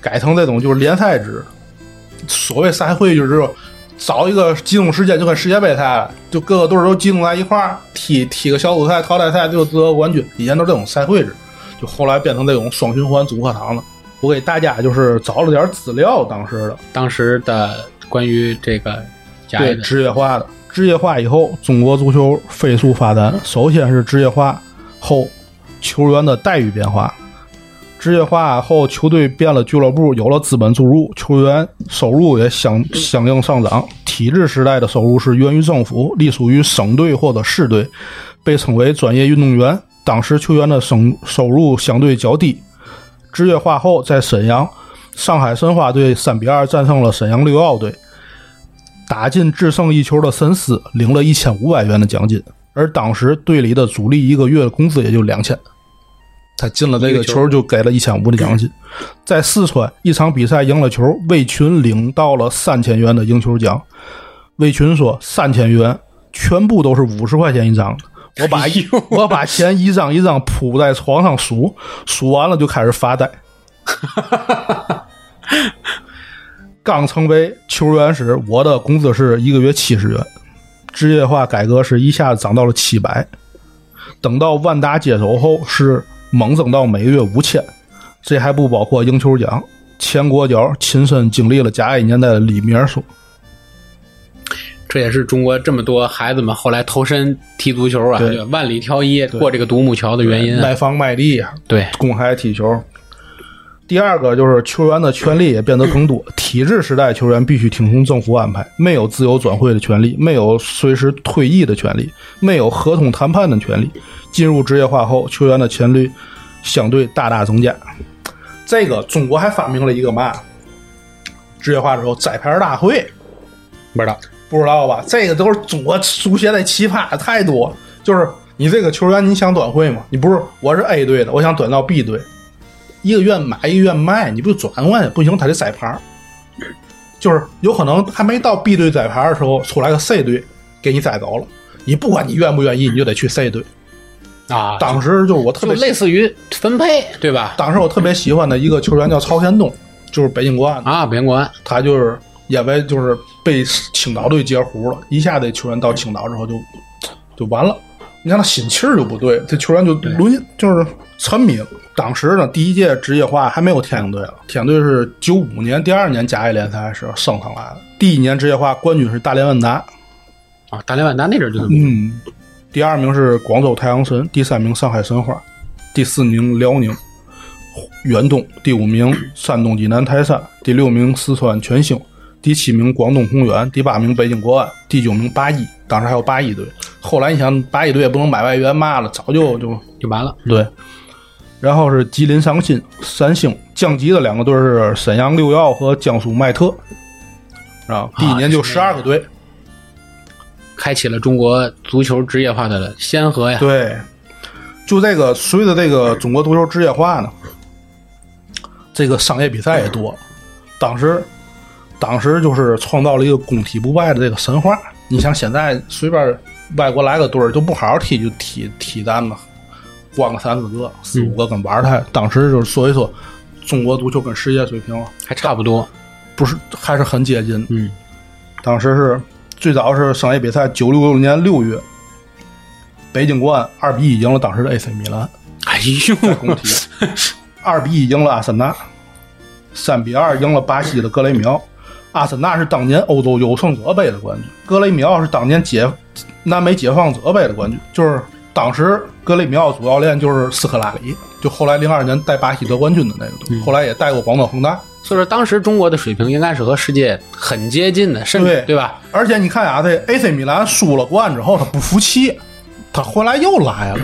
改成这种就是联赛制。所谓赛会就是找一个集中时间，就跟世界杯赛了，就各个队儿都集中在一块儿踢踢个小组赛、淘汰赛，就得冠军。以前都是这种赛会制，就后来变成这种双循环组合堂了。我给大家就是找了点儿资料，当时的
当时的关于这个甲 A
对
的
职业化的职业化以后，中国足球飞速发展。首先是职业化后球员的待遇变化，职业化后球队变了俱乐部，有了资本注入，球员收入也相相应上涨。体制时代的收入是源于政府，隶属于省队或者市队，被称为专业运动员。当时球员的省收入相对较低，志愿化后，在沈阳，上海申花队三比二战胜了沈阳六奥队，打进制胜一球的神思领了一千五百元的奖金，而当时队里的主力一个月的工资也就两千。他进了这个球就给了一千五的奖金，在四川一场比赛赢了球，魏群领到了三千元的赢球奖。魏群说：“三千元全部都是五十块钱一张的，我把一我把钱一张一张铺在床上数，数完了就开始发呆。刚成为球员时，我的工资是一个月七十元，职业化改革时一下子涨到了七百。等到万达接手后，是猛增到每个月五千，这还不包括赢球奖。前国脚亲身经历了甲 A 年代的李明说。
这也是中国这么多孩子们后来投身踢足球啊，
对
就万里挑一过这个独木桥的原因啊。
卖房卖地，
对，
公开踢球。第二个就是球员的权利也变得更多。体制时代，球员必须听从政府安排，没有自由转会的权利，没有随时退役的权利，没有合同谈判的权利。进入职业化后，球员的权利相对大大增加。这个中国还发明了一个嘛？职业化之后，摘牌大会，
不知道
不知道吧？这个都是中国足协的奇葩太多了。就是你这个球员，你想转会吗？你不是我是 A 队的，我想转到 B 队，一个愿买一个愿卖，你不转过来不行，他得摘牌儿。就是有可能还没到 B 队摘牌儿的时候，出来个 C 队给你摘走了。你不管你愿不愿意，你就得去 C 队。
啊，
当时就是我特
就
别喜，
类似于分配，对吧？
当时我特别喜欢的一个球员叫曹天东，就是北京国安的。
啊，北京国安
他就是因为就是被青岛队截胡了，一下这球员到青岛之后就就完了。你看他心气儿就不对，这球员就沦就是沉迷了。当时呢，第一届职业化还没有天津队了，天津队是九五年第二年甲 A 联赛时候升上来的。第一年职业化冠军是大连万达，
啊，大连万达那阵儿就这么
嗯，第二名是广州太阳神，第三名上海申花，第四名辽宁远东，第五名山东济南泰山，第六名四川全兴，第七名广东宏远，第八名北京国安，第九名八一，当时还有八一队。后来你想，八一队也不能买外援嘛了，早就就
就完了。
对。然后是吉林上新、三星降级的两个队是沈阳六幺和江苏麦特，啊，第一年就十二个队，
开启了中国足球职业化的先河呀。
对，就这个随着这个中国足球职业化呢，这个商业比赛也多了。当时，当时就是创造了一个攻体不败的这个神话。你像现在随便外国来个队儿，就不好好踢就踢踢咱们，关个三四个、四五个跟玩儿他。当时就是所以说，中国足球跟世界水平
还差不多。
不是还是很接近。
嗯，
当时是最早是商业比赛，九六年六月，北京国安二比一赢了当时的 AC 米兰，
哎
工
呦，
体 二比一赢了阿森纳，三比二赢了巴西的格雷米奥。阿森纳是当年欧洲优胜者杯的冠军，格雷米奥是当年解南美解放者杯的冠军。就是当时格雷米奥主教练就是斯科拉里，就后来零二年带巴西得冠军的那个队，后来也带过广东恒大。
所以说当时中国的水平应该是和世界很接近的，甚至
对
对吧？
而且你看啊，这 AC 米兰输了冠之后，他不服气，他回来又来了，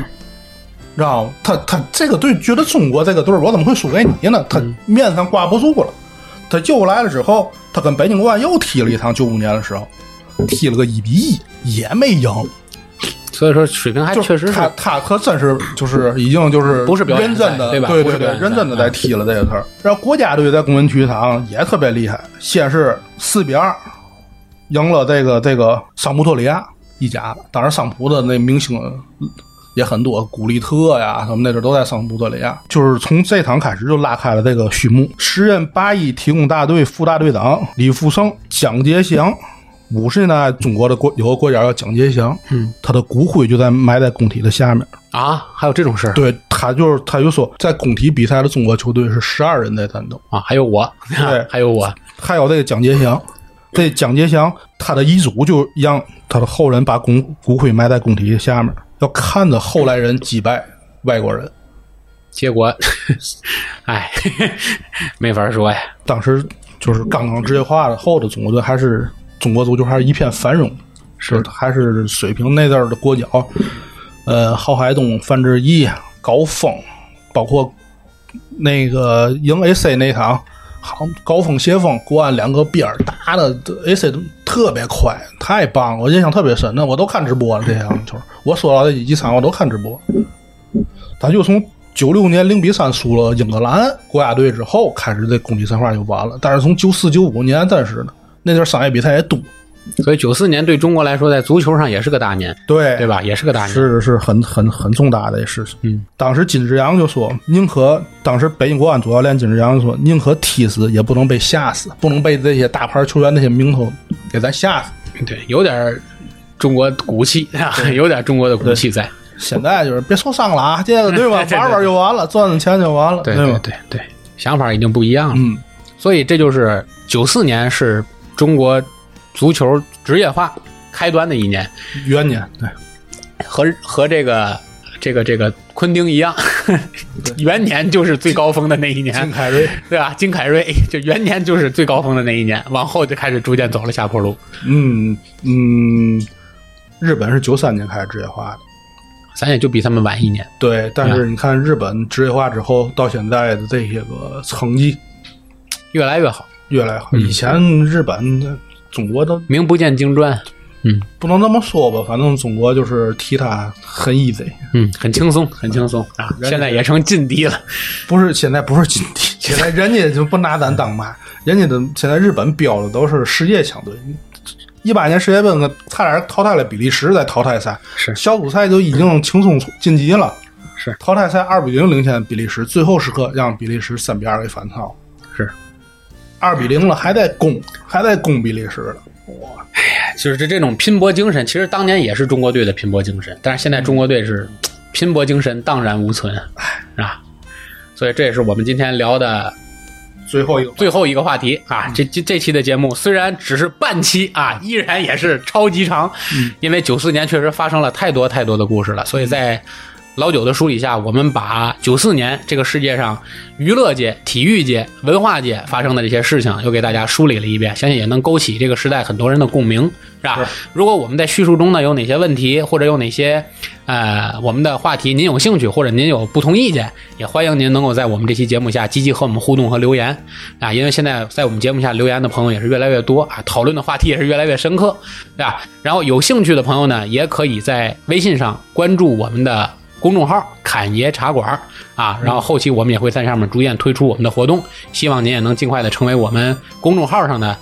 知道吗？他他这个队觉得中国这个队儿我怎么会输给你呢？
嗯
他面上挂不住了，他又来了之后，他跟北京国安又踢了一场，九五年的时候踢了个一比一，也没赢。
所以说水平还
就
哎确实
他
是
他可真是就是已经就是
不是表演
认真
赛
的
对吧
对
不是
对
表演赛嗯
认真的在踢了这个词儿。然后国家队在工人体育场也特别厉害，先是四比二赢了这个这个桑普托利亚意甲，当然桑普的那明星也很多，古利特呀什么那阵都在桑普托利亚。就是从这场开始就拉开了这个序幕。时任八一体工大队副大队长李富盛、蒋杰祥。五十年代中国的国有个国家叫蒋杰祥，嗯，他的骨灰就在埋在工体的下面。
啊，还有这种事儿
对他就是他就说，在工体比赛的中国球队是十二人在战斗，
啊，还有我，
对
还有我，
还有这个蒋杰祥，这蒋杰祥他的遗嘱就让他的后人把骨骨灰埋在工体下面，要看着后来人击败外国人。
结果， 哎， 没法说呀。
当时就是刚刚职业化了后的中国队，还是中国足球还是一片繁荣，是还是水平那阵儿的国脚，呃，郝海东、范志毅、高峰，包括那个赢 AC 那场，好高峰协峰国安两个边儿打的 AC 特别快，太棒了，我印象特别深。那我都看直播了，这场球我说到这几场我都看直播。咱就从九六年零比三输了英格兰国家队之后开始，这攻击神话就完了。但是从九四九五年真是的，那阵儿商业比赛也多，
所以九四年对中国来说，在足球上也是个大年，
对
对？吧？也是个大年。
是是很很很重大的事情。
嗯，
当时金志扬就说：“宁可当时北京国安主教练金志扬说，宁可踢死，也不能被吓死，不能被这些大牌球员那些名头给咱吓死。
对，有点儿中国骨气啊， 有点儿中国的骨气在。
啊现在就是别受伤了啊，这个对吧
对？对对
玩玩就完了，赚赚钱就完了，
对
吧？
对对，想法已经不一样了。
嗯，
所以这就是九四年是中国足球职业化开端的一年，
元年对
和和这个这个这个昆汀一样， 元年就是最高峰的那一
金
年，
凯瑞，
对吧？金凯瑞就元年就是最高峰的那一年，往后就开始逐渐走了下坡路。
嗯嗯，日本是九三年开始职业化的。”
咱也就比他们晚一年，
对，但是你看日本职业化之后，到现在的这些个成绩
越来越好，
越来越好。以前日本、中国都
名不见经传，
不能这么说吧，反正中国就是踢他很 easy，
嗯，很轻松，很轻松啊！现在也成劲敌了，
不是现在不是今天，现在人家就不拿咱当妈，人家的现在日本标的都是世界强队。一八年世界杯可差点淘汰了比利时，在淘汰赛
是
小组赛就已经轻松晋级了，
是
淘汰赛二比零领先比利时，最后时刻让比利时三比二给反超，
是
二比零了，还在攻，还在攻比利时了。
哎就是这这种拼搏精神，其实当年也是中国队的拼搏精神，但是现在中国队是嘖拼搏精神荡然无存，啊！所以这也是我们今天聊的
最后一个
最后一个话题啊。这这这期的节目虽然只是半期啊，依然也是超级长，因为九四年确实发生了太多太多的故事了，所以在。老九的梳理下，我们把九四年这个世界上娱乐界、体育界、文化界发生的这些事情，又给大家梳理了一遍，相信也能勾起这个时代很多人的共鸣，是吧？如果我们在叙述中呢有哪些问题，或者有哪些呃我们的话题您有兴趣，或者您有不同意见，也欢迎您能够在我们这期节目下积极和我们互动和留言啊，因为现在在我们节目下留言的朋友也是越来越多啊，讨论的话题也是越来越深刻，对吧？然后有兴趣的朋友呢，也可以在微信上关注我们的公众号“侃爷茶馆”啊，然后后期我们也会在上面逐渐推出我们的活动，希望您也能尽快的成为我们公众号上的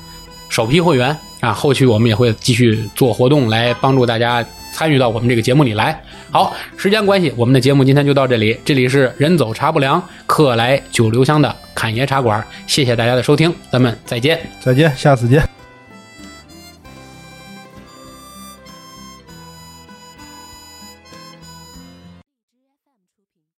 首批会员啊。后续我们也会继续做活动来帮助大家参与到我们这个节目里来。好，时间关系，我们的节目今天就到这里。这里是人走茶不凉，客来酒留香的侃爷茶馆，谢谢大家的收听，咱们再见。
再见，下次见。